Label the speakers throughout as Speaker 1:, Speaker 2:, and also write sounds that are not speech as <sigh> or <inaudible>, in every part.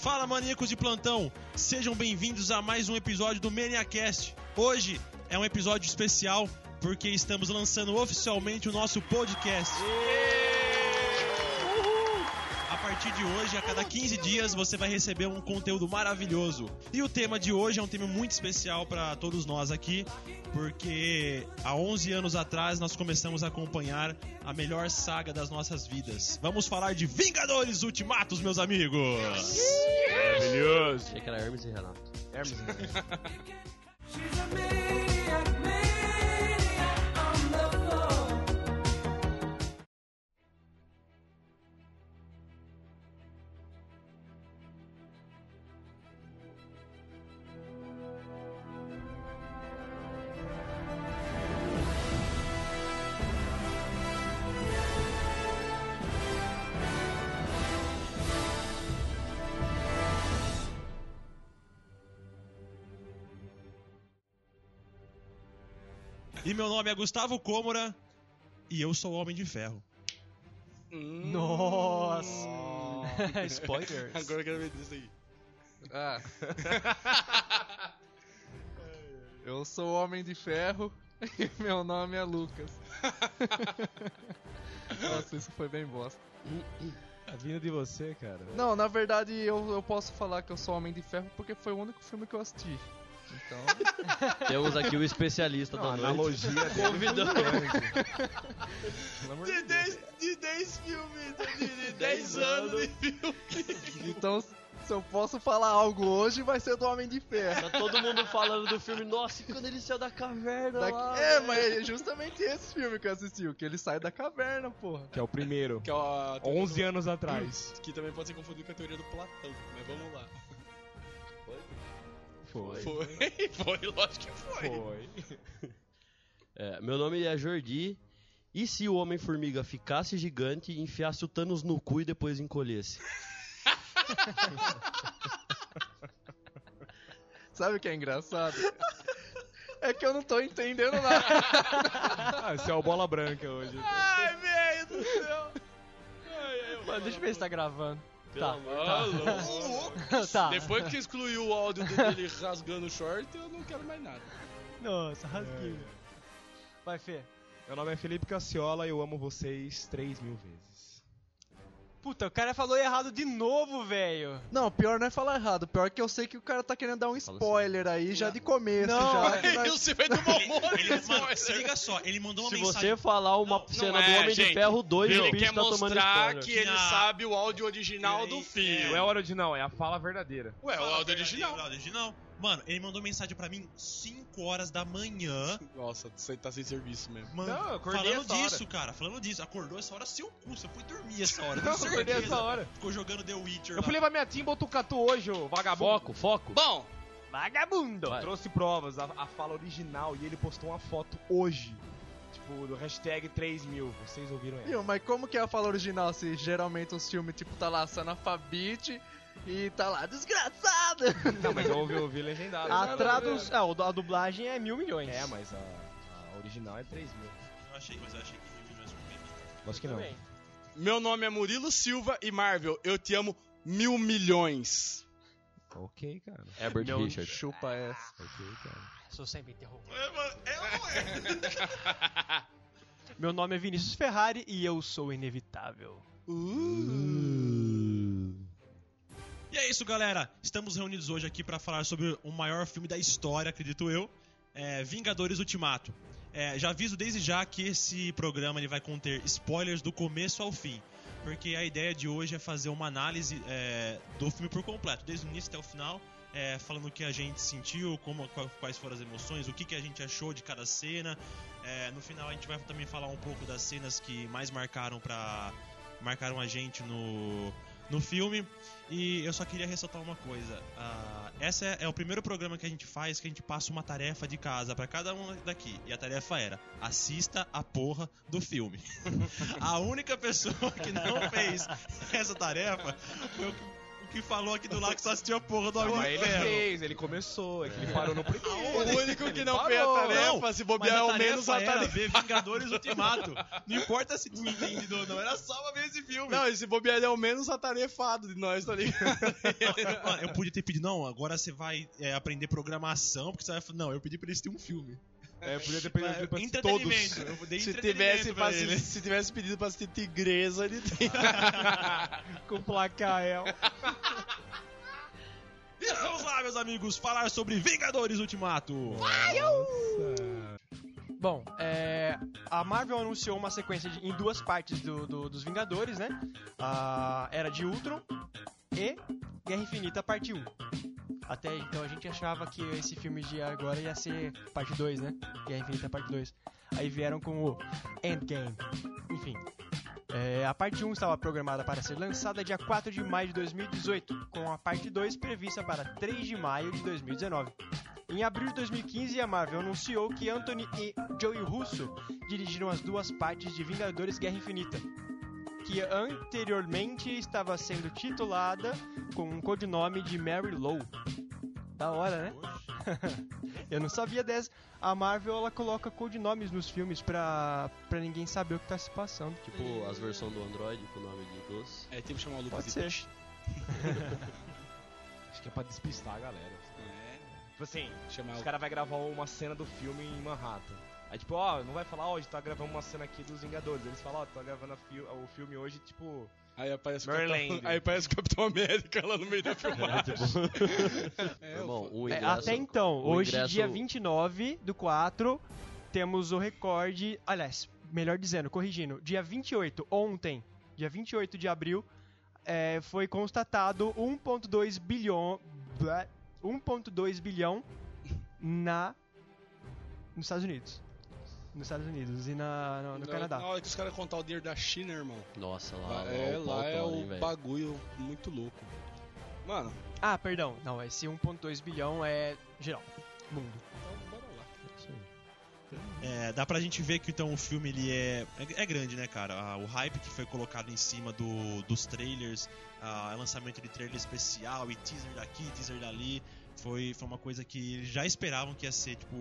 Speaker 1: Fala maníacos de plantão, sejam bem-vindos a mais um episódio do Maniacast. Hoje é um episódio especial porque estamos lançando oficialmente o nosso podcast. A partir de hoje, a cada 15 dias, você vai receber um conteúdo maravilhoso. E o tema de hoje é um tema muito especial para todos nós aqui, porque há 11 anos atrás nós começamos a acompanhar a melhor saga das nossas vidas. Vamos falar de Vingadores Ultimatos, meus amigos!
Speaker 2: Maravilhoso.
Speaker 3: Achei que era Hermes e Renato.
Speaker 2: Hermes, né?
Speaker 4: She's a maniac, maniac on the floor.
Speaker 1: E meu nome é Gustavo Cômora e eu sou o Homem de Ferro.
Speaker 3: Nossa!
Speaker 5: <laughs>
Speaker 3: Spoilers.
Speaker 5: Agora eu quero ver disso aí.
Speaker 2: Ah.
Speaker 6: <laughs>
Speaker 2: Eu sou o Homem de Ferro <laughs> e meu nome é
Speaker 6: <laughs>
Speaker 2: Lucas. Nossa, isso foi bem bosta.
Speaker 6: A vinda de você, cara.
Speaker 2: Não, na verdade eu, eu posso falar que eu sou Homem de Ferro porque foi o único filme que eu assisti.
Speaker 6: <laughs>
Speaker 2: Então,
Speaker 3: Temos aqui o especialista da noite.
Speaker 6: analogia dele.
Speaker 3: Convidamos.
Speaker 6: Pelo amor
Speaker 5: De
Speaker 6: de Deus.
Speaker 5: 10, de 10 filmes, de 10 anos de filme.
Speaker 2: então se eu posso falar algo hoje vai ser do Homem de Ferro.
Speaker 3: Tá todo mundo falando do filme, nossa, e quando ele saiu da caverna
Speaker 2: Da-
Speaker 3: lá.
Speaker 2: É, mas é justamente esse filme que eu assisti, o que ele sai da caverna, porra.
Speaker 6: Que é o primeiro.
Speaker 5: Que é a teoria
Speaker 6: 11
Speaker 5: do-
Speaker 6: anos atrás.
Speaker 5: Que também pode ser confundido com a teoria do Platão, mas vamos lá.
Speaker 6: Foi.
Speaker 5: Foi, <laughs> foi, lógico que foi.
Speaker 6: Foi.
Speaker 3: É, meu nome é Jordi. E se o Homem-Formiga ficasse gigante e enfiasse o Thanos no cu e depois encolhesse?
Speaker 2: Sabe o que é
Speaker 7: <laughs>
Speaker 2: engraçado? É que eu não tô entendendo nada.
Speaker 6: Ah, esse é o Bola Branca hoje.
Speaker 5: Ai, velho do céu.
Speaker 7: Mano, deixa eu ver se tá gravando.
Speaker 2: <laughs>
Speaker 3: Pelo
Speaker 7: Tá.
Speaker 3: amor-
Speaker 5: Ah, louco.
Speaker 7: tá.
Speaker 5: Depois que você excluiu o áudio dele rasgando o short, eu não quero mais nada.
Speaker 7: Nossa, rasguei. Vai, Fê.
Speaker 6: Meu nome é Felipe Cassiola e eu amo vocês 3 mil vezes.
Speaker 7: Puta, o cara falou errado de novo, velho.
Speaker 2: Não, pior não é falar errado. Pior que eu sei que o cara tá querendo dar um
Speaker 3: assim.
Speaker 2: spoiler aí já de começo.
Speaker 7: Não, é
Speaker 2: já,
Speaker 7: mas
Speaker 2: que nós-
Speaker 5: Aí você vai tomar um monte de
Speaker 1: Ele, mano,
Speaker 5: spoiler.
Speaker 1: se liga só, ele mandou uma
Speaker 3: Se
Speaker 1: mensagem.
Speaker 3: você falar uma
Speaker 1: Não,
Speaker 3: cena
Speaker 5: não
Speaker 3: do
Speaker 5: é,
Speaker 3: Homem de
Speaker 5: gente.
Speaker 3: Ferro 2,
Speaker 5: Ele
Speaker 3: o bicho
Speaker 5: quer
Speaker 3: tá tomando
Speaker 5: mostrar
Speaker 3: spoiler.
Speaker 5: que ele
Speaker 1: Não.
Speaker 5: sabe o áudio original do
Speaker 1: Ele-
Speaker 5: filme. né?
Speaker 1: é.
Speaker 6: o original, é a fala verdadeira.
Speaker 5: Ué, o
Speaker 1: Fala,
Speaker 5: áudio
Speaker 1: verdadeiro,
Speaker 5: original.
Speaker 1: É o original. Mano, ele mandou mensagem pra mim 5 horas da manhã.
Speaker 5: Nossa, você tá sem serviço mesmo.
Speaker 1: Mano,
Speaker 6: Não, eu acordei
Speaker 1: falando
Speaker 6: essa hora.
Speaker 1: disso, cara, falando disso. Acordou essa hora seu cu, você foi dormir essa
Speaker 6: <laughs>
Speaker 1: hora,
Speaker 6: Eu
Speaker 1: tenho
Speaker 6: acordei essa
Speaker 1: certeza.
Speaker 6: hora.
Speaker 1: Ficou jogando The Witcher
Speaker 6: Eu
Speaker 1: lá.
Speaker 6: fui levar minha timba Botucatu hoje, ô vagabundo.
Speaker 3: Foco, foco.
Speaker 5: Bom,
Speaker 7: Vagabundo.
Speaker 3: Vai.
Speaker 6: Trouxe provas, a, a fala original, e ele postou uma foto hoje. Tipo, do hashtag 3 mil. Vocês ouviram ela?
Speaker 2: Viu, mas como que é a fala original se geralmente os filmes, tipo, tá lá Sanafabite e tá lá, desgraçado!
Speaker 6: Não, mas eu ouvi, ouvi legendado.
Speaker 7: A tradução. Ah, o du- a dublagem é mil milhões.
Speaker 6: É, mas a, a original é 3 mil.
Speaker 1: Eu achei, mas eu achei que vive mais um tempo.
Speaker 6: Acho que
Speaker 7: Tudo
Speaker 6: não.
Speaker 7: bem.
Speaker 5: Meu nome é Murilo Silva e Marvel, eu te amo mil milhões.
Speaker 6: Ok, cara.
Speaker 3: Herbert
Speaker 2: Não
Speaker 3: Richard.
Speaker 2: chupa essa.
Speaker 6: Ok, cara.
Speaker 7: Sou sempre interrompido.
Speaker 1: É, mano, é ou não é?
Speaker 7: Meu nome é Vinícius Ferrari e eu sou
Speaker 6: Ah,
Speaker 7: inevitável.
Speaker 1: E é isso, galera. Estamos reunidos hoje aqui para falar sobre o maior filme da história, acredito eu, é Vingadores Ultimato. É, já aviso desde já que esse programa ele vai conter spoilers do começo ao fim, porque a ideia de hoje é fazer uma análise é, do filme por completo, desde o início até o final, é, falando o que a gente sentiu, como, qua- quais foram as emoções, o que, que a gente achou de cada cena. É, no final a gente vai também falar um pouco das cenas que mais marcaram para marcaram a gente no no filme. E eu só queria ressaltar uma coisa. Ah, essa é, é o primeiro programa que a gente faz que a gente passa uma tarefa de casa pra cada um daqui. E a tarefa era: assista a porra do filme. <laughs> a única pessoa que não fez essa tarefa foi o, que- o que falou aqui do lado que só assistiu a porra do Homem
Speaker 2: Não,
Speaker 1: de
Speaker 2: ele
Speaker 1: Ferro.
Speaker 2: fez, ele começou, é que ele parou no primeiro.
Speaker 5: O único que não
Speaker 2: Parou.
Speaker 5: fez a tarefa,
Speaker 1: Não,
Speaker 5: se
Speaker 1: Mas
Speaker 5: bobear,
Speaker 1: a
Speaker 5: é o
Speaker 1: tarefa
Speaker 5: menos a
Speaker 1: era
Speaker 5: tarefa.
Speaker 1: ver Vingadores Ultimato. Não importa se tinha entendido ou não, era só pra ver esse filme.
Speaker 5: Não, e se bobear, ele é o menos atarefado de nós, tá ligado?
Speaker 1: Mano, eu podia ter pedido, não, agora você vai é, aprender programação, porque você vai. falar, Não, eu pedi pra eles terem um filme.
Speaker 2: É, podia ter pedido pra
Speaker 1: entretenimento.
Speaker 2: todos.
Speaker 1: Eu dei
Speaker 5: Se
Speaker 1: entretenimento
Speaker 5: tivesse,
Speaker 1: pra
Speaker 5: pra
Speaker 1: ele.
Speaker 5: assis- se tivesse pedido pra assistir Tigresa, ele tem.
Speaker 6: Com o placar, é.
Speaker 1: E Vamos lá, meus amigos, falar sobre Vingadores Ultimato.
Speaker 6: Bom, é, a Marvel anunciou uma sequência de- em duas partes do, do- dos Vingadores, né? A Era de Ultron e Guerra Infinita Parte 1. Até então a gente achava que esse filme de agora ia ser Parte 2, né? Guerra Infinita Parte 2. Aí vieram com o Endgame. Enfim. É, a parte 1 estava programada para ser lançada dia 4 de maio de 2018, com a parte 2 prevista para 3 de maio de 2019. Em abril de 2015, a Marvel anunciou que Anthony e Joey Russo dirigiram as duas partes de Vingadores Guerra Infinita, que anteriormente estava sendo titulada com o codinome de Mary Lou. Da hora, né? <laughs> Eu não sabia dessa. A Marvel ela coloca codinomes nos filmes pra, pra ninguém saber o que tá se passando.
Speaker 3: Tipo, as versões do Android com o nome de doce.
Speaker 5: É, tem que chamar o
Speaker 6: Pode ser.
Speaker 2: Acho que é pra despistar a galera.
Speaker 5: É,
Speaker 2: Tipo assim,
Speaker 5: chamar
Speaker 2: os caras vão gravar uma cena do filme em Manhattan. Aí tipo, ó, não vai falar, ó, a gente tá gravando uma cena aqui dos Vingadores. Eles falam, ó, tá gravando a fi- o filme hoje, tipo...
Speaker 5: Aí aparece, o
Speaker 2: Merlin.
Speaker 5: Capitão, aí aparece o Capitão América lá no meio <laughs> da filmagem. <laughs> É,
Speaker 3: Irmão,
Speaker 5: eu-
Speaker 3: o
Speaker 6: É,
Speaker 3: ingresso...
Speaker 6: até então,
Speaker 3: o
Speaker 6: hoje,
Speaker 3: ingresso-
Speaker 6: dia 29 do 4, temos o recorde. Aliás, melhor dizendo, corrigindo, dia 28, ontem, dia 28 de abril, é, foi constatado 1,2 bilhão. blá, 1,2 bilhão na. nos Estados Unidos. Nos Estados Unidos e na, no, no
Speaker 5: na-
Speaker 6: Canadá.
Speaker 5: Na hora é que os caras contar o dinheiro da China, irmão.
Speaker 3: Nossa, lá, lá,
Speaker 5: é,
Speaker 3: Ah, o
Speaker 5: lá é
Speaker 3: pautão,
Speaker 5: o
Speaker 3: hein, velho.
Speaker 5: bagulho muito louco. Mano,
Speaker 6: Ah, perdão, não, esse 1,2 bilhão é geral. Mundo.
Speaker 5: então bora lá.
Speaker 1: É, dá pra gente ver que então o filme ele é, é, é grande, né, cara? Ah, o hype que foi colocado em cima do, dos trailers, ah, lançamento de trailer especial e teaser daqui, teaser dali, foi, foi uma coisa que eles já esperavam que ia ser, tipo.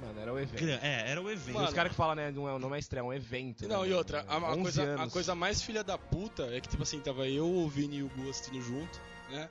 Speaker 2: Mano, era o evento.
Speaker 1: gran- É, era o evento.
Speaker 5: Mano,
Speaker 2: Os caras que falam, né, não é, não é estreia, é um evento.
Speaker 5: Não,
Speaker 2: né,
Speaker 5: e outra, a, a
Speaker 2: 11
Speaker 5: coisa, a
Speaker 2: anos.
Speaker 5: coisa mais filha da puta é que, tipo assim, tava eu, o Vini e o Gu assistindo junto, né?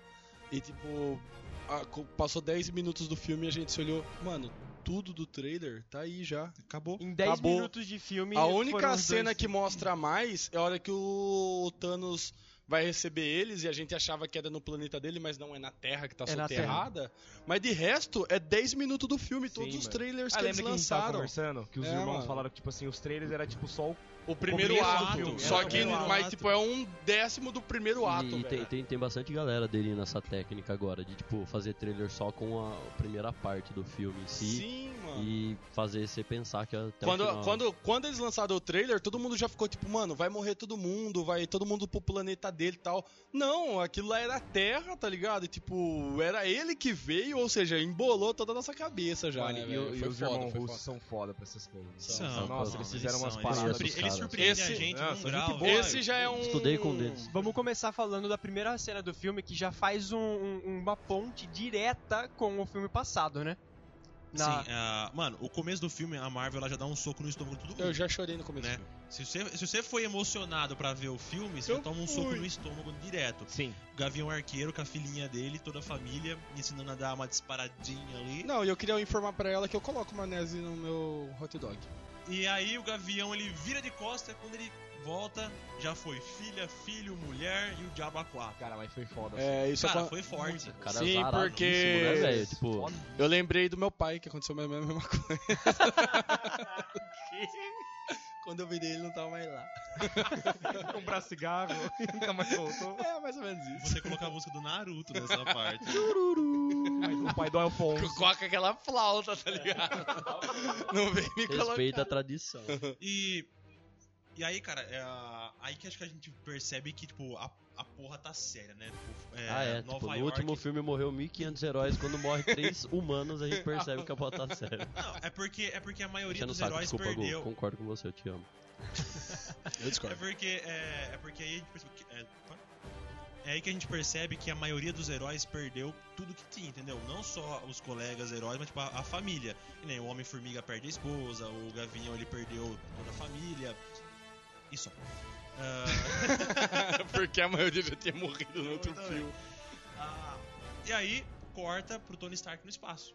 Speaker 5: E, tipo, a- co- passou 10 minutos do filme e a gente se olhou, mano, tudo do trailer tá aí já, acabou.
Speaker 6: Em 10
Speaker 5: Acabou.
Speaker 6: minutos de filme.
Speaker 5: A
Speaker 6: foram
Speaker 5: única
Speaker 6: os
Speaker 5: cena
Speaker 6: dois-
Speaker 5: que mostra mais é a hora que o Thanos vai receber eles e a gente achava que era no planeta dele, mas não é na Terra que tá
Speaker 6: É na
Speaker 5: soterrada. Mas de resto, é 10 minutos do filme, todos
Speaker 2: Sim,
Speaker 5: os
Speaker 2: mano.
Speaker 5: trailers
Speaker 2: Ah,
Speaker 5: que
Speaker 2: lembra
Speaker 5: eles
Speaker 2: que a gente tava
Speaker 5: lançaram.
Speaker 2: conversando? Que os
Speaker 5: É,
Speaker 2: irmãos
Speaker 5: mano.
Speaker 2: falaram que, tipo assim, os trailers era tipo só o...
Speaker 5: O primeiro
Speaker 2: Começo do
Speaker 5: ato.
Speaker 2: filme,
Speaker 5: só
Speaker 2: era o
Speaker 5: que,
Speaker 1: primeiro
Speaker 5: mas
Speaker 1: ato.
Speaker 5: tipo, é um décimo do primeiro ato.
Speaker 3: E tem,
Speaker 5: velho.
Speaker 3: tem, tem bastante galera aderindo a essa técnica agora, de tipo, fazer trailer só com a primeira parte do filme em si.
Speaker 5: Sim, mano.
Speaker 3: E fazer você pensar então que é até o
Speaker 5: Quando,
Speaker 3: final-
Speaker 5: quando, quando eles lançaram o trailer, todo mundo já ficou tipo, mano, vai morrer todo mundo, vai todo mundo pro planeta dele e tal. Não, aquilo lá era a Terra, tá ligado? E, tipo, era ele que veio, ou seja, embolou toda a nossa cabeça já,
Speaker 2: Mano,
Speaker 5: né,
Speaker 2: e,
Speaker 5: velho?
Speaker 2: o- e
Speaker 5: Foi
Speaker 2: os
Speaker 5: foda,
Speaker 2: irmãos
Speaker 5: foi
Speaker 2: russos
Speaker 5: foda.
Speaker 2: são foda pra essas coisas.
Speaker 1: São,
Speaker 2: Nossa,
Speaker 1: são,
Speaker 2: eles fizeram umas
Speaker 1: são,
Speaker 2: paradas.
Speaker 1: Eles,
Speaker 3: dos
Speaker 1: surpre- eles
Speaker 3: caras.
Speaker 1: surpreendem
Speaker 5: Esse-
Speaker 1: a gente
Speaker 2: Nossa,
Speaker 1: num
Speaker 2: muito
Speaker 1: grau. né?
Speaker 2: bom.
Speaker 1: velho.
Speaker 5: Esse já é um...
Speaker 3: Estudei com dedos.
Speaker 6: Vamos começar falando da primeira cena do filme que já faz um- um- uma ponte direta com o filme passado, né? Na-
Speaker 1: Sim, ah, mano, o começo do filme, a Marvel ela já dá um soco no estômago de todo mundo.
Speaker 5: Eu já chorei no começo.
Speaker 1: Né? Se, você, se você foi emocionado pra ver o filme, você
Speaker 5: Eu
Speaker 1: toma um soco
Speaker 5: fui.
Speaker 1: no estômago direto.
Speaker 2: Sim.
Speaker 1: Gavião Arqueiro com a filhinha dele, toda a família, ensinando a dar uma disparadinha ali.
Speaker 5: Não, e eu queria informar pra ela que eu coloco maionese no meu hot dog.
Speaker 1: E aí o Gavião ele vira de costa, quando ele volta, já foi filha, filho, mulher e o diabo a quatro.
Speaker 2: Cara, mas foi foda. <laughs>
Speaker 5: É, isso
Speaker 1: Cara,
Speaker 5: acon-
Speaker 1: foi forte.
Speaker 3: Cara
Speaker 5: Sim,
Speaker 3: zaradíssimo,
Speaker 5: porque-
Speaker 3: Né, velho? tipo,
Speaker 5: Eu lembrei do meu pai, que aconteceu mais ou menos a mesma coisa. <laughs> Quando eu virei, ele não tava mais lá.
Speaker 2: Comprar
Speaker 6: <laughs>
Speaker 2: cigarro, nunca mais voltou.
Speaker 5: É, mais ou menos isso.
Speaker 1: Você colocar a música do Naruto
Speaker 3: <laughs>
Speaker 1: nessa parte.
Speaker 2: <laughs> o pai do Alfonso.
Speaker 5: Coca aquela flauta, tá ligado? <laughs> Não vem me colocar.
Speaker 3: respeita a tradição.
Speaker 1: E. E aí, cara, é, aí que acho que a gente percebe que, tipo, a, a porra tá séria, né? Tipo,
Speaker 3: ah, é. Tipo, no último filme morreu 1.500 heróis. Quando morre 3 humanos, a gente percebe que a bola tá séria.
Speaker 1: Não, é porque, é porque a maioria
Speaker 3: Enchendo o
Speaker 1: dos
Speaker 3: saco,
Speaker 1: heróis
Speaker 3: desculpa, Gu.
Speaker 1: perdeu.
Speaker 3: Concordo com você, eu te amo.
Speaker 5: Eu
Speaker 1: É
Speaker 5: discordo.
Speaker 1: porque, é, é porque aí a gente percebe que. É, tá? é aí que a gente percebe que a maioria dos heróis perdeu tudo que tinha, entendeu? Não só os colegas heróis, mas tipo, a, a família. Que nem o Homem-Formiga perde a esposa, o Gavião ele perdeu toda a família. E só. Ah,
Speaker 5: <laughs> Porque a maioria já tinha morrido no outro
Speaker 1: Então,
Speaker 5: filme.
Speaker 1: Ah, e aí, corta pro Tony Stark no espaço.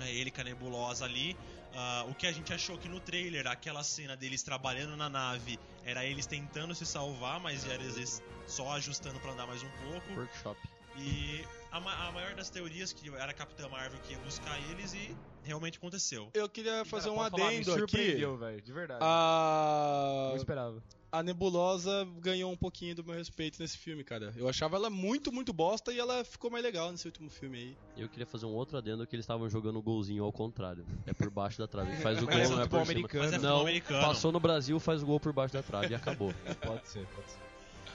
Speaker 1: É ele com a nebulosa ali. Ah, o que a gente achou que no trailer, aquela cena deles trabalhando na nave, era eles tentando se salvar, mas era às vezes só ajustando pra andar mais um pouco.
Speaker 3: Workshop.
Speaker 1: E a, ma- a maior das teorias que era a Capitã Marvel que ia buscar eles e realmente aconteceu.
Speaker 5: Eu queria fazer um
Speaker 6: Pode falar, me
Speaker 5: adendo aqui. Ah,
Speaker 6: surpreendeu, velho, de verdade.
Speaker 5: A...
Speaker 6: Não esperava.
Speaker 5: a Nebulosa ganhou um pouquinho do meu respeito nesse filme, cara. Eu achava ela muito, muito bosta e ela ficou mais legal nesse último filme aí.
Speaker 3: Eu queria fazer um outro adendo que eles estavam jogando o golzinho ao contrário. É por baixo da trave. Faz o gol,
Speaker 6: Mas é
Speaker 2: um
Speaker 3: não é
Speaker 6: futebol
Speaker 3: por cima.
Speaker 6: americano.
Speaker 1: Mas é futebol
Speaker 3: não,
Speaker 1: americano.
Speaker 3: passou no Brasil, faz o gol por baixo da trave e acabou.
Speaker 6: Pode ser, pode ser.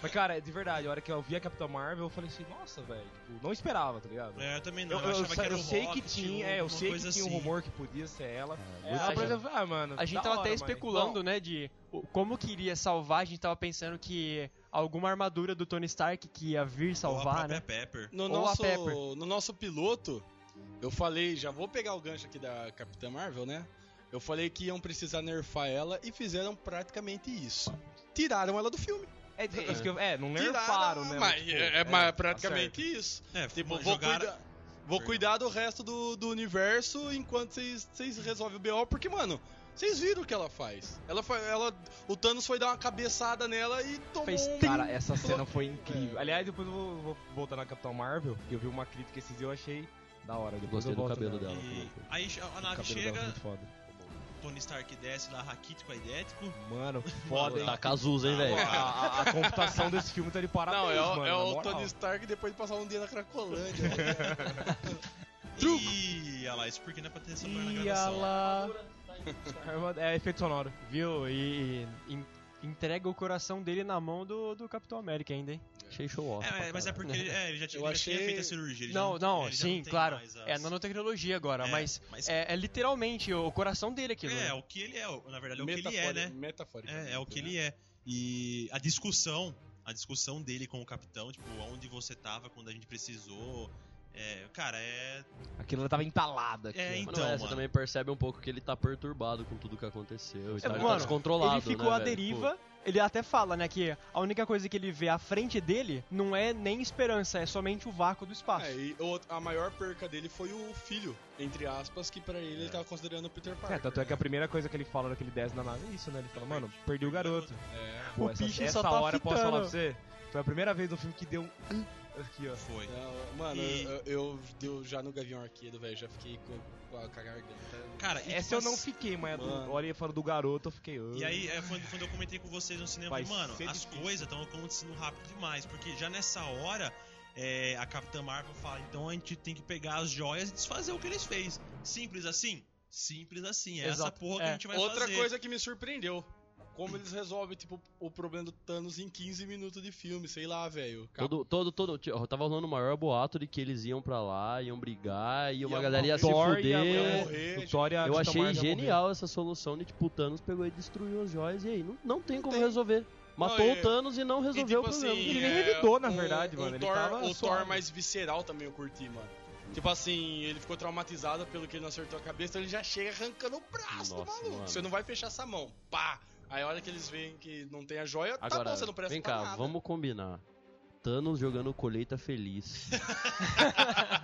Speaker 6: Mas, cara, de verdade, a hora que eu vi a Capitã Marvel, eu falei assim, nossa, velho, tipo, não esperava, tá ligado?
Speaker 1: É, eu também
Speaker 6: Eu,
Speaker 1: não,
Speaker 6: eu,
Speaker 1: eu, achava
Speaker 6: sa-
Speaker 1: que era
Speaker 6: eu
Speaker 1: o
Speaker 6: sei que
Speaker 1: Hobbit,
Speaker 6: tinha, é, eu
Speaker 1: alguma
Speaker 6: sei que
Speaker 1: coisa
Speaker 6: tinha um
Speaker 1: assim.
Speaker 6: rumor que podia ser ela.
Speaker 3: É,
Speaker 6: É,
Speaker 3: muito
Speaker 6: a
Speaker 3: legal.
Speaker 6: gente, ah, mano,
Speaker 7: A gente
Speaker 6: da
Speaker 7: tava
Speaker 6: hora,
Speaker 7: até
Speaker 6: mas-
Speaker 7: especulando, né, de o- como que iria salvar, a gente tava pensando que alguma armadura do Tony Stark que ia vir
Speaker 1: Ou a
Speaker 7: salvar,
Speaker 1: própria
Speaker 7: né?
Speaker 1: Pepper.
Speaker 5: No,
Speaker 7: Ou a
Speaker 5: nosso,
Speaker 7: Pepper.
Speaker 5: no nosso piloto, eu falei, já vou pegar o gancho aqui da Capitã Marvel, né? Eu falei que iam precisar nerfar ela e fizeram praticamente isso. Tiraram ela do filme.
Speaker 6: É, é, isso que eu- é, não
Speaker 5: Tiraram,
Speaker 6: nerfaram, né?
Speaker 5: Mas,
Speaker 6: tipo,
Speaker 5: é, é,
Speaker 6: tá
Speaker 5: mas
Speaker 6: certo.
Speaker 5: praticamente isso.
Speaker 1: É,
Speaker 5: Tipo,
Speaker 1: tipo,
Speaker 5: vou,
Speaker 1: jogaram...
Speaker 5: cuidar, vou cuidar do resto do, do universo enquanto vocês vocês resolvem o BO, porque, mano, vocês viram o que ela faz. Ela, fa- ela, o Thanos foi dar uma cabeçada nela e tomou
Speaker 6: Fez-
Speaker 5: um...
Speaker 6: Cara, essa cena foi incrível. Aliás, depois eu vou, vou voltar na Capitão Marvel, que eu vi uma crítica esses dias e eu achei da hora. Depois
Speaker 3: Gostei
Speaker 6: eu
Speaker 3: do
Speaker 6: volto
Speaker 3: cabelo
Speaker 6: nela.
Speaker 3: dela.
Speaker 1: E aí a
Speaker 6: O
Speaker 1: nave
Speaker 6: cabelo dela
Speaker 1: chega,
Speaker 6: é muito foda.
Speaker 1: Tony Stark desce lá, raquítico, aidético.
Speaker 6: Mano, foda, hein?
Speaker 3: Tá casuza,
Speaker 1: Ah,
Speaker 3: hein, velho?
Speaker 6: A, <laughs> a- a computação desse filme tá de parabéns,
Speaker 5: Não, é, o-
Speaker 6: mano,
Speaker 5: é
Speaker 6: na
Speaker 5: o
Speaker 6: moral.
Speaker 5: Tony Stark depois de passar um dia na
Speaker 6: <laughs>
Speaker 5: Cracolândia. né? Truco.
Speaker 1: Ih, olha lá, isso porque não é pra ter essa mulher na
Speaker 6: E
Speaker 1: gravação.
Speaker 7: <laughs>
Speaker 6: ela... É efeito sonoro.
Speaker 7: Viu? E, e en- entrega o coração dele na mão do, do Capitão América ainda, hein?
Speaker 3: Achei show off.
Speaker 1: É, mas- mas é porque ele, é, ele já, tinha-
Speaker 5: Eu
Speaker 1: ele já tinha
Speaker 5: achei-
Speaker 1: feito a cirurgia. ele já
Speaker 7: Não, não,
Speaker 1: ele já
Speaker 7: sim,
Speaker 1: tem
Speaker 7: claro.
Speaker 1: mais as-
Speaker 7: É nanotecnologia agora,
Speaker 1: É,
Speaker 7: mas,
Speaker 1: mas-
Speaker 7: é, é literalmente o coração dele aquilo.
Speaker 1: É,
Speaker 7: né?
Speaker 1: é o que ele é, o- na verdade é o que ele é, né? É, é o que ele é. E a discussão, a discussão dele com o capitão, tipo, onde você tava quando a gente precisou. é, cara, é.
Speaker 6: Aquilo ela tava entalada aqui.
Speaker 1: É,
Speaker 6: mano.
Speaker 1: então,
Speaker 3: Manoel, você
Speaker 1: mano.
Speaker 3: também percebe um pouco que ele tá perturbado com tudo que aconteceu. e tal, ele tá
Speaker 7: É, mano,
Speaker 3: descontrolado,
Speaker 7: ele ficou
Speaker 3: né,
Speaker 7: à
Speaker 3: velho?
Speaker 7: deriva. Ele até fala, né, que a única coisa que ele vê à frente dele não é nem esperança, é somente o vácuo do espaço.
Speaker 5: É, e o- a maior perca dele foi o filho, entre aspas, que pra ele ele tava considerando o Peter
Speaker 6: É,
Speaker 5: Parker.
Speaker 6: tanto é que a primeira coisa que ele fala na que ele desce na nave é isso, né? Ele fala, mano, perdi o garoto.
Speaker 5: É,
Speaker 6: Pô,
Speaker 7: O
Speaker 6: essa,
Speaker 7: bicho
Speaker 6: essa
Speaker 7: só tá
Speaker 6: hora eu posso falar pra
Speaker 7: fitando.
Speaker 6: você. Foi a primeira vez no filme que deu um. Aqui, ó.
Speaker 1: Foi.
Speaker 5: não, é, mano,
Speaker 1: E-
Speaker 5: eu, eu- eu já no Gavião Arqueiro, velho, já fiquei com, com a com a garganta.
Speaker 1: Cara,
Speaker 7: É,
Speaker 1: e,
Speaker 6: Essa
Speaker 1: tipo,
Speaker 6: eu não
Speaker 1: assim-
Speaker 6: fiquei, mas a do-
Speaker 5: Mano.
Speaker 6: olha ele falando do garoto, eu fiquei. "Ah".
Speaker 1: E aí, é, quando, quando eu comentei com vocês no cinema,
Speaker 6: Vai
Speaker 1: eu falei, mano,
Speaker 6: ser
Speaker 1: as
Speaker 6: difícil.
Speaker 1: coisas estão acontecendo rápido demais. Porque já nessa hora, é, a Capitã Marvel fala, então a gente tem que pegar as joias e desfazer o que eles fez. Simples assim? Simples assim. É essa
Speaker 7: Exato.
Speaker 1: porra que
Speaker 7: É.
Speaker 1: a gente vai
Speaker 5: Outra
Speaker 1: fazer.
Speaker 5: coisa que me surpreendeu. Como eles resolvem, tipo, o problema do Thanos em 15 minutos de filme, sei lá, velho. Cap-
Speaker 3: Todo, todo, todo. tio, Tava rolando o maior boato de que eles iam pra lá, iam brigar, e uma
Speaker 5: Ia
Speaker 3: galera ia se
Speaker 6: Thor ia
Speaker 3: fuder.
Speaker 5: morrer,
Speaker 6: O Thor e a
Speaker 3: Eu
Speaker 6: Capitã
Speaker 3: achei
Speaker 6: Marvel morreram.
Speaker 3: genial essa solução de tipo, o Thanos pegou e destruiu as joias e aí. Não, não tem como
Speaker 5: tem.
Speaker 3: resolver. Matou
Speaker 5: Não,
Speaker 3: o
Speaker 5: e-
Speaker 3: Thanos e não
Speaker 5: E,
Speaker 3: resolveu
Speaker 5: tipo
Speaker 3: o problema.
Speaker 5: assim,
Speaker 6: Ele nem
Speaker 5: é,
Speaker 6: revidou, na
Speaker 5: um-
Speaker 6: verdade,
Speaker 5: um
Speaker 6: mano. Ele
Speaker 5: Thor,
Speaker 6: tava
Speaker 5: o
Speaker 6: suave.
Speaker 5: Thor mais visceral também eu curti, mano. Tipo assim, ele ficou traumatizado pelo que ele não acertou a cabeça, então ele já chega arrancando o braço do
Speaker 3: Nossa,
Speaker 5: maluco.
Speaker 3: mano.
Speaker 5: Você não vai fechar essa mão. Pá! Aí a hora que eles veem que não tem a joia, tá
Speaker 3: Agora,
Speaker 5: bom, você não presta
Speaker 3: vem
Speaker 5: pra
Speaker 3: cá,
Speaker 5: nada.
Speaker 3: vamos combinar. Thanos jogando colheita feliz. <laughs>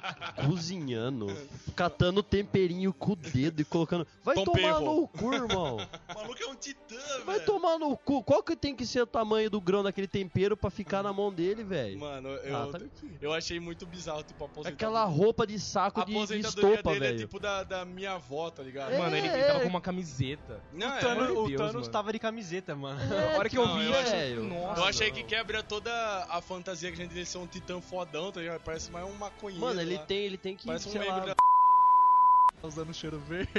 Speaker 3: cozinhando. Catando temperinho com o dedo e colocando. Vai
Speaker 5: Tom
Speaker 3: tomar
Speaker 5: Perro.
Speaker 3: no cu, irmão.
Speaker 1: O maluco é um titã,
Speaker 3: Vai
Speaker 5: <laughs>
Speaker 1: velho.
Speaker 3: tomar no cu. Qual que tem que ser o tamanho do grão daquele tempero pra ficar na mão dele, velho?
Speaker 5: Mano, eu,
Speaker 3: Ah, tá mentindo.
Speaker 5: eu achei muito bizarro, tipo, a
Speaker 3: Aquela
Speaker 5: aposentadoria.
Speaker 3: roupa de saco
Speaker 5: A
Speaker 3: de, de
Speaker 5: aposentadoria
Speaker 3: estopa,
Speaker 5: dele é
Speaker 3: velho.
Speaker 5: tipo da, da minha avó, tá ligado?
Speaker 3: É,
Speaker 6: Mano, ele, ele
Speaker 3: é.
Speaker 6: tava com uma camiseta.
Speaker 5: Não, é,
Speaker 7: Thanos-
Speaker 6: Pelo amor
Speaker 7: o
Speaker 6: de Deus,
Speaker 7: Thanos
Speaker 6: mano.
Speaker 7: tava de camiseta, mano.
Speaker 3: É,
Speaker 7: a hora que eu
Speaker 5: não,
Speaker 7: vi,
Speaker 5: eu achei-
Speaker 3: velho.
Speaker 5: Eu achei
Speaker 6: não.
Speaker 5: que quebra toda a fantasia que a gente dele ser um titã fodão, tá ligado? Parece mais um maconheiro.
Speaker 3: Mano, ele
Speaker 5: lá.
Speaker 3: tem, ele tem que.
Speaker 5: Parece um
Speaker 3: sei
Speaker 5: membro
Speaker 3: lá,
Speaker 5: da.
Speaker 2: Tá Usando cheiro verde.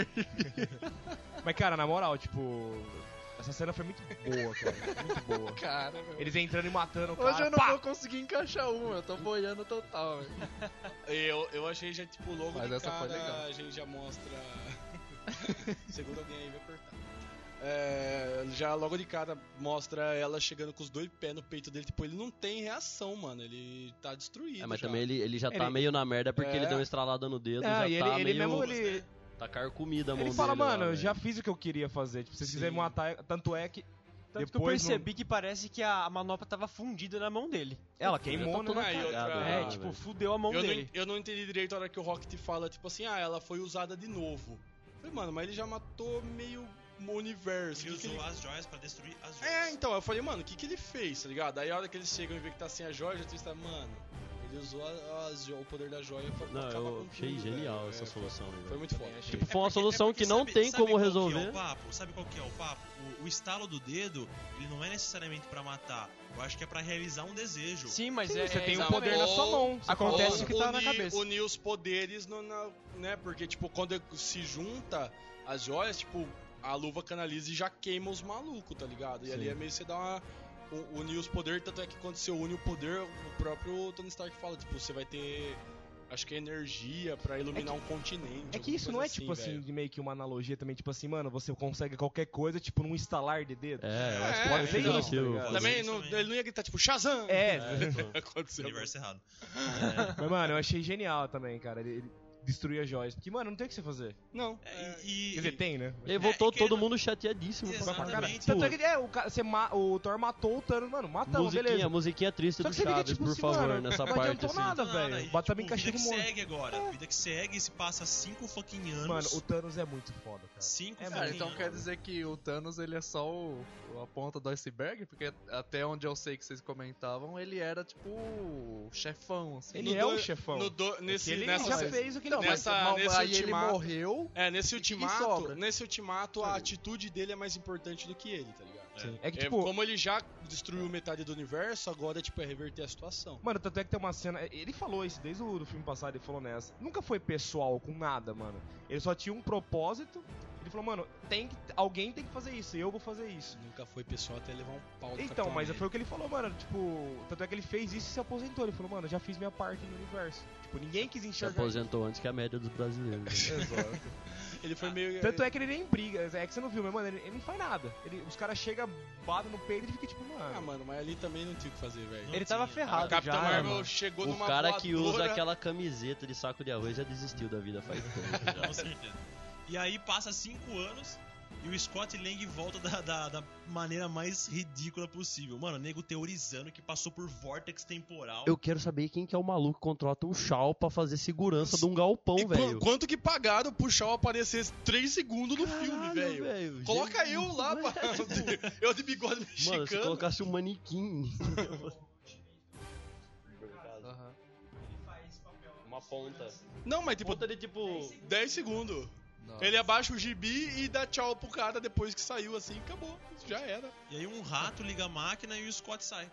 Speaker 6: Mas, cara, na moral, tipo. Essa cena foi muito boa, cara. Muito boa.
Speaker 5: Cara, velho.
Speaker 6: Eles entrando e matando o cara.
Speaker 2: Hoje eu não
Speaker 6: pá!
Speaker 2: vou conseguir encaixar uma, eu tô boiando total, velho.
Speaker 5: Eu, eu achei já, tipo, logo
Speaker 2: Mas
Speaker 5: de
Speaker 2: essa
Speaker 5: cara,
Speaker 3: <laughs>
Speaker 2: foi legal.
Speaker 5: a gente já mostra... Segundo alguém aí, vai cortar. é, já logo de cara mostra ela chegando com os dois pés no peito dele. Tipo, ele não tem reação, mano. Ele tá destruído.
Speaker 3: É, mas
Speaker 5: já.
Speaker 3: também ele, ele já tá
Speaker 6: Ele-
Speaker 3: meio na merda porque
Speaker 5: É.
Speaker 3: ele deu uma estralada no dedo.
Speaker 6: Ah,
Speaker 3: já
Speaker 6: e ele,
Speaker 3: tá
Speaker 6: ele
Speaker 3: meio.
Speaker 6: mesmo ele,
Speaker 3: Tá carcomida a mão
Speaker 6: ele fala,
Speaker 3: dele lá,
Speaker 6: mano, eu
Speaker 3: velho."
Speaker 7: é."
Speaker 6: já fiz o que eu queria fazer. Tipo, se vocês
Speaker 5: Sim.
Speaker 6: quiserem matar, tanto é que.
Speaker 7: Tanto que eu
Speaker 6: Depois
Speaker 7: percebi que parece que a a manopla tava fundida na mão dele.
Speaker 3: Já
Speaker 7: Ela queimou,
Speaker 3: tá
Speaker 7: né?
Speaker 3: toda
Speaker 5: Ah, e outra-
Speaker 3: cagada,
Speaker 7: É,
Speaker 3: né,
Speaker 7: tipo,
Speaker 3: velho?
Speaker 7: fudeu a mão
Speaker 5: eu, não,
Speaker 7: dele.
Speaker 5: en- eu não entendi direito a hora que o Rocket fala, tipo assim, ah, ela foi usada de novo. Eu Falei, mano, mas ele já matou meio o universo.
Speaker 1: Ele
Speaker 5: Que que
Speaker 1: usou
Speaker 5: ele-
Speaker 1: as joias pra destruir as joias.
Speaker 5: É, então, eu falei, mano, o que, que ele fez, tá ligado? Aí a hora que eles chegam e vê que tá sem a joia, já está, mano, ele usou a- as jo- o poder da joia pra pra
Speaker 3: Não,
Speaker 5: acabar com
Speaker 3: eu
Speaker 5: tudo,
Speaker 3: achei genial
Speaker 5: velho.
Speaker 3: essa
Speaker 5: É,
Speaker 3: solução aí,
Speaker 5: Foi
Speaker 3: velho.
Speaker 5: muito foda.
Speaker 3: Tipo, foi uma solução
Speaker 1: porque
Speaker 3: que não
Speaker 1: sabe-
Speaker 3: tem
Speaker 1: sabe
Speaker 3: como
Speaker 1: qual que
Speaker 3: resolver.
Speaker 1: É o papo? Sabe qual que é o papo? O, o estalo do dedo, ele não é necessariamente pra matar. Eu acho que é pra realizar um desejo.
Speaker 7: Sim, mas é,
Speaker 6: Você
Speaker 7: é
Speaker 6: tem um
Speaker 7: exato.
Speaker 6: poder na sua mão. Você
Speaker 7: Acontece
Speaker 6: fala,
Speaker 7: que tá na
Speaker 5: unir-
Speaker 7: cabeça.
Speaker 5: Unir os poderes, no- na- né? Porque, tipo, quando se junta as joias, tipo, a luva canaliza e já queima os malucos, tá ligado? E ali é meio que você dá uma. u- Unir os poderes, tanto é que quando você une o poder, o próprio Tony Stark fala, tipo, você vai ter. Acho que é energia pra iluminar um continente.
Speaker 6: É que
Speaker 5: alguma
Speaker 6: isso não
Speaker 5: coisa
Speaker 6: é tipo assim,
Speaker 5: velho.
Speaker 6: de meio que uma analogia também, tipo assim, mano, você consegue qualquer coisa, tipo, num estalar de dedo.
Speaker 3: É, eu acho
Speaker 5: É,
Speaker 3: que pode
Speaker 5: é,
Speaker 3: fazer
Speaker 5: tem
Speaker 3: no
Speaker 5: isso,
Speaker 3: filme.
Speaker 6: tá ligado?
Speaker 1: Também
Speaker 5: Também,
Speaker 1: isso
Speaker 5: não-
Speaker 1: também.
Speaker 5: ele não ia gritar, tipo, Shazam!
Speaker 6: É,
Speaker 5: <laughs>
Speaker 3: então.
Speaker 5: Aconteceu.
Speaker 1: Universo errado.
Speaker 3: É.
Speaker 6: mas mano, eu achei genial também, cara. Ele, ele destruir as joias. Porque, mano, não tem o que você fazer.
Speaker 5: Não.
Speaker 1: É,
Speaker 5: é,
Speaker 1: e,
Speaker 6: Quer dizer, tem, né?
Speaker 3: E aí voltou
Speaker 1: e querendo-
Speaker 3: todo mundo chateadíssimo pra
Speaker 1: Exatamente.
Speaker 3: caralho.
Speaker 1: Tanto
Speaker 6: Tanto
Speaker 3: Pô,
Speaker 6: é que, é, o, ca- você ma- o Thor matou o Thanos, mano, matamos,
Speaker 3: Tipo, musiquinha,
Speaker 6: beleza.
Speaker 3: musiquinha triste
Speaker 6: Só
Speaker 3: do
Speaker 6: que você fica,
Speaker 3: Chaves,
Speaker 6: tipo,
Speaker 3: por
Speaker 6: assim,
Speaker 3: favor,
Speaker 6: mano,
Speaker 3: nessa
Speaker 6: não
Speaker 3: parte
Speaker 6: adianta
Speaker 3: assim.
Speaker 6: nada,
Speaker 1: Nada,
Speaker 6: velho.
Speaker 1: e,
Speaker 6: Bota bem
Speaker 1: tipo, vida
Speaker 6: cachorro
Speaker 1: que
Speaker 6: morto.
Speaker 1: segue agora. Vida que segue se passa cinco fucking anos.
Speaker 6: Mano, o Thanos é muito foda, cara.
Speaker 1: Cinco
Speaker 6: É,
Speaker 1: fucking
Speaker 2: Cara, então
Speaker 1: anos.
Speaker 2: quer dizer que o Thanos ele é só o, a ponta do iceberg? Porque até onde eu sei que vocês comentavam, ele era tipo o chefão, assim.
Speaker 6: Ele
Speaker 5: No
Speaker 6: é o
Speaker 5: dois-
Speaker 6: chefão.
Speaker 5: no do- nesse,
Speaker 6: ele
Speaker 5: nessa
Speaker 6: já
Speaker 5: cena-
Speaker 6: fez o que ele
Speaker 2: Não, mas,
Speaker 6: fez.
Speaker 5: nessa-
Speaker 2: mas
Speaker 5: nesse
Speaker 2: aí ele
Speaker 5: ultimato-
Speaker 2: morreu.
Speaker 5: É, nesse ultimato,
Speaker 2: sobra.
Speaker 5: nesse ultimato a atitude dele é mais importante do que ele, tá ligado?
Speaker 1: Sim.
Speaker 6: É que,
Speaker 5: É,
Speaker 6: tipo,
Speaker 5: como ele já destruiu metade do universo, agora tipo, é reverter a situação.
Speaker 6: Mano, tanto é que tem uma cena. Ele falou isso desde o do filme passado, ele falou nessa. Nunca foi pessoal com nada, mano. Ele só tinha um propósito. Ele falou, mano, tem que, alguém tem que fazer isso, e eu vou fazer isso.
Speaker 5: Nunca foi pessoal até levar um pau do
Speaker 6: Então,
Speaker 5: Capitão
Speaker 6: mas foi
Speaker 5: América.
Speaker 6: o que ele falou, mano. Tipo, tanto é que ele fez isso e se aposentou. Ele falou, mano, já fiz minha parte no universo. Tipo, ninguém quis
Speaker 3: Se
Speaker 6: enxergar.
Speaker 3: aposentou antes que a média dos brasileiros. <laughs> né?
Speaker 5: <laughs> Ele foi meio.
Speaker 6: Tanto é que ele nem briga. É que você não viu, mas, mano, ele, ele não faz nada. Ele, os caras chegam, batem no peito e ele fica tipo,
Speaker 5: Ah,
Speaker 6: mano.
Speaker 5: mano, mas ali também não tinha o que fazer, velho.
Speaker 7: Ele tava
Speaker 1: Sim,
Speaker 5: A
Speaker 6: É,
Speaker 7: ferrado
Speaker 5: Capitão
Speaker 7: já.
Speaker 5: Marvel
Speaker 7: mano.
Speaker 5: chegou
Speaker 3: O
Speaker 5: numa
Speaker 3: cara que usa
Speaker 5: voadora.
Speaker 3: aquela camiseta de saco de arroz já desistiu da vida faz tempo. <laughs> já.
Speaker 1: Com certeza. E aí passa cinco anos e o Scott Lang volta da, da, da maneira mais ridícula possível. Mano, o nego teorizando que passou por vórtex temporal.
Speaker 3: Eu quero saber quem que é o maluco que contrata um chal pra fazer segurança de um galpão,
Speaker 5: E
Speaker 3: velho.
Speaker 5: qu- quanto que pagaram pro Shaw aparecer 3 segundos no filme, velho? Coloca eu lá,
Speaker 3: <laughs>
Speaker 5: pá. Eu de bigode mexicano.
Speaker 3: Mano, se colocasse um manequim.
Speaker 2: Aham.
Speaker 3: Uma ponta.
Speaker 5: Não, mas tipo,
Speaker 3: Ponta de tipo.
Speaker 5: 10 segundos.
Speaker 2: Nossa.
Speaker 5: Ele abaixa o gibi e dá tchau pro cara depois que saiu assim, acabou. Já era.
Speaker 1: E aí um rato liga a máquina e o Scott sai.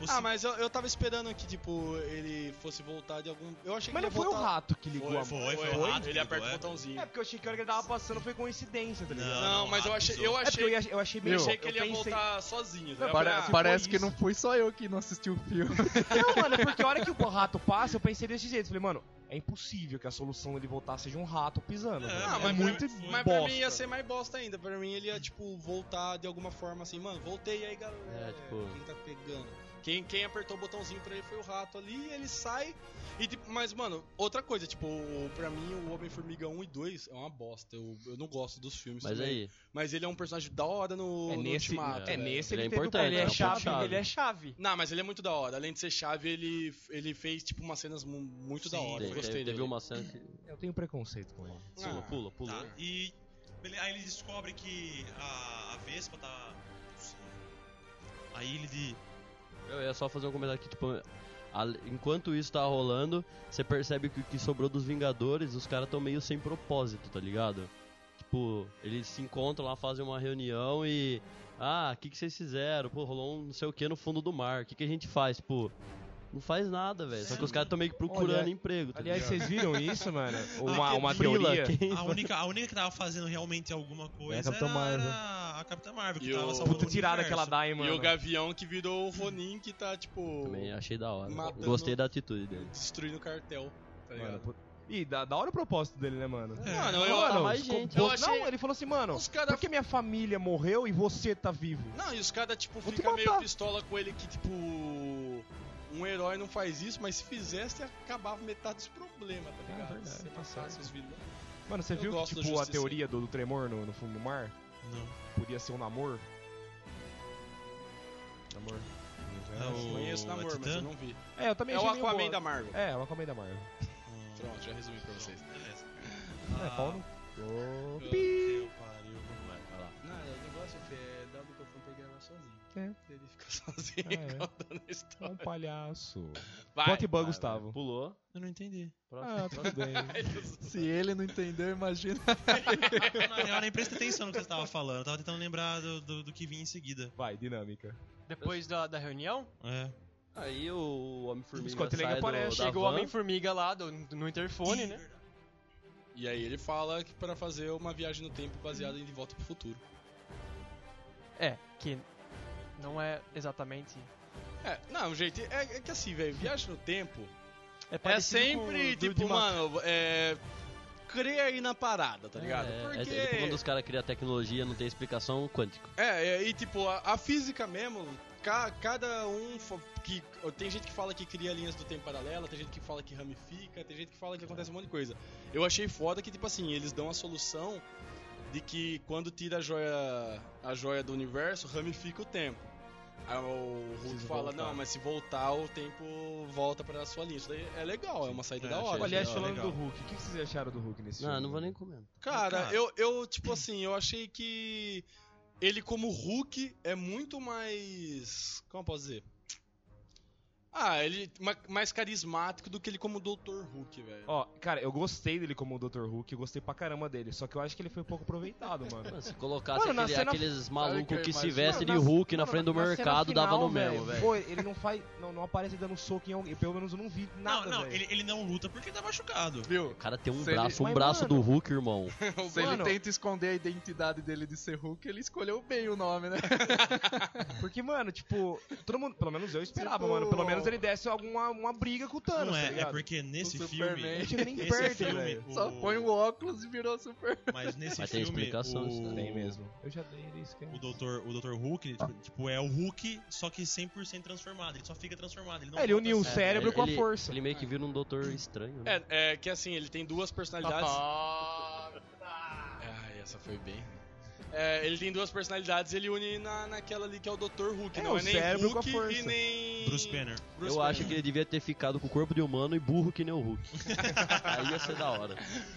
Speaker 1: Você-
Speaker 5: Ah, mas eu, eu tava esperando que, tipo, ele fosse voltar de algum. Eu achei que ele
Speaker 6: Mas não
Speaker 5: ia
Speaker 6: foi o
Speaker 5: voltar.
Speaker 6: rato que ligou a
Speaker 1: foi,
Speaker 6: mão.
Speaker 1: foi, foi, o rato.
Speaker 5: Ele aperta o
Speaker 1: é.
Speaker 5: botãozinho.
Speaker 6: É porque eu achei que a hora que ele tava passando foi coincidência, tá ligado?
Speaker 1: Não,
Speaker 5: Não, mas eu
Speaker 1: rato
Speaker 5: achei.
Speaker 1: usou.
Speaker 5: Eu
Speaker 6: É porque eu
Speaker 5: achei,
Speaker 6: ia- eu achei
Speaker 5: eu
Speaker 6: meio.
Speaker 5: achei que ele ia
Speaker 6: pensei-
Speaker 5: voltar sozinho. Ah,
Speaker 6: Não,
Speaker 5: eu
Speaker 2: Pare-
Speaker 5: falei,
Speaker 6: se
Speaker 2: parece
Speaker 6: foi
Speaker 2: que
Speaker 6: isso-
Speaker 2: não fui só eu que não assisti o filme.
Speaker 6: Não, mano, é porque a hora que o rato passa, eu pensei desse jeito. Falei, mano, é impossível que a solução dele voltar seja um rato pisando.
Speaker 1: É,
Speaker 6: velho.
Speaker 5: Ah,
Speaker 6: é
Speaker 5: mas,
Speaker 6: muito
Speaker 5: pra,
Speaker 1: tá,
Speaker 5: mas pra
Speaker 6: bosta.
Speaker 5: mim ia ser mais bosta ainda. Pra mim ele ia, tipo, voltar de alguma forma assim, mano, voltei aí, galera.
Speaker 3: É, tipo-
Speaker 5: Quem tá pegando? Quem, quem apertou o botãozinho pra ele foi o rato ali, ele sai. E, tipo, mas, mano, outra coisa, tipo, o- pra mim o Homem-Formiga 1 e 2 é uma bosta. Eu, eu não gosto dos filmes.
Speaker 3: Mas
Speaker 5: também.
Speaker 3: aí,
Speaker 5: Mas ele é um personagem da hora no,
Speaker 6: É
Speaker 5: no
Speaker 6: nesse,
Speaker 5: Ultimato.
Speaker 6: é
Speaker 5: velho.
Speaker 6: nesse
Speaker 3: Ele
Speaker 6: ele,
Speaker 3: é
Speaker 6: teve o
Speaker 3: importante,
Speaker 6: poder.
Speaker 7: Ele
Speaker 3: é
Speaker 7: é
Speaker 3: um
Speaker 7: chave,
Speaker 3: chave.
Speaker 7: ele é chave.
Speaker 5: Não, mas ele é muito da hora. Além de ser chave, ele, ele fez, tipo, umas cenas mu- muito da
Speaker 1: Sim,
Speaker 5: hora.
Speaker 1: teve-
Speaker 5: Eu
Speaker 3: teve,
Speaker 5: é gostei
Speaker 3: teve
Speaker 5: dele.
Speaker 3: uma cena que.
Speaker 6: Eu tenho preconceito com ele.
Speaker 3: Pula,
Speaker 5: Ah,
Speaker 3: pula, pula.
Speaker 1: Tá, e ele- aí ele descobre que a, a Vespa tá. Aí ele de.
Speaker 3: Eu ia só fazer um comentário aqui, tipo. a- Enquanto isso tá rolando, você percebe que o que sobrou dos Vingadores, os caras tão meio sem propósito, tá ligado? Tipo, eles se encontram lá, fazem uma reunião e. Ah, o que, que vocês fizeram? Pô, rolou um não sei o que no fundo do mar. O que, que a gente faz? Tipo, não faz nada, velho. Só que os caras tão meio que procurando
Speaker 6: Olha,
Speaker 3: emprego, tá
Speaker 6: Aliás,
Speaker 3: ligado?
Speaker 6: vocês viram
Speaker 5: <laughs>
Speaker 6: isso, mano? Uma,
Speaker 1: Ah,
Speaker 6: uma
Speaker 1: que brila,
Speaker 6: teoria. <laughs>
Speaker 3: Quem- <laughs>
Speaker 1: A única, a única que tava fazendo realmente alguma coisa
Speaker 6: É a Capitã
Speaker 1: era,
Speaker 6: Marvel.
Speaker 1: era a Capitã Marvel, que
Speaker 5: E
Speaker 1: tava
Speaker 5: o-
Speaker 1: salvando
Speaker 6: Puta
Speaker 1: o
Speaker 6: tirada que
Speaker 1: universo.
Speaker 6: ela dá, hein,
Speaker 5: E o
Speaker 6: mano.
Speaker 5: Gavião que virou o Ronin, que tá, tipo,
Speaker 3: Também é. achei da hora.
Speaker 5: Matando-
Speaker 3: Gostei da atitude dele.
Speaker 5: destruindo o cartel. Tá
Speaker 6: Mano,
Speaker 5: ligado?
Speaker 6: pu- E da, da hora o propósito dele, né, mano?
Speaker 5: É. Mano, eu,
Speaker 6: Mano,
Speaker 3: tá mais
Speaker 6: descom-
Speaker 3: gente.
Speaker 5: Eu
Speaker 6: Não,
Speaker 5: achei-
Speaker 6: ele falou assim, mano,
Speaker 5: os caras.
Speaker 6: por que minha família morreu e você tá vivo?
Speaker 5: Não, e os caras, tipo,
Speaker 6: Vou te
Speaker 5: ficam meio
Speaker 6: matar.
Speaker 5: pistola com ele que, tipo. Um herói não faz isso, mas se fizesse, acabava metade dos problemas, tá ligado?
Speaker 6: verdade,
Speaker 5: Você
Speaker 6: tá
Speaker 5: matar esses vilões.
Speaker 6: Mano, você
Speaker 5: Eu
Speaker 6: viu
Speaker 5: gosto
Speaker 6: que,
Speaker 5: do
Speaker 6: tipo, a
Speaker 5: Justiceiro.
Speaker 6: teoria do, do tremor no, no fundo do mar?
Speaker 1: Não.
Speaker 6: Podia ser um namor? Namor.
Speaker 1: É o-
Speaker 5: Conheço
Speaker 1: a
Speaker 5: namor, mas
Speaker 1: Titã?
Speaker 5: eu não vi.
Speaker 6: É, eu também
Speaker 5: É o
Speaker 6: achei meio
Speaker 5: Aquaman
Speaker 6: boa.
Speaker 5: da Marvel.
Speaker 6: É, o Aquaman da Marvel.
Speaker 5: Pronto, já resumi pra vocês.
Speaker 1: Beleza.
Speaker 6: É,
Speaker 1: Ah,
Speaker 6: pau no...
Speaker 5: Eu-
Speaker 6: cu.
Speaker 5: <laughs>
Speaker 1: que pariu, vamos lá.
Speaker 5: Não, o negócio é dar o microfone pra ele gravar sozinho.
Speaker 6: É.
Speaker 5: Ele fica <laughs> sozinho
Speaker 6: Ah, é.
Speaker 5: contando a
Speaker 6: É um
Speaker 5: história.
Speaker 6: palhaço.
Speaker 5: Vai.
Speaker 6: Bota e ban, Gustavo.
Speaker 3: Pulou.
Speaker 1: Eu não entendi.
Speaker 3: Próximo.
Speaker 6: Ah,
Speaker 5: <laughs>
Speaker 6: tudo bem.
Speaker 2: Se ele não entendeu, imagina.
Speaker 1: Eu, na real, nem prestei atenção no que você tava falando. Eu tava tentando lembrar do, do, do que vinha em seguida.
Speaker 6: Vai, dinâmica.
Speaker 7: Depois da, da reunião,
Speaker 1: É.
Speaker 3: Aí o Homem-Formiga
Speaker 6: Scott Lang
Speaker 3: sai do-
Speaker 6: aparece,
Speaker 3: da
Speaker 7: chega o
Speaker 3: van.
Speaker 7: é, Homem-Formiga lá do- no interfone, né?
Speaker 5: E aí ele fala que para fazer uma viagem no tempo baseada em De Volta pro Futuro.
Speaker 7: É, que não é exatamente...
Speaker 5: É, não, gente, é, é que assim, velho, viagem no tempo
Speaker 7: É,
Speaker 5: é
Speaker 7: parecido
Speaker 5: sempre,
Speaker 7: com o do-
Speaker 5: tipo,
Speaker 7: de uma-
Speaker 5: mano, é... Crê aí na parada, tá ligado?
Speaker 3: É,
Speaker 5: Porque...
Speaker 3: é, tipo, quando os caras criam tecnologia, não tem explicação quântico.
Speaker 5: É, é, e tipo, a, a física mesmo, ca- cada um fa- que tem gente que fala que cria linhas do tempo paralela, tem gente que fala que ramifica, tem gente que fala que
Speaker 1: É.
Speaker 5: acontece um monte de coisa. Eu achei foda que tipo assim, eles dão a solução de que quando tira a joia a joia do universo, ramifica o tempo. Aí o Hulk
Speaker 3: Preciso
Speaker 5: fala,
Speaker 3: voltar.
Speaker 5: não, mas se voltar o tempo volta pra sua linha. Isso daí é legal, é uma saída
Speaker 1: É,
Speaker 5: da hora.
Speaker 1: achei-
Speaker 6: Aliás,
Speaker 1: legal,
Speaker 6: falando
Speaker 1: legal.
Speaker 6: do Hulk, o que que vocês acharam do Hulk nesse
Speaker 3: Não,
Speaker 6: filme?
Speaker 3: não vou nem comendo.
Speaker 5: Cara,
Speaker 1: Cara.
Speaker 5: Eu, eu, tipo assim, eu achei que ele como Hulk é muito mais. Como eu posso dizer? Ah, ele ma- mais carismático do que ele como Dr. Hulk, velho.
Speaker 6: Ó, cara, eu gostei dele como o Dr. Hulk, eu gostei pra caramba dele, só que eu acho que ele foi um pouco aproveitado, mano.
Speaker 3: Mano, se colocasse
Speaker 6: Mano, na
Speaker 3: aquele-
Speaker 6: cena-
Speaker 3: aqueles
Speaker 2: Sabe que eu
Speaker 3: malucos que se
Speaker 2: imagino?
Speaker 3: veste de
Speaker 6: Mano, na-
Speaker 3: Hulk na
Speaker 6: Mano,
Speaker 3: frente do
Speaker 6: na cena
Speaker 3: mercado,
Speaker 6: final,
Speaker 3: dava no mesmo, velho.
Speaker 6: Pô, ele não faz. Não, não aparece dando soco em alguém. Pelo menos eu não vi nada.
Speaker 1: não, não,
Speaker 6: velho.
Speaker 1: ele, ele não luta porque tá machucado.
Speaker 2: Viu?
Speaker 3: O cara tem um
Speaker 2: Se ele-
Speaker 3: braço, um
Speaker 6: Mas,
Speaker 3: braço
Speaker 6: mano-
Speaker 3: do Hulk, irmão.
Speaker 2: Se
Speaker 6: Mano.
Speaker 2: ele tenta esconder a identidade dele de ser Hulk, ele escolheu bem o nome, né?
Speaker 6: Porque, mano, tipo, todo mundo. Pelo menos eu esperava,
Speaker 2: Tipo-
Speaker 6: mano. Pelo menos ele desse alguma uma briga com o Thanos,
Speaker 1: Não
Speaker 6: tá
Speaker 1: é, é
Speaker 6: ligado?
Speaker 1: porque nesse
Speaker 2: O
Speaker 1: filme.
Speaker 2: Superman.
Speaker 6: <laughs> Ele chega nem
Speaker 1: <laughs> Esse
Speaker 6: perto,
Speaker 1: filme,
Speaker 6: velho. um-
Speaker 1: o-
Speaker 2: Só põe o óculos e virou super.
Speaker 1: Mas nesse
Speaker 3: Mas tem
Speaker 1: filme.
Speaker 3: explicação, isso
Speaker 1: o...
Speaker 3: daí
Speaker 6: Eu já dei ele isso, cara.
Speaker 1: O Dr. O Dr. Hulk, ele, tipo, tipo, é o Hulk, só que 100% transformado. Ele só fica transformado. Ele, não
Speaker 6: É, ele
Speaker 1: volta
Speaker 6: uniu o
Speaker 1: a ser-
Speaker 6: cérebro com a
Speaker 3: Ele-
Speaker 6: força.
Speaker 3: Ele meio que vira um doutor estranho, né?
Speaker 5: É, é que assim, ele tem duas personalidades. Ai, essa foi bem. ruim. É, ele tem duas personalidades, ele une na, naquela ali que é o Dr. Hulk.
Speaker 6: É,
Speaker 5: não
Speaker 6: o
Speaker 5: é nem
Speaker 6: cérebro com a
Speaker 5: Hulk e
Speaker 6: força.
Speaker 5: nem.
Speaker 1: Bruce Banner.
Speaker 5: Bruce
Speaker 3: eu acho que
Speaker 5: Banner.
Speaker 3: ele devia ter ficado com o corpo de humano e burro que nem o Hulk. Aí ia ser da hora.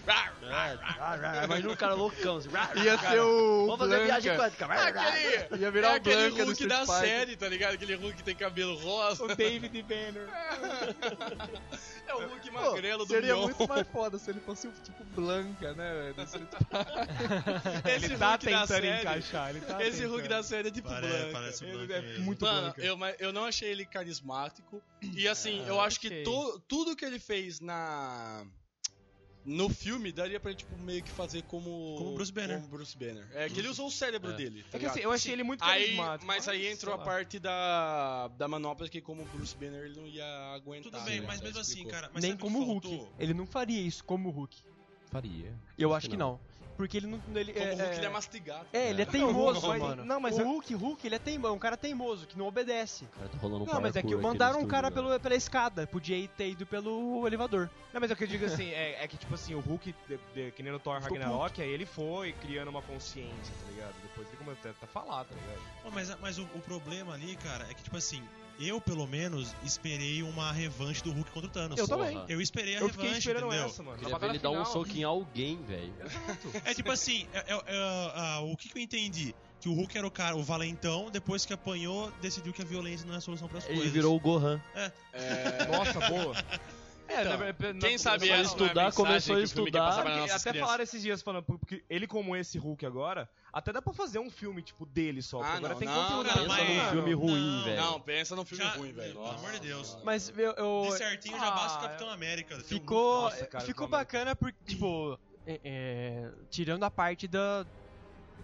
Speaker 3: É, Imagina um cara loucão, assim.
Speaker 2: Ia ser o.
Speaker 3: Vamos fazer viagem
Speaker 2: Blanca.
Speaker 3: quântica.
Speaker 5: Aquele-
Speaker 2: Ia
Speaker 5: É
Speaker 2: virar o
Speaker 5: aquele
Speaker 2: Blanca do
Speaker 5: Hulk
Speaker 2: Street
Speaker 5: da
Speaker 2: Fighter.
Speaker 5: série, tá ligado? Aquele Hulk que tem cabelo rosa.
Speaker 6: O David Banner.
Speaker 5: <laughs> É o Hulk
Speaker 2: Pô,
Speaker 5: magrelo do
Speaker 2: seria
Speaker 5: Mion.
Speaker 2: muito mais foda se ele fosse tipo Blanca, né, velho? do Street
Speaker 5: Esse
Speaker 6: Ele tá
Speaker 5: Hulk da
Speaker 6: tentando
Speaker 5: série-
Speaker 6: encaixar, ele tá
Speaker 5: Esse Hulk
Speaker 6: tentando.
Speaker 5: da série é tipo
Speaker 1: Pare-
Speaker 5: Blanca.
Speaker 1: parece
Speaker 6: Ele
Speaker 1: Blanca
Speaker 6: é
Speaker 1: mesmo.
Speaker 6: muito
Speaker 5: Mano,
Speaker 6: branca.
Speaker 5: eu, ma- eu não achei ele carismático. E
Speaker 1: É,
Speaker 5: assim, eu acho que
Speaker 7: ok.
Speaker 5: to- tudo que ele fez na. No filme, daria pra ele, tipo, meio que fazer como.
Speaker 1: Como Bruce Banner.
Speaker 5: Como Bruce Banner. É que ele usou o cérebro
Speaker 3: É.
Speaker 5: dele. tá
Speaker 6: É que assim,
Speaker 5: ligado?
Speaker 6: eu achei ele muito
Speaker 5: Aí,
Speaker 6: carismático.
Speaker 5: mas aí entrou a
Speaker 6: sei lá.
Speaker 5: parte da, da manopla que, como Bruce Banner, ele não ia aguentar.
Speaker 1: Tudo bem,
Speaker 5: né?
Speaker 1: mas
Speaker 5: Já
Speaker 1: mesmo assim,
Speaker 5: explicou.
Speaker 1: cara. Mas
Speaker 7: nem
Speaker 1: sabe
Speaker 7: como o
Speaker 1: que
Speaker 7: Hulk.
Speaker 1: faltou?
Speaker 7: Ele não faria isso como o Hulk.
Speaker 3: Faria.
Speaker 7: Eu
Speaker 3: Acho
Speaker 7: acho
Speaker 3: que
Speaker 7: que não. Porque ele não. Ele,
Speaker 5: Como
Speaker 7: é,
Speaker 5: o Hulk, ele é
Speaker 7: é,
Speaker 5: mastigado.
Speaker 7: é, ele é
Speaker 3: Não,
Speaker 7: teimoso,
Speaker 5: não,
Speaker 7: mas,
Speaker 6: mano. Não, mas
Speaker 7: o
Speaker 6: eu-
Speaker 7: Hulk, Hulk, ele é teimoso, um cara teimoso, que não obedece.
Speaker 3: Cara, tá rolando um
Speaker 7: Não, mas é que
Speaker 3: parkour aqui
Speaker 7: mandaram
Speaker 3: no
Speaker 7: um cara
Speaker 3: estúdio,
Speaker 7: pelo, pela escada, podia ir- ter ido pelo elevador.
Speaker 6: Não, mas é o que eu digo assim, é, é que tipo assim, o Hulk, de- de- que nem no Thor
Speaker 7: Ficou
Speaker 6: Ragnarok, aí ele foi criando uma consciência, tá ligado? Depois ele começou até a falar, tá ligado?
Speaker 1: Pô, mas mas o, o problema ali, cara, é que, tipo assim, eu pelo menos esperei uma revanche do Hulk contra o Thanos.
Speaker 6: Eu
Speaker 3: porra.
Speaker 6: também.
Speaker 1: Eu esperei a
Speaker 6: Eu fiquei
Speaker 1: É revanche,
Speaker 6: esperando
Speaker 1: entendeu?
Speaker 6: essa, mano.
Speaker 3: Queria ver ele dar um soco em alguém, velho.
Speaker 1: É tipo assim, é- é- é- ah, o que, que eu entendi? Que o Hulk era o cara, o valentão, depois que apanhou, decidiu que a violência não é a solução pras
Speaker 3: Ele
Speaker 1: coisas.
Speaker 3: virou o Gohan.
Speaker 5: É,
Speaker 6: Nossa, boa. É,
Speaker 5: Então,
Speaker 6: na verdade, na-
Speaker 5: <laughs> quem sabe
Speaker 6: na-
Speaker 5: essa
Speaker 6: na-
Speaker 5: não é a
Speaker 3: estudar,
Speaker 5: mensagem
Speaker 3: começou a
Speaker 5: que o filme quer
Speaker 3: estudar.
Speaker 5: passar
Speaker 6: Sabe
Speaker 5: pra
Speaker 6: que
Speaker 5: nossas
Speaker 6: até
Speaker 5: crianças?
Speaker 6: falaram esses dias falando, porque ele como esse Hulk agora, até dá pra fazer um filme, tipo, dele só. porque
Speaker 5: Ah,
Speaker 6: agora
Speaker 5: não,
Speaker 6: tem
Speaker 5: não,
Speaker 6: conteúdo né?
Speaker 1: cara,
Speaker 6: pra
Speaker 3: Pensa
Speaker 1: mas-
Speaker 6: fazer,
Speaker 3: num
Speaker 6: mano.
Speaker 3: um filme ruim,
Speaker 1: não,
Speaker 3: velho.
Speaker 5: Não, pensa num um filme
Speaker 1: Já-
Speaker 5: ruim, velho.
Speaker 1: pelo amor de Deus.
Speaker 7: Mas eu. eu-
Speaker 1: De certinho já
Speaker 7: Ah,
Speaker 1: basta o Capitão América. Tem um-
Speaker 7: Ficou,
Speaker 6: Nossa, cara,
Speaker 7: ficou
Speaker 6: pelo amor-
Speaker 7: bacana porque, tipo, é- é, tirando a parte da.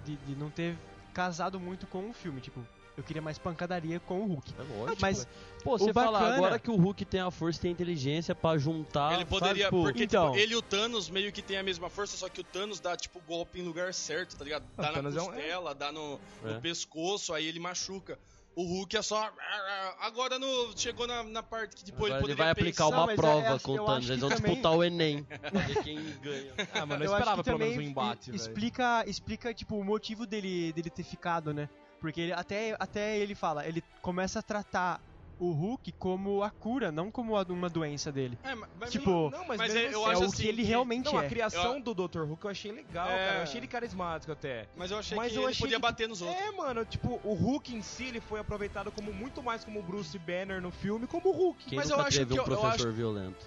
Speaker 7: De, de não ter casado muito com o filme, tipo. Eu queria mais pancadaria com o Hulk.
Speaker 3: É lógico.
Speaker 7: Mas tipo,
Speaker 3: Pô, você
Speaker 7: o bacana-
Speaker 3: fala agora que o Hulk tem a força e tem a inteligência pra
Speaker 1: Ah,
Speaker 3: juntar.
Speaker 5: ele poderia,
Speaker 3: sabe, pô,
Speaker 5: porque
Speaker 7: então.
Speaker 5: tipo, ele e o Thanos meio que tem a mesma força, só que o Thanos dá tipo golpe em lugar certo, tá ligado?
Speaker 6: Ah,
Speaker 5: Dá
Speaker 6: o
Speaker 5: na
Speaker 6: Thanos é um-
Speaker 5: costela, dá no, no
Speaker 3: É.
Speaker 5: pescoço, aí ele machuca. O Hulk é só. ah." Agora no, chegou na, na parte que depois
Speaker 3: agora ele
Speaker 5: poderia
Speaker 3: vai aplicar
Speaker 5: pensar.
Speaker 7: Não,
Speaker 3: uma
Speaker 7: mas é-
Speaker 3: prova
Speaker 7: é-
Speaker 3: com o
Speaker 7: eu
Speaker 3: Thanos.
Speaker 7: acho
Speaker 3: Eles
Speaker 7: que
Speaker 3: vão
Speaker 7: também-
Speaker 3: disputar o Enem <laughs> pra ver quem ganha.
Speaker 6: Ah, mano, eu,
Speaker 7: acho
Speaker 6: esperava
Speaker 7: que
Speaker 6: pelo
Speaker 7: também
Speaker 6: menos um embate,
Speaker 7: e-
Speaker 6: velho.
Speaker 7: Explica, explica, tipo, o motivo dele, dele ter ficado, né? Porque ele- até, até ele fala, ele começa a tratar o Hulk como a cura, não como a- uma doença dele.
Speaker 5: É, mas- mas
Speaker 7: tipo,
Speaker 5: mesmo-
Speaker 6: Não, mas,
Speaker 5: mas
Speaker 6: mesmo
Speaker 5: é- eu
Speaker 6: assim-
Speaker 7: é
Speaker 5: acho
Speaker 7: o
Speaker 5: assim
Speaker 7: que ele
Speaker 5: que-
Speaker 7: realmente
Speaker 6: Não, a
Speaker 7: é.
Speaker 6: criação do Dr. Hulk eu achei legal,
Speaker 5: É.
Speaker 6: cara. Eu achei ele carismático até.
Speaker 5: mas eu achei
Speaker 6: Mas
Speaker 5: que
Speaker 6: eu
Speaker 5: ele
Speaker 6: achei
Speaker 5: podia
Speaker 6: que-
Speaker 5: bater nos outros.
Speaker 6: É, mano, tipo, o Hulk em si ele foi aproveitado como muito mais como o Bruce Banner no filme, como o Hulk.
Speaker 3: Quem
Speaker 5: Mas eu
Speaker 3: nunca
Speaker 5: acho
Speaker 3: teve
Speaker 5: que
Speaker 3: um
Speaker 5: eu- eu
Speaker 3: professor violento?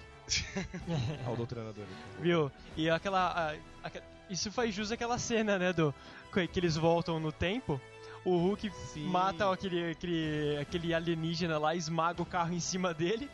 Speaker 6: Ah, o doutrinador.
Speaker 7: Viu? E aquela. a- aque- isso faz jus àquela cena, né? Do, que que eles voltam no tempo. O Hulk mata aquele, aquele, aquele alienígena lá, esmaga o carro em cima dele.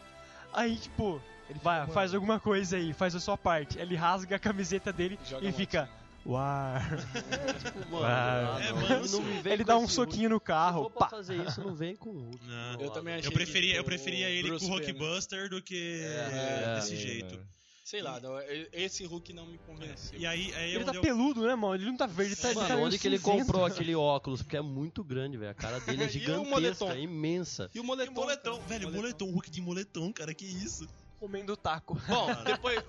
Speaker 7: Aí, tipo,
Speaker 6: Ele
Speaker 7: vai,
Speaker 6: fica,
Speaker 7: faz alguma coisa aí, faz a sua parte. Ele rasga a camiseta dele
Speaker 5: Joga
Speaker 7: e
Speaker 5: um
Speaker 6: assim.
Speaker 7: fica. Uar.
Speaker 3: Tipo, mano,
Speaker 7: Ah,
Speaker 3: ah,
Speaker 1: é
Speaker 3: não.
Speaker 1: manso.
Speaker 3: Não me vem
Speaker 7: Ele
Speaker 3: com
Speaker 7: dá um
Speaker 3: esse
Speaker 7: soquinho no
Speaker 3: Hulk. Se
Speaker 7: carro.
Speaker 3: for pra
Speaker 7: Pá.
Speaker 3: fazer isso, não vem com o <laughs> Hulk.
Speaker 1: Não.
Speaker 5: Eu também achei
Speaker 1: Eu
Speaker 5: que
Speaker 1: preferia, eu
Speaker 5: o
Speaker 1: preferia ele
Speaker 5: Bruce
Speaker 1: com o
Speaker 5: Banner-
Speaker 1: Hulkbuster do que
Speaker 5: É,
Speaker 1: desse
Speaker 3: é,
Speaker 1: jeito.
Speaker 5: Sei lá, não, e- esse Hulk não me convenceu.
Speaker 1: E aí, aí
Speaker 7: Ele
Speaker 1: é
Speaker 7: tá
Speaker 1: onde eu-
Speaker 7: peludo, né, mano? Ele não tá verde, ele tá, ele tá
Speaker 3: Mano,
Speaker 7: meio
Speaker 3: onde que ele
Speaker 7: cinzento.
Speaker 3: comprou aquele óculos? Porque é muito grande, velho. A cara dele é
Speaker 5: <laughs> E o moletom?
Speaker 3: gigantesca, é imensa.
Speaker 5: E o moletom?
Speaker 1: E moletom,
Speaker 5: cara?
Speaker 1: velho, moletom, Hulk de moletom, cara, que isso?
Speaker 7: <laughs> Comendo taco.
Speaker 5: Bom, depois.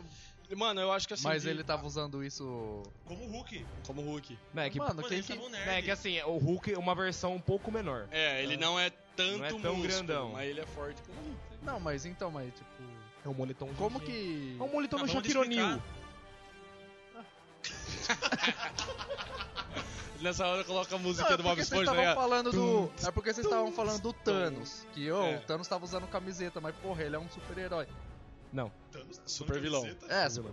Speaker 5: Mano, eu acho que assim.
Speaker 2: Mas
Speaker 5: de-
Speaker 2: ele tá tava usando isso.
Speaker 1: Como o Hulk.
Speaker 5: Como Hulk.
Speaker 6: Não, é que,
Speaker 2: Mano,
Speaker 1: Mano,
Speaker 2: quem
Speaker 1: ele
Speaker 2: que.
Speaker 1: tava um nerd.
Speaker 6: né, que assim, o Hulk é uma versão um pouco menor.
Speaker 5: É, ele não é tanto
Speaker 6: Não é tão
Speaker 5: músculo,
Speaker 6: grandão.
Speaker 5: mas ele é forte como Hulk. né?
Speaker 2: Não, mas então, mas tipo.
Speaker 6: É um moletom.
Speaker 2: Como que.
Speaker 6: É um moletom do
Speaker 1: Acabamos de
Speaker 6: Shaquille O'Neal.
Speaker 1: explicar.
Speaker 5: Nessa hora coloca a
Speaker 2: Não,
Speaker 5: música
Speaker 2: é
Speaker 5: do
Speaker 2: porque
Speaker 5: Bob
Speaker 2: vocês
Speaker 5: Esponja, tá
Speaker 2: estavam
Speaker 5: ligado?
Speaker 2: falando do. É porque vocês estavam falando do Thanos. Que ô,
Speaker 5: É.
Speaker 2: o Thanos tava usando camiseta, mas porra, ele é um super-herói.
Speaker 1: Tá
Speaker 5: Super vilão.
Speaker 2: É, super-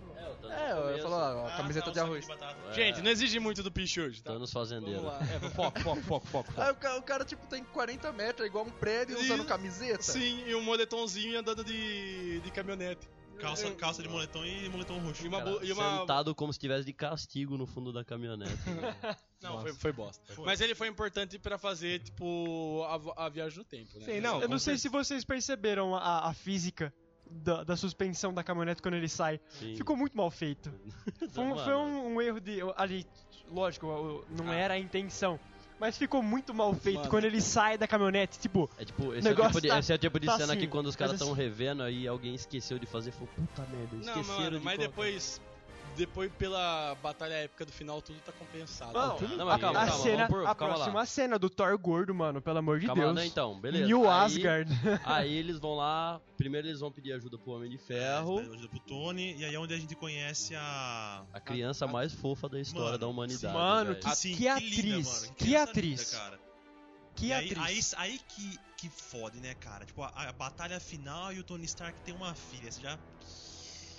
Speaker 2: é, eu ia falar,
Speaker 1: Ah,
Speaker 2: ó,
Speaker 1: tá,
Speaker 2: camiseta de arroz.
Speaker 7: É.
Speaker 5: Gente, né? não exige muito do Pichude, tá?
Speaker 3: Thanos
Speaker 5: Vamos
Speaker 3: fazendeiro.
Speaker 5: lá.
Speaker 6: É, foco, foco, foco, foco. foco.
Speaker 2: Aí o ca- o <laughs> cara, tipo, tem 40 metros, é igual um prédio usando
Speaker 5: Isso.
Speaker 2: camiseta.
Speaker 5: Sim, e um moletomzinho andando de, de caminhonete.
Speaker 1: Calça, calça de moletom e moletom roxo.
Speaker 5: E uma.
Speaker 3: Cara,
Speaker 5: bo- e uma...
Speaker 3: Sentado como se estivesse de castigo no fundo da caminhonete. né?
Speaker 7: <laughs>
Speaker 5: Não, foi, foi bosta.
Speaker 1: Foi.
Speaker 5: Mas ele foi importante pra fazer, tipo, a, a viagem no tempo, né?
Speaker 6: Sim, não.
Speaker 7: Eu
Speaker 6: com
Speaker 7: não sei se vocês perceberam a, a física da, da suspensão da caminhonete quando ele sai.
Speaker 3: Sim. Tá
Speaker 7: Ficou muito mal feito. Foi um,
Speaker 3: Mano,
Speaker 7: foi um- um erro de. Ali, lógico, o- não
Speaker 5: Ah.
Speaker 7: era a intenção. Mas ficou muito mal feito
Speaker 5: Mano.
Speaker 7: quando ele sai da caminhonete. Tipo,
Speaker 3: É tipo, esse, é o
Speaker 7: Negócio
Speaker 3: tipo de,
Speaker 7: tá-
Speaker 3: esse é o tipo de
Speaker 7: tá
Speaker 3: cena
Speaker 7: assim,
Speaker 3: que quando os
Speaker 7: mas
Speaker 3: caras estão
Speaker 7: assim-
Speaker 3: revendo aí alguém esqueceu de fazer, falou, puta merda,
Speaker 5: Não,
Speaker 3: esqueceram
Speaker 5: mano,
Speaker 3: de
Speaker 5: mas
Speaker 3: colocar."
Speaker 5: depois. Depois pela batalha épica do final, tudo tá compensado.
Speaker 7: Não,
Speaker 5: Tudo-
Speaker 3: Não, mas
Speaker 7: a,
Speaker 3: calma,
Speaker 7: a
Speaker 3: calma,
Speaker 7: cena,
Speaker 3: vamos por-
Speaker 7: a
Speaker 3: calma lá.
Speaker 7: próxima cena do Thor gordo, mano, pelo amor de
Speaker 3: Calma lá,
Speaker 7: Deus.
Speaker 3: né, então, beleza.
Speaker 7: New
Speaker 3: Aí-
Speaker 6: <laughs>
Speaker 7: Asgard.
Speaker 3: Aí eles vão lá, primeiro eles vão pedir ajuda pro Homem de Ferro,
Speaker 1: Ajuda pro Tony, e aí é onde a gente conhece a.
Speaker 3: a criança mais fofa da história
Speaker 1: Mano,
Speaker 3: da humanidade.
Speaker 7: mano,
Speaker 3: velho.
Speaker 7: que-
Speaker 1: sim,
Speaker 7: atriz, que
Speaker 1: criança
Speaker 7: atriz.
Speaker 1: linda, cara.
Speaker 7: Que
Speaker 1: E aí,
Speaker 7: atriz.
Speaker 1: Aí, aí que, que fode, né, cara? Tipo, a, a batalha final e o Tony Stark tem uma filha. Você já.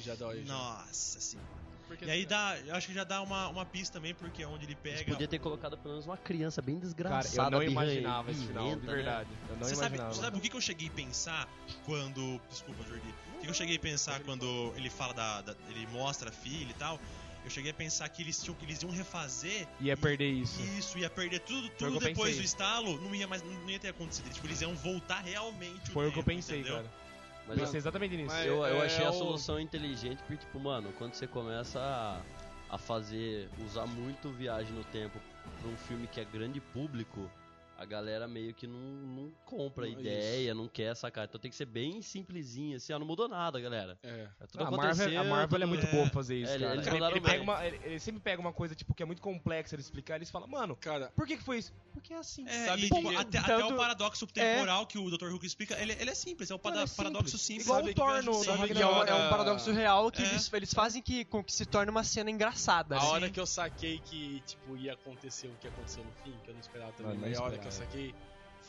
Speaker 5: Já dói. já.
Speaker 1: Nossa senhora.
Speaker 5: Porque-
Speaker 1: E aí dá. Eu acho que já dá uma, uma pista também, porque é onde ele
Speaker 3: Eles
Speaker 1: pega.
Speaker 3: podiam ter colocado pelo menos uma criança bem
Speaker 6: Cara,
Speaker 3: desgraçada.
Speaker 6: eu não
Speaker 3: birra-
Speaker 6: imaginava esse final, de
Speaker 3: birrenta, né?
Speaker 6: verdade. Eu não
Speaker 1: Você sabe,
Speaker 6: imaginava.
Speaker 1: você sabe o que, que eu cheguei a pensar quando. Desculpa, Jordi. O que, que eu cheguei a pensar quando ele fala da, da- Ele mostra a filha e tal. Eu cheguei a pensar que eles tinham que eles iam refazer.
Speaker 3: é
Speaker 6: Ia perder isso.
Speaker 1: e Isso, ia perder tudo,
Speaker 6: Hum. Foi o que
Speaker 1: tudo
Speaker 6: eu
Speaker 1: depois
Speaker 6: pensei.
Speaker 1: do estalo, não ia mais não ia ter acontecido. Tipo, eles iam voltar realmente.
Speaker 6: Foi o que eu
Speaker 1: tempo,
Speaker 6: pensei,
Speaker 1: entendeu?
Speaker 6: cara.
Speaker 3: Mas
Speaker 6: pensei exatamente nisso.
Speaker 5: mas-
Speaker 3: Eu, eu
Speaker 5: É,
Speaker 3: achei
Speaker 5: é
Speaker 3: a
Speaker 5: o-
Speaker 3: solução inteligente porque, tipo, mano, quando você começa a, a fazer, usar muito viagem no tempo pra um filme que é grande público, a galera meio que não, não compra a
Speaker 5: Isso.
Speaker 3: ideia, não quer sacar. Então tem que ser bem simplesinha, assim, ó, não mudou nada, galera.
Speaker 5: É.
Speaker 3: É tudo
Speaker 6: a Marvel,
Speaker 3: aconteceu,
Speaker 6: a Marvel é
Speaker 3: tudo-
Speaker 6: muito
Speaker 1: É.
Speaker 6: boa pra fazer isso,
Speaker 3: É, ele-
Speaker 6: cara.
Speaker 3: eles
Speaker 6: Ele,
Speaker 3: mandaram
Speaker 6: ele pega
Speaker 3: bem.
Speaker 6: uma, ele, ele sempre pega uma coisa tipo, que é muito complexa ele explicar, eles falam, mano,
Speaker 5: Cara,
Speaker 6: por que, que foi isso? Porque é assim.
Speaker 1: É,
Speaker 5: Sabe
Speaker 1: e,
Speaker 5: que-
Speaker 1: tipo, até, até
Speaker 7: tanto-
Speaker 1: o paradoxo temporal que o Dr. Hulk explica, ele, ele é simples, é um
Speaker 6: Mano,
Speaker 1: pada-
Speaker 6: é simples.
Speaker 1: paradoxo simples.
Speaker 6: Igual o
Speaker 1: sabe, que
Speaker 6: Thor
Speaker 1: viaja
Speaker 6: no-
Speaker 1: no
Speaker 6: no
Speaker 1: tempo.
Speaker 7: Só que
Speaker 5: Ragnarok.
Speaker 7: é, um, é um
Speaker 5: Ah.
Speaker 7: paradoxo real que
Speaker 1: É.
Speaker 7: eles, eles fazem que, com que se torne uma cena engraçada.
Speaker 5: a
Speaker 7: assim.
Speaker 5: hora que eu saquei que, tipo, ia acontecer o que aconteceu no fim, que eu não esperava também,
Speaker 6: Mano, não
Speaker 5: mas a hora que eu
Speaker 6: esperava.
Speaker 5: saquei,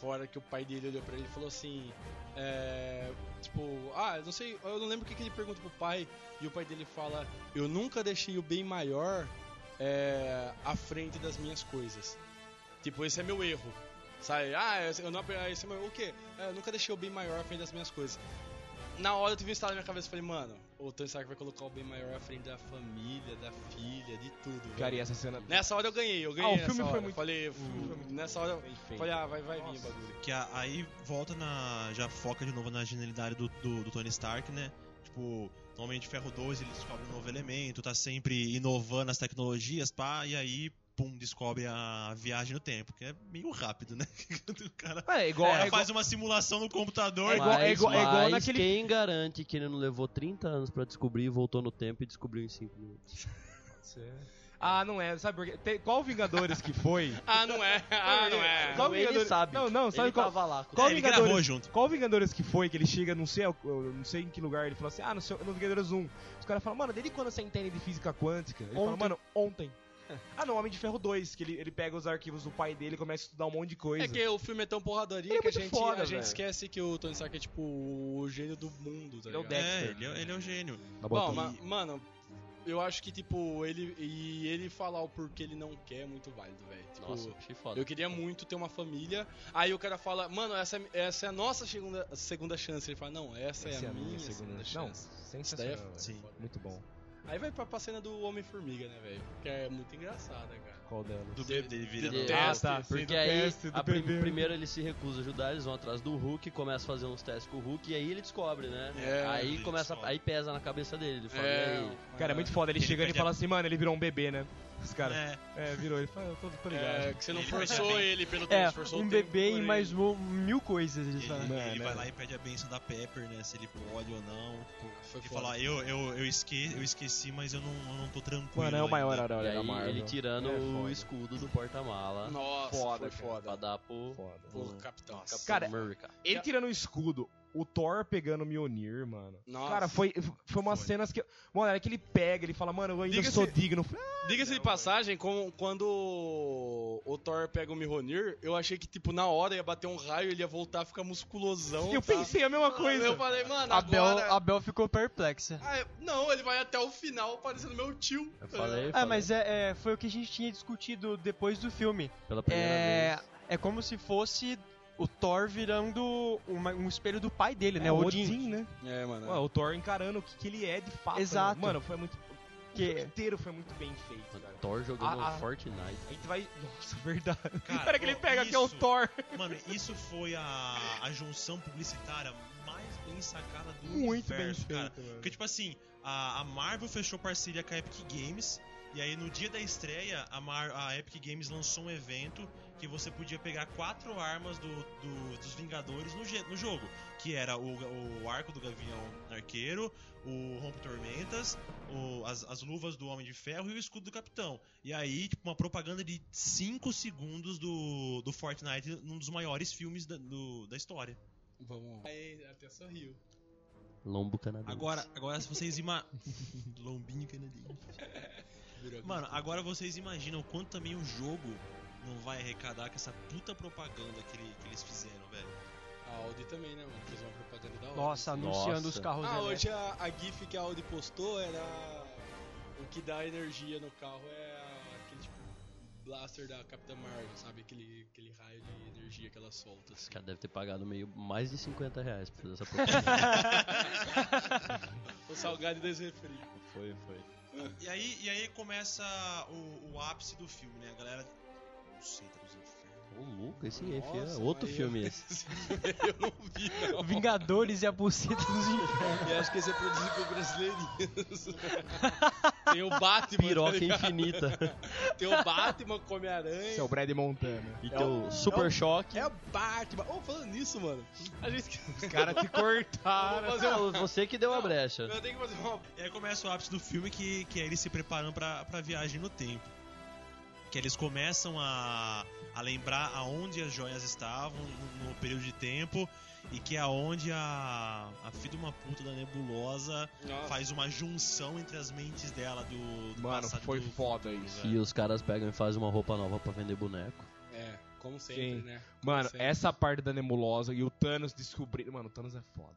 Speaker 5: fora que o pai dele olhou pra ele e falou assim, é, tipo, ah, eu não sei, eu não lembro o que, que ele pergunta pro pai, e o pai dele fala, eu nunca deixei o bem maior é, à frente das minhas coisas. Tipo, esse é meu erro. ah, Sabe? Ah, esse- eu não, esse é meu, o quê? É, eu nunca deixei o bem maior à frente das minhas coisas. na hora eu tive instalado na minha cabeça, eu falei, mano, o Tony Stark vai colocar o bem maior à frente da família, da filha, de tudo. velho.
Speaker 6: Cara, e essa cena.
Speaker 5: Nessa hora eu ganhei, eu ganhei.
Speaker 6: Ah, o
Speaker 5: nessa
Speaker 6: filme foi
Speaker 5: hora.
Speaker 6: muito-
Speaker 5: Falei, nessa hora eu
Speaker 6: Bem feito.
Speaker 5: falei, ah, vai, vai vir o bagulho.
Speaker 1: Que a- aí volta na. Já foca de novo na genialidade do, do, do Tony Stark, né? Tipo, no Homem de Ferro 2 ele descobre um novo elemento, tá sempre inovando as tecnologias, pá, e aí, pum, descobre a viagem no tempo, que é meio rápido, né? <laughs> o cara
Speaker 6: Mano, é igual.
Speaker 1: o cara
Speaker 6: É, igual-
Speaker 1: faz uma simulação no computador.
Speaker 6: É igual- é igual- é igual
Speaker 3: mas
Speaker 6: naquele-
Speaker 3: quem garante que ele não levou 30 anos pra descobrir, voltou no tempo e descobriu em 5 minutos?
Speaker 6: Ah, não é. Sabe por quê? Tem- Qual Vingadores que foi?
Speaker 5: Ah, não é, ah, não <laughs> é.
Speaker 6: Qual
Speaker 3: Ele
Speaker 6: Vingadores-
Speaker 3: sabe.
Speaker 6: Não, não, sabe
Speaker 3: ele
Speaker 6: qual.
Speaker 3: tava lá.
Speaker 6: Qual
Speaker 1: É, ele
Speaker 6: Vingadores?
Speaker 1: gravou junto.
Speaker 6: Qual Vingadores que foi que ele chega, não sei, ao- eu não sei em que lugar, ele falou assim: "Ah, no, seu, no Vingadores 1". Os caras falam: "Mano, desde quando você entende de física quântica?". Ele fala:
Speaker 7: Ontem.
Speaker 6: "Mano, ontem". <laughs> ah, não, Homem de Ferro 2, que ele, ele pega os arquivos do pai dele e começa a estudar um monte de coisa.
Speaker 5: É que o filme é tão porradaria
Speaker 6: Ele é
Speaker 5: que a
Speaker 6: muito
Speaker 5: gente,
Speaker 6: foda,
Speaker 5: a gente
Speaker 6: velho.
Speaker 5: esquece que o Tony Stark é tipo o gênio do mundo, tá
Speaker 6: Ele é o
Speaker 5: ligado?
Speaker 1: É,
Speaker 6: Dexter.
Speaker 1: ele, é- ele é um gênio.
Speaker 6: Tá
Speaker 5: Bom,
Speaker 6: bom,
Speaker 5: ma- mano, eu acho que, tipo, ele e ele falar o porquê ele não quer é muito válido, velho. Tipo,
Speaker 3: Nossa, achei foda.
Speaker 5: eu queria muito ter uma família. Aí o cara fala, mano, essa, é- essa é a nossa segunda, segunda chance. Ele fala, não, essa
Speaker 6: Essa
Speaker 5: é a minha, segunda,
Speaker 6: Não,
Speaker 5: chance. Isso daí é
Speaker 6: sensacional. velho.
Speaker 1: Sim.
Speaker 6: Muito bom.
Speaker 5: Aí vai pra, pra cena do Homem-Formiga, né, velho? Que é muito engraçada, cara.
Speaker 6: Qual dela?
Speaker 1: Do bebê dele vira
Speaker 3: Ele-
Speaker 1: no-
Speaker 3: Ah,
Speaker 6: tá,
Speaker 3: Porque aí, a prim- primeiro ele se recusa a ajudar, eles vão atrás do Hulk, começa a fazer uns testes com o Hulk, e aí ele descobre, né?
Speaker 5: É,
Speaker 3: aí
Speaker 1: ele
Speaker 3: começa,
Speaker 1: descobre.
Speaker 3: aí pesa na cabeça dele, ele fala, e aí?
Speaker 6: Cara, é muito foda. Ele,
Speaker 1: Ele
Speaker 5: <laughs>
Speaker 6: chega e
Speaker 1: perde a-
Speaker 6: fala assim: "Mano, ele virou um bebê, né?". Os caras,
Speaker 1: É,
Speaker 6: é. virou, ele fala: "Eu tô, tô ligado".
Speaker 5: É, que você não
Speaker 1: Ele
Speaker 5: forçou
Speaker 1: percebe.
Speaker 5: ele pelo tempo,
Speaker 7: É,
Speaker 5: forçou
Speaker 7: um
Speaker 5: o tempo
Speaker 7: bebê
Speaker 5: por
Speaker 7: e
Speaker 5: ele.
Speaker 7: mais mo- mil coisas. Eles
Speaker 1: ele,
Speaker 7: falam.
Speaker 1: ele
Speaker 6: Mano,
Speaker 1: vai
Speaker 6: é.
Speaker 1: lá e pede a benção da Pepper, né? Se ele pode ou não.
Speaker 5: Foi
Speaker 1: E
Speaker 5: foda.
Speaker 1: fala, eu, eu, eu, esque, eu esqueci, mas eu não, eu não tô tranquilo.
Speaker 6: Mano, é o maior
Speaker 1: ainda.
Speaker 6: herói
Speaker 3: e
Speaker 6: da
Speaker 3: aí
Speaker 6: Marvel.
Speaker 3: ele tirando
Speaker 6: É
Speaker 3: o
Speaker 6: foda.
Speaker 3: escudo do porta-mala
Speaker 5: Nossa,
Speaker 6: Foda,
Speaker 5: foi
Speaker 6: cara.
Speaker 5: foda.
Speaker 3: pra dar pro
Speaker 6: Foda.
Speaker 5: Pô, capitão.
Speaker 3: Capitão
Speaker 6: Cara,
Speaker 3: América.
Speaker 6: Ele tirando o escudo, o Thor pegando o Mjolnir, mano.
Speaker 5: Nossa.
Speaker 6: Cara, foi, foi umas
Speaker 1: Foi.
Speaker 6: cenas que. Mano, era que ele pega, ele fala, mano, eu ainda
Speaker 5: Diga-se-
Speaker 6: sou digno. <laughs>
Speaker 5: Diga-se de passagem, como- quando o Thor pega o Mihonir, eu achei que, tipo, na hora ia bater um raio, ele ia voltar a ficar musculosão.
Speaker 6: Eu
Speaker 5: tá?
Speaker 6: pensei a mesma coisa.
Speaker 5: Eu falei, mano,
Speaker 7: A Bel,
Speaker 5: agora...
Speaker 7: a Bel ficou perplexa.
Speaker 5: Ah, não, ele vai até o final parecendo meu tio.
Speaker 3: Eu falei,
Speaker 7: Ah,
Speaker 3: falei,
Speaker 7: mas é, é, foi o que a gente tinha discutido depois do filme.
Speaker 3: pela primeira
Speaker 7: É,
Speaker 3: vez.
Speaker 7: é como se fosse o Thor virando uma- um espelho do pai dele, né? Odin.
Speaker 6: né?
Speaker 5: É, mano.
Speaker 6: Ué, o Thor encarando o que, que ele é de fato. né?
Speaker 7: Exato.
Speaker 6: Mano, foi muito. O filme
Speaker 7: Que,
Speaker 6: inteiro foi muito bem feito, cara.
Speaker 3: Thor jogando
Speaker 6: Ah, ah.
Speaker 3: Fortnite.
Speaker 6: A gente vai. Nossa, verdade. <laughs>
Speaker 1: Cara,
Speaker 6: Cara, que ele
Speaker 1: pô,
Speaker 6: pega que é o
Speaker 1: isso-
Speaker 6: Thor.
Speaker 1: Mano, isso foi a, a junção publicitária mais bem sacada do
Speaker 7: muito bem
Speaker 1: universo, cara.
Speaker 7: feito, mano.
Speaker 1: Porque, tipo assim, a, a Marvel fechou parceria com a Epic Games. E aí, no dia da estreia, a, Mar- a Epic Games lançou um evento que você podia pegar quatro armas do, do- dos Vingadores no, je- no jogo. Que era o, ga- o arco do Gavião Arqueiro, o Rompe Tormentas, o- as, as luvas do Homem de Ferro e o escudo do Capitão. E aí, tipo, uma propaganda de 5 segundos do, do Fortnite, num dos maiores filmes da, do- da história.
Speaker 5: Vamos. Aí até sorriu.
Speaker 3: Lombo canadense.
Speaker 1: Agora, agora se vocês imaginam. <laughs> Lombinho canadense. Mano, agora vocês imaginam o quanto também o jogo não vai arrecadar com essa puta propaganda que, ele- que eles fizeram, velho.
Speaker 5: a Audi também, né, mano? Fez uma propaganda da Audi.
Speaker 7: Nossa, anunciando
Speaker 3: Nossa.
Speaker 7: os carros
Speaker 5: Ah,
Speaker 7: elétricos.
Speaker 5: hoje a, a GIF que a Audi postou era. O que dá energia no carro é a- aquele tipo blaster da Capitã Marvel, sabe? Aquele, aquele raio de energia que ela solta.
Speaker 3: Esse
Speaker 5: Assim.
Speaker 3: cara deve ter pagado meio mais de 50 reais pra fazer <laughs> essa propaganda.
Speaker 5: O salgado das refri.
Speaker 3: foi, foi.
Speaker 1: E aí, e aí começa o, o ápice do filme, né? A galera. Seita dos infernos.
Speaker 3: Ô, louco, esse aí,
Speaker 5: Nossa,
Speaker 3: é outro
Speaker 5: mas eu-
Speaker 3: filme esse.
Speaker 5: Esse filme <laughs> Eu não vi, não.
Speaker 7: Vingadores e a buceta dos infernos.
Speaker 5: Eu acho que esse é produzido por <laughs> brasileirinhos. Tem o Batman, tá
Speaker 3: Piroca
Speaker 5: ligado?
Speaker 3: infinita.
Speaker 5: Tem o Batman, Come-Aranha.
Speaker 6: Esse é o Brad Montana.
Speaker 3: E tem o Super Choque.
Speaker 5: É o Batman. Ô, falando nisso, mano. A gente.
Speaker 6: Os caras te cortaram.
Speaker 5: Fazer uma...
Speaker 3: Você que deu a brecha.
Speaker 5: Eu tenho que fazer uma.
Speaker 1: E aí começa o ápice do filme que, que é eles se preparando pra, pra viagem no tempo. Que eles começam a, a lembrar aonde as joias estavam no, no período de tempo e que é aonde a, a filha de uma puta da nebulosa faz uma junção entre as mentes dela do, do
Speaker 6: Mano,
Speaker 1: passado
Speaker 6: foi
Speaker 1: do-
Speaker 6: foda
Speaker 1: do-
Speaker 6: isso.
Speaker 1: velho.
Speaker 3: E os caras pegam e fazem uma roupa nova pra vender boneco.
Speaker 5: É, como sempre,
Speaker 6: Sim.
Speaker 5: né?
Speaker 6: Mano,
Speaker 5: Sempre.
Speaker 6: essa parte da nebulosa e o Thanos descobrindo. Mano, o Thanos é foda.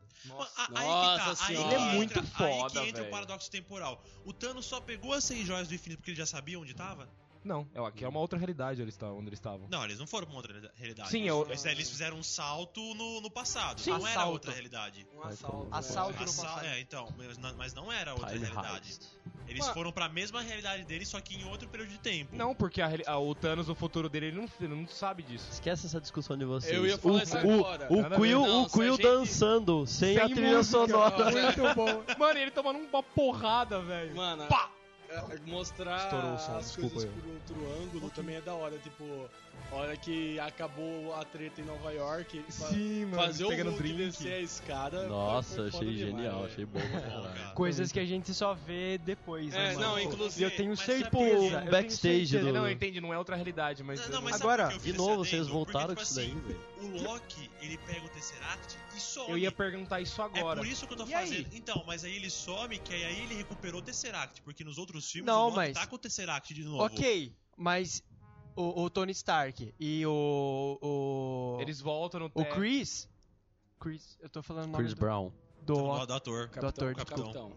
Speaker 1: A- aí que
Speaker 5: Nossa
Speaker 1: aí
Speaker 5: senhora.
Speaker 1: que
Speaker 5: Ele é
Speaker 6: muito
Speaker 1: entra- Aí que
Speaker 6: foda,
Speaker 1: entra
Speaker 6: velho.
Speaker 1: o paradoxo temporal. O Thanos só pegou as seis joias do infinito porque ele já sabia onde tava?
Speaker 6: Não, é, aqui é uma outra realidade onde eles estavam. Onde eles estavam.
Speaker 1: Não, eles não foram pra uma outra realidade.
Speaker 6: Sim,
Speaker 1: eles,
Speaker 6: eu-
Speaker 1: eles- eles fizeram um salto no, no passado.
Speaker 7: Sim,
Speaker 1: não era
Speaker 7: salto.
Speaker 1: outra realidade.
Speaker 2: Um assalto.
Speaker 7: Assalto no
Speaker 1: Assa-
Speaker 7: passado.
Speaker 1: É, então, mas, na- mas não era outra
Speaker 3: Time
Speaker 1: realidade.
Speaker 3: Heist.
Speaker 1: Eles foram pra mesma realidade dele, só que em outro período de tempo.
Speaker 6: Não, porque a reali- a- o Thanos, no futuro dele, ele não, ele não sabe disso.
Speaker 3: Esquece essa discussão de vocês.
Speaker 5: Eu ia falar
Speaker 3: o,
Speaker 5: isso
Speaker 3: o,
Speaker 5: agora.
Speaker 6: Nada
Speaker 3: o
Speaker 6: a
Speaker 3: Quill,
Speaker 5: ver. Não,
Speaker 3: o
Speaker 5: se a
Speaker 3: Quill
Speaker 5: gente-
Speaker 3: dançando, sem, a trilha <laughs> sonora.
Speaker 6: <laughs> Muito bom. Mano, ele tomando uma porrada, velho.
Speaker 5: Mano,
Speaker 6: Pá!
Speaker 5: é, mostrar
Speaker 6: Estourou o som,
Speaker 5: as
Speaker 6: desculpa
Speaker 5: coisas
Speaker 6: aí.
Speaker 5: por outro ângulo também é da hora. Tipo, a hora que acabou a treta em Nova York, ele fa-
Speaker 6: Sim, mano.
Speaker 5: fazer um o
Speaker 6: pegando
Speaker 5: Hulk
Speaker 6: drink.
Speaker 5: descer a escada.
Speaker 3: Nossa,
Speaker 5: foi- foi foda
Speaker 3: achei
Speaker 5: demais, né?
Speaker 3: genial,
Speaker 5: velho.
Speaker 3: achei bom pra caralho.
Speaker 1: cara.
Speaker 7: Coisas que a gente só vê depois, né,
Speaker 5: É,
Speaker 7: mano?
Speaker 5: não, inclusive.
Speaker 7: Eu tenho
Speaker 1: mas sabe
Speaker 7: certeza.
Speaker 1: por quê?
Speaker 7: eu
Speaker 1: Não,
Speaker 7: tenho
Speaker 3: backstage
Speaker 7: certeza.
Speaker 3: do-
Speaker 6: Não, entende, não é outra realidade, mas.
Speaker 1: Não, mas sabe
Speaker 7: Agora,
Speaker 1: por que eu fiz
Speaker 3: De novo,
Speaker 1: esse
Speaker 3: vocês
Speaker 1: adendo?
Speaker 3: voltaram com
Speaker 1: Porque,
Speaker 3: isso
Speaker 1: é tipo
Speaker 3: daí,
Speaker 1: assim,
Speaker 3: velho.
Speaker 1: O Loki, ele pega o Tesseract e some.
Speaker 6: Eu ia perguntar isso
Speaker 1: É
Speaker 6: agora.
Speaker 1: por isso que eu tô
Speaker 6: E
Speaker 1: fazendo.
Speaker 6: aí?
Speaker 1: Então, mas aí ele some, que aí ele recuperou o Tesseract. Porque nos outros filmes
Speaker 7: Não,
Speaker 1: o Loki
Speaker 7: mas-
Speaker 1: tá com o Tesseract de novo.
Speaker 7: Ok, mas o, o Tony Stark e o. O,
Speaker 6: Eles voltam no
Speaker 7: o
Speaker 6: teto.
Speaker 7: Chris. Chris, eu tô falando o nome
Speaker 3: Chris
Speaker 7: do,
Speaker 3: Brown.
Speaker 1: Do,
Speaker 7: do,
Speaker 1: do ator.
Speaker 7: do ator,
Speaker 1: Capitão.
Speaker 7: desculpa.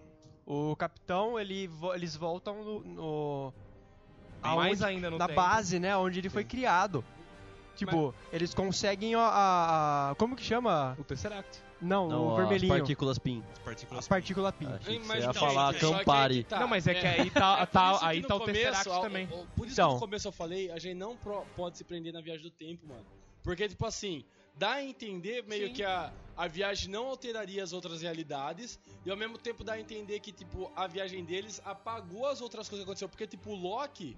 Speaker 7: O capitão, ele, vo- eles voltam no. no
Speaker 6: Mais
Speaker 7: aonde-
Speaker 6: ainda no
Speaker 7: na
Speaker 6: tempo.
Speaker 7: base, né? Onde ele foi criado. Tipo, eles conseguem a, a- a- Como que chama?
Speaker 6: O Tesseract.
Speaker 7: Não,
Speaker 3: Não,
Speaker 7: o
Speaker 3: as
Speaker 7: vermelhinho.
Speaker 3: partículas É. PIN. Ah,
Speaker 1: As partículas.
Speaker 7: A partícula PIN.
Speaker 3: Achei que
Speaker 5: Mas
Speaker 3: você ia
Speaker 5: então,
Speaker 3: falar
Speaker 5: gente, só que aí que
Speaker 3: Campari.
Speaker 5: tá,
Speaker 6: não, mas é, que aí tá,
Speaker 5: <laughs> É por isso
Speaker 6: tá,
Speaker 5: que
Speaker 6: aí
Speaker 5: no
Speaker 6: tá o
Speaker 5: começo,
Speaker 6: Tesseract
Speaker 5: ó,
Speaker 6: também.
Speaker 5: ó, por isso
Speaker 7: Então.
Speaker 5: que no começo eu falei, a gente não pro- pode se prender na viagem do tempo, mano. Porque, tipo assim, dá a entender meio que a, a viagem não alteraria as outras realidades. E ao mesmo tempo dá a entender que, tipo, a viagem deles apagou as outras coisas que aconteceu. Porque, tipo, o Loki.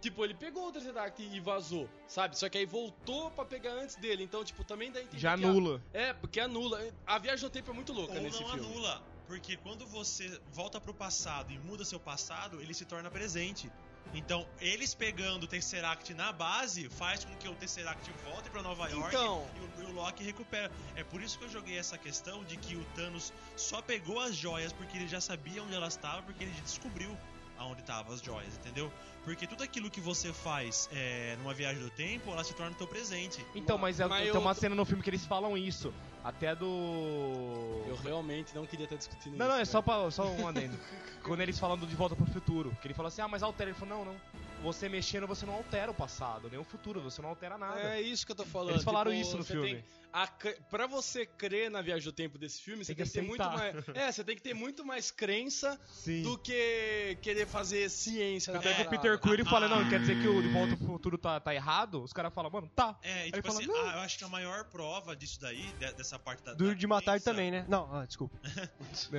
Speaker 5: Tipo, ele pegou o Tesseract e vazou, sabe? Só que aí voltou pra pegar antes dele. Então, tipo, também dá a entender.
Speaker 6: <laughs> Já
Speaker 5: que a-
Speaker 6: anula.
Speaker 5: É, porque anula. A viagem do tempo é muito louca
Speaker 1: Ou
Speaker 5: nesse
Speaker 1: não
Speaker 5: filme.
Speaker 1: anula. Porque quando você volta pro passado e muda seu passado, ele se torna presente. Então, eles pegando o Tesseract na base faz com que o Tesseract volte pra Nova York
Speaker 5: Então.
Speaker 1: e, o, e o Loki recupera. É por isso que eu joguei essa questão de que o Thanos só pegou as joias porque ele já sabia onde elas estavam, porque ele descobriu aonde estavam as joias, entendeu? Porque tudo aquilo que você faz é, numa viagem do tempo, ela se torna teu presente.
Speaker 6: Então, mas, é,
Speaker 5: Mas
Speaker 6: tem
Speaker 5: eu-
Speaker 6: uma cena no filme que eles falam isso. Até do.
Speaker 5: Eu realmente não queria estar discutindo
Speaker 6: Não, não, é
Speaker 5: isso,
Speaker 6: só,
Speaker 5: né?
Speaker 6: pra, só um adendo. Quando eles falam do De Volta pro Futuro, que ele fala assim, ah, mas altera. Ele falou, não, não. Você mexendo, você não altera o passado, nem o futuro, você não altera nada.
Speaker 5: É isso que eu tô falando.
Speaker 6: eles falaram
Speaker 5: tipo,
Speaker 6: isso no
Speaker 5: você
Speaker 6: filme.
Speaker 5: tem- a cre- Pra você crer na viagem do tempo desse filme, você tem
Speaker 6: Tem que
Speaker 5: que ter muito
Speaker 6: aceitar.
Speaker 5: mais. É, você tem que ter muito mais crença
Speaker 6: Sim.
Speaker 5: do que querer fazer ciência né? na
Speaker 1: Pega
Speaker 6: O Peter Quill, ele fala, não, quer dizer que o De Volta pro Futuro tá, tá errado? Os caras falam, mano, tá.
Speaker 1: É, e
Speaker 6: ele
Speaker 1: tipo
Speaker 6: fala,
Speaker 1: assim,
Speaker 6: "Não."
Speaker 1: a- eu acho que a maior prova disso daí, de- dessa parte da.
Speaker 7: Duro
Speaker 1: da
Speaker 7: de matar
Speaker 1: crença,
Speaker 7: também, né? Não, ah, desculpa.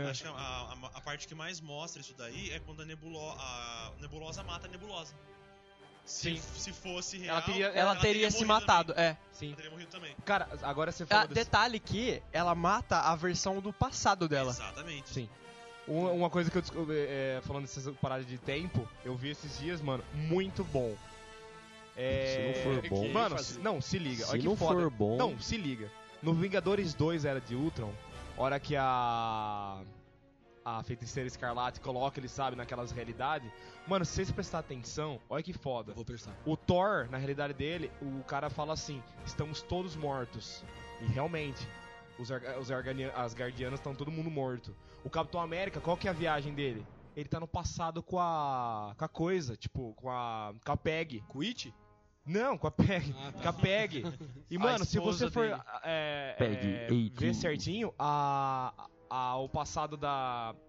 Speaker 1: Acho que a, a- a parte que mais mostra isso daí é quando a, nebulo, a nebulosa mata a nebulosa. Se,
Speaker 6: Sim.
Speaker 1: se fosse real.
Speaker 6: Ela teria-
Speaker 7: Ela, teria se
Speaker 1: morrido
Speaker 7: matado,
Speaker 1: também.
Speaker 7: é.
Speaker 1: Ela teria morrido também.
Speaker 6: Cara, agora você
Speaker 7: Ah,
Speaker 6: fala desse-
Speaker 7: detalhe que ela mata a versão do passado dela.
Speaker 1: Exatamente.
Speaker 6: Sim. Uma, uma coisa que eu descobri, é, falando dessas paradas de tempo, eu vi esses dias, mano, muito bom. É...
Speaker 3: Se não for bom-
Speaker 6: Mano, se- não, se liga. Olha
Speaker 3: Se
Speaker 6: que
Speaker 3: não
Speaker 6: foda.
Speaker 3: for bom,
Speaker 6: Não, se liga. No Vingadores 2 Era de Ultron, hora que a. A feiticeira escarlate coloca ele, sabe, naquelas realidades. Mano, se vocês prestar atenção, olha que foda.
Speaker 5: Vou pensar.
Speaker 6: O Thor, na realidade dele, o cara fala assim: estamos todos mortos. E realmente, os, Ar- os Argania- as guardianas estão todo mundo morto. O Capitão América, qual que é a viagem dele? Ele tá no passado com a. com a coisa, tipo, com a. com a Peg.
Speaker 5: Quit?
Speaker 6: Não, com a Peg.
Speaker 5: Ah, tá.
Speaker 6: Com a
Speaker 7: <laughs>
Speaker 6: Peg. E,
Speaker 7: A
Speaker 6: mano, se
Speaker 7: esposa
Speaker 6: você for
Speaker 7: dele.
Speaker 6: é,
Speaker 3: Peg
Speaker 6: é,
Speaker 3: 18.
Speaker 6: ver certinho, a, a- o passado da.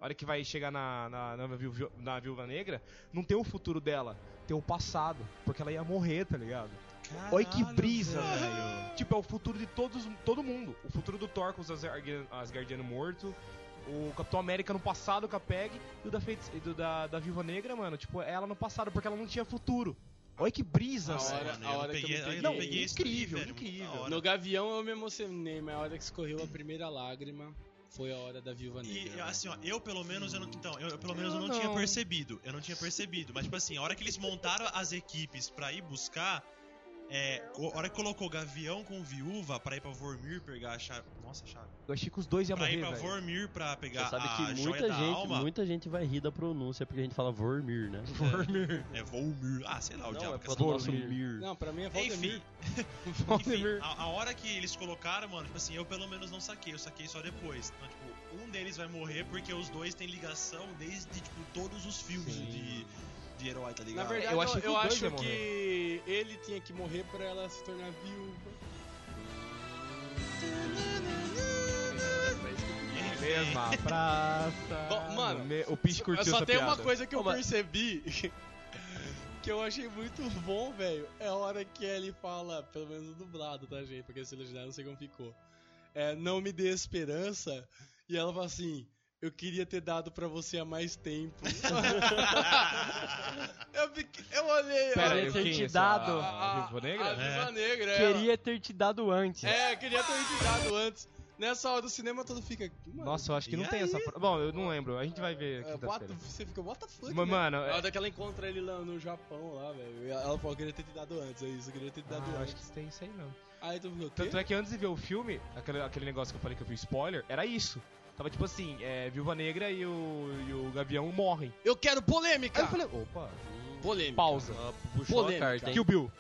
Speaker 6: A hora que vai chegar na, na, na, viúva, na Viúva Negra, não tem o futuro dela, tem o passado. Porque ela ia morrer, tá ligado? Olha que brisa, velho. Tipo, é o futuro de todos, todo mundo. O futuro do Thor com os Asgardian- Asgardiano morto. O Capitão América no passado com a Peg e o da, feiti- e do da, da Viúva Negra, mano. Tipo, ela no passado, porque ela não tinha futuro. Olha que brisa, assim.
Speaker 5: A
Speaker 6: velho.
Speaker 5: hora-
Speaker 1: Mano,
Speaker 5: a
Speaker 1: eu não
Speaker 5: hora que eu
Speaker 1: peguei,
Speaker 5: não peguei.
Speaker 1: eu não
Speaker 5: Não,
Speaker 1: peguei isso daí,
Speaker 6: incrível,
Speaker 1: velho, muito
Speaker 6: incrível.
Speaker 1: da hora.
Speaker 5: No Gavião eu me emocionei, mas a hora que escorreu a primeira lágrima foi a hora da viúva
Speaker 1: E
Speaker 5: negra. né?
Speaker 1: assim, ó, eu pelo menos eu não, então, eu, eu pelo menos eu não,
Speaker 6: não.
Speaker 1: tinha percebido. Eu não tinha percebido, mas tipo assim, a hora que eles montaram as equipes pra ir buscar é, o- a hora que colocou Gavião com Viúva pra ir pra Vormir pegar a chave. Nossa, a chave.
Speaker 6: Eu achei que os dois iam
Speaker 1: Pra
Speaker 6: morrer,
Speaker 1: ir pra
Speaker 6: velho.
Speaker 1: Vormir pra pegar
Speaker 3: Você sabe
Speaker 1: a
Speaker 3: que
Speaker 1: joia
Speaker 3: muita
Speaker 1: da
Speaker 3: gente,
Speaker 1: alma.
Speaker 3: muita gente vai rir da pronúncia porque a gente fala Vormir, né?
Speaker 1: É Volmir. Ah, sei lá, o
Speaker 3: Não,
Speaker 1: diabo
Speaker 3: é
Speaker 1: que
Speaker 3: pra
Speaker 1: essa
Speaker 3: dar
Speaker 1: nossa-
Speaker 3: um mir.
Speaker 5: Não, pra mim é
Speaker 1: Enfim,
Speaker 5: Valdemir.
Speaker 1: <laughs> enfim a, a hora que eles colocaram, mano, tipo assim, eu pelo menos não saquei, eu saquei só depois. Então, tipo, um deles vai morrer porque os dois têm ligação desde, tipo, todos os filmes de, de herói, tá
Speaker 5: Na
Speaker 1: ligado?
Speaker 5: verdade,
Speaker 7: eu
Speaker 5: eu,
Speaker 7: achei que
Speaker 5: eu
Speaker 7: o dois
Speaker 5: acho
Speaker 7: ia
Speaker 5: que ele tinha que morrer pra ela se tornar viúva.
Speaker 6: Mesma praça.
Speaker 5: Bom, mano,
Speaker 6: Me- o Pitch curtiu
Speaker 5: Só
Speaker 6: essa
Speaker 5: tem
Speaker 6: piada.
Speaker 5: uma coisa que eu percebi <laughs> que eu achei muito bom, velho. É a hora que ele fala, pelo menos dublado, tá, gente? Porque se legendado não sei como ficou. É, não me dê esperança. E ela fala assim. Eu queria ter dado pra você há mais tempo. <laughs> eu, fiquei- eu olhei.
Speaker 6: Pera
Speaker 5: olhei
Speaker 6: aí,
Speaker 7: Queria ter
Speaker 6: quem?
Speaker 7: te
Speaker 6: Essa-
Speaker 7: dado.
Speaker 6: A Viúva
Speaker 5: A
Speaker 6: Negra?
Speaker 5: Viúva Negra, é.
Speaker 7: Queria ter te dado antes.
Speaker 5: É, eu queria ter me dado antes. Nessa hora do cinema todo fica. Mano,
Speaker 6: Nossa, eu acho que
Speaker 1: E
Speaker 6: não tem
Speaker 1: aí?
Speaker 6: essa. pro- Bom, eu não lembro. A gente vai
Speaker 5: é,
Speaker 6: ver
Speaker 5: what the-
Speaker 6: quinta-feira.
Speaker 5: você fica, what the fuck?
Speaker 6: Mas,
Speaker 5: né?
Speaker 6: mano,
Speaker 5: Na
Speaker 6: é-
Speaker 5: hora que ela encontra ele lá no Japão lá, velho. e Ela falou que queria ter te dado antes, é isso, eu queria ter te dado
Speaker 6: Ah, eu acho
Speaker 5: antes.
Speaker 6: que tem isso aí mesmo.
Speaker 5: Aí tu ficou,
Speaker 6: Tanto
Speaker 5: quê?
Speaker 6: é que antes de ver o filme, aquele, aquele negócio que eu falei que eu vi spoiler, era isso. Tava tipo assim, é, Viúva Negra e o, e o Gavião morrem.
Speaker 5: é- Eu quero polêmica!
Speaker 6: Aí eu falei, opa,
Speaker 5: Polêmica.
Speaker 6: pausa.
Speaker 3: Ah, puxou
Speaker 5: Polêmica.
Speaker 3: a carta, hein?
Speaker 6: Kill Bill.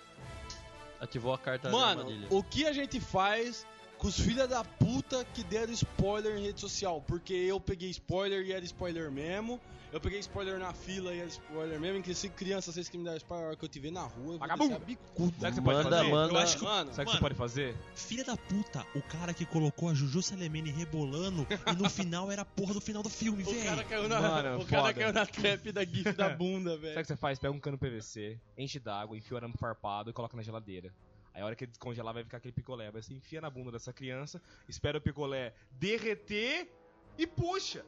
Speaker 3: Ativou a carta da
Speaker 5: Mano,
Speaker 3: armadilha.
Speaker 5: o que a gente faz com os filha da puta que deram spoiler em rede social? Porque eu peguei spoiler e era spoiler mesmo. Eu peguei spoiler na fila e era spoiler mesmo. Inclusive, criança, vocês que me deram spoiler, a hora que eu te ver na rua, eu vou
Speaker 6: Vagabundo.
Speaker 5: descer a bicuda.
Speaker 6: Sabe o que você pode
Speaker 3: Manda,
Speaker 6: fazer?
Speaker 3: manda.
Speaker 1: Eu acho que o
Speaker 5: Mano,
Speaker 6: Sabe o que você
Speaker 1: Mano.
Speaker 6: pode fazer?
Speaker 1: Filha da puta, o cara que colocou a Juju Salemene rebolando e no final era a porra do final do filme,
Speaker 5: o cara
Speaker 1: velho.
Speaker 5: caiu na,
Speaker 6: Mano,
Speaker 5: <laughs> o cara
Speaker 6: foda.
Speaker 5: caiu na trap da gif da bunda,
Speaker 6: Sabe o
Speaker 5: velho.
Speaker 6: que você faz? Pega um cano PVC, enche d'água, enfia o arame farpado e coloca na geladeira. Aí a hora que ele descongelar vai ficar aquele picolé. Vai se enfia na bunda dessa criança, espera o picolé derreter e puxa.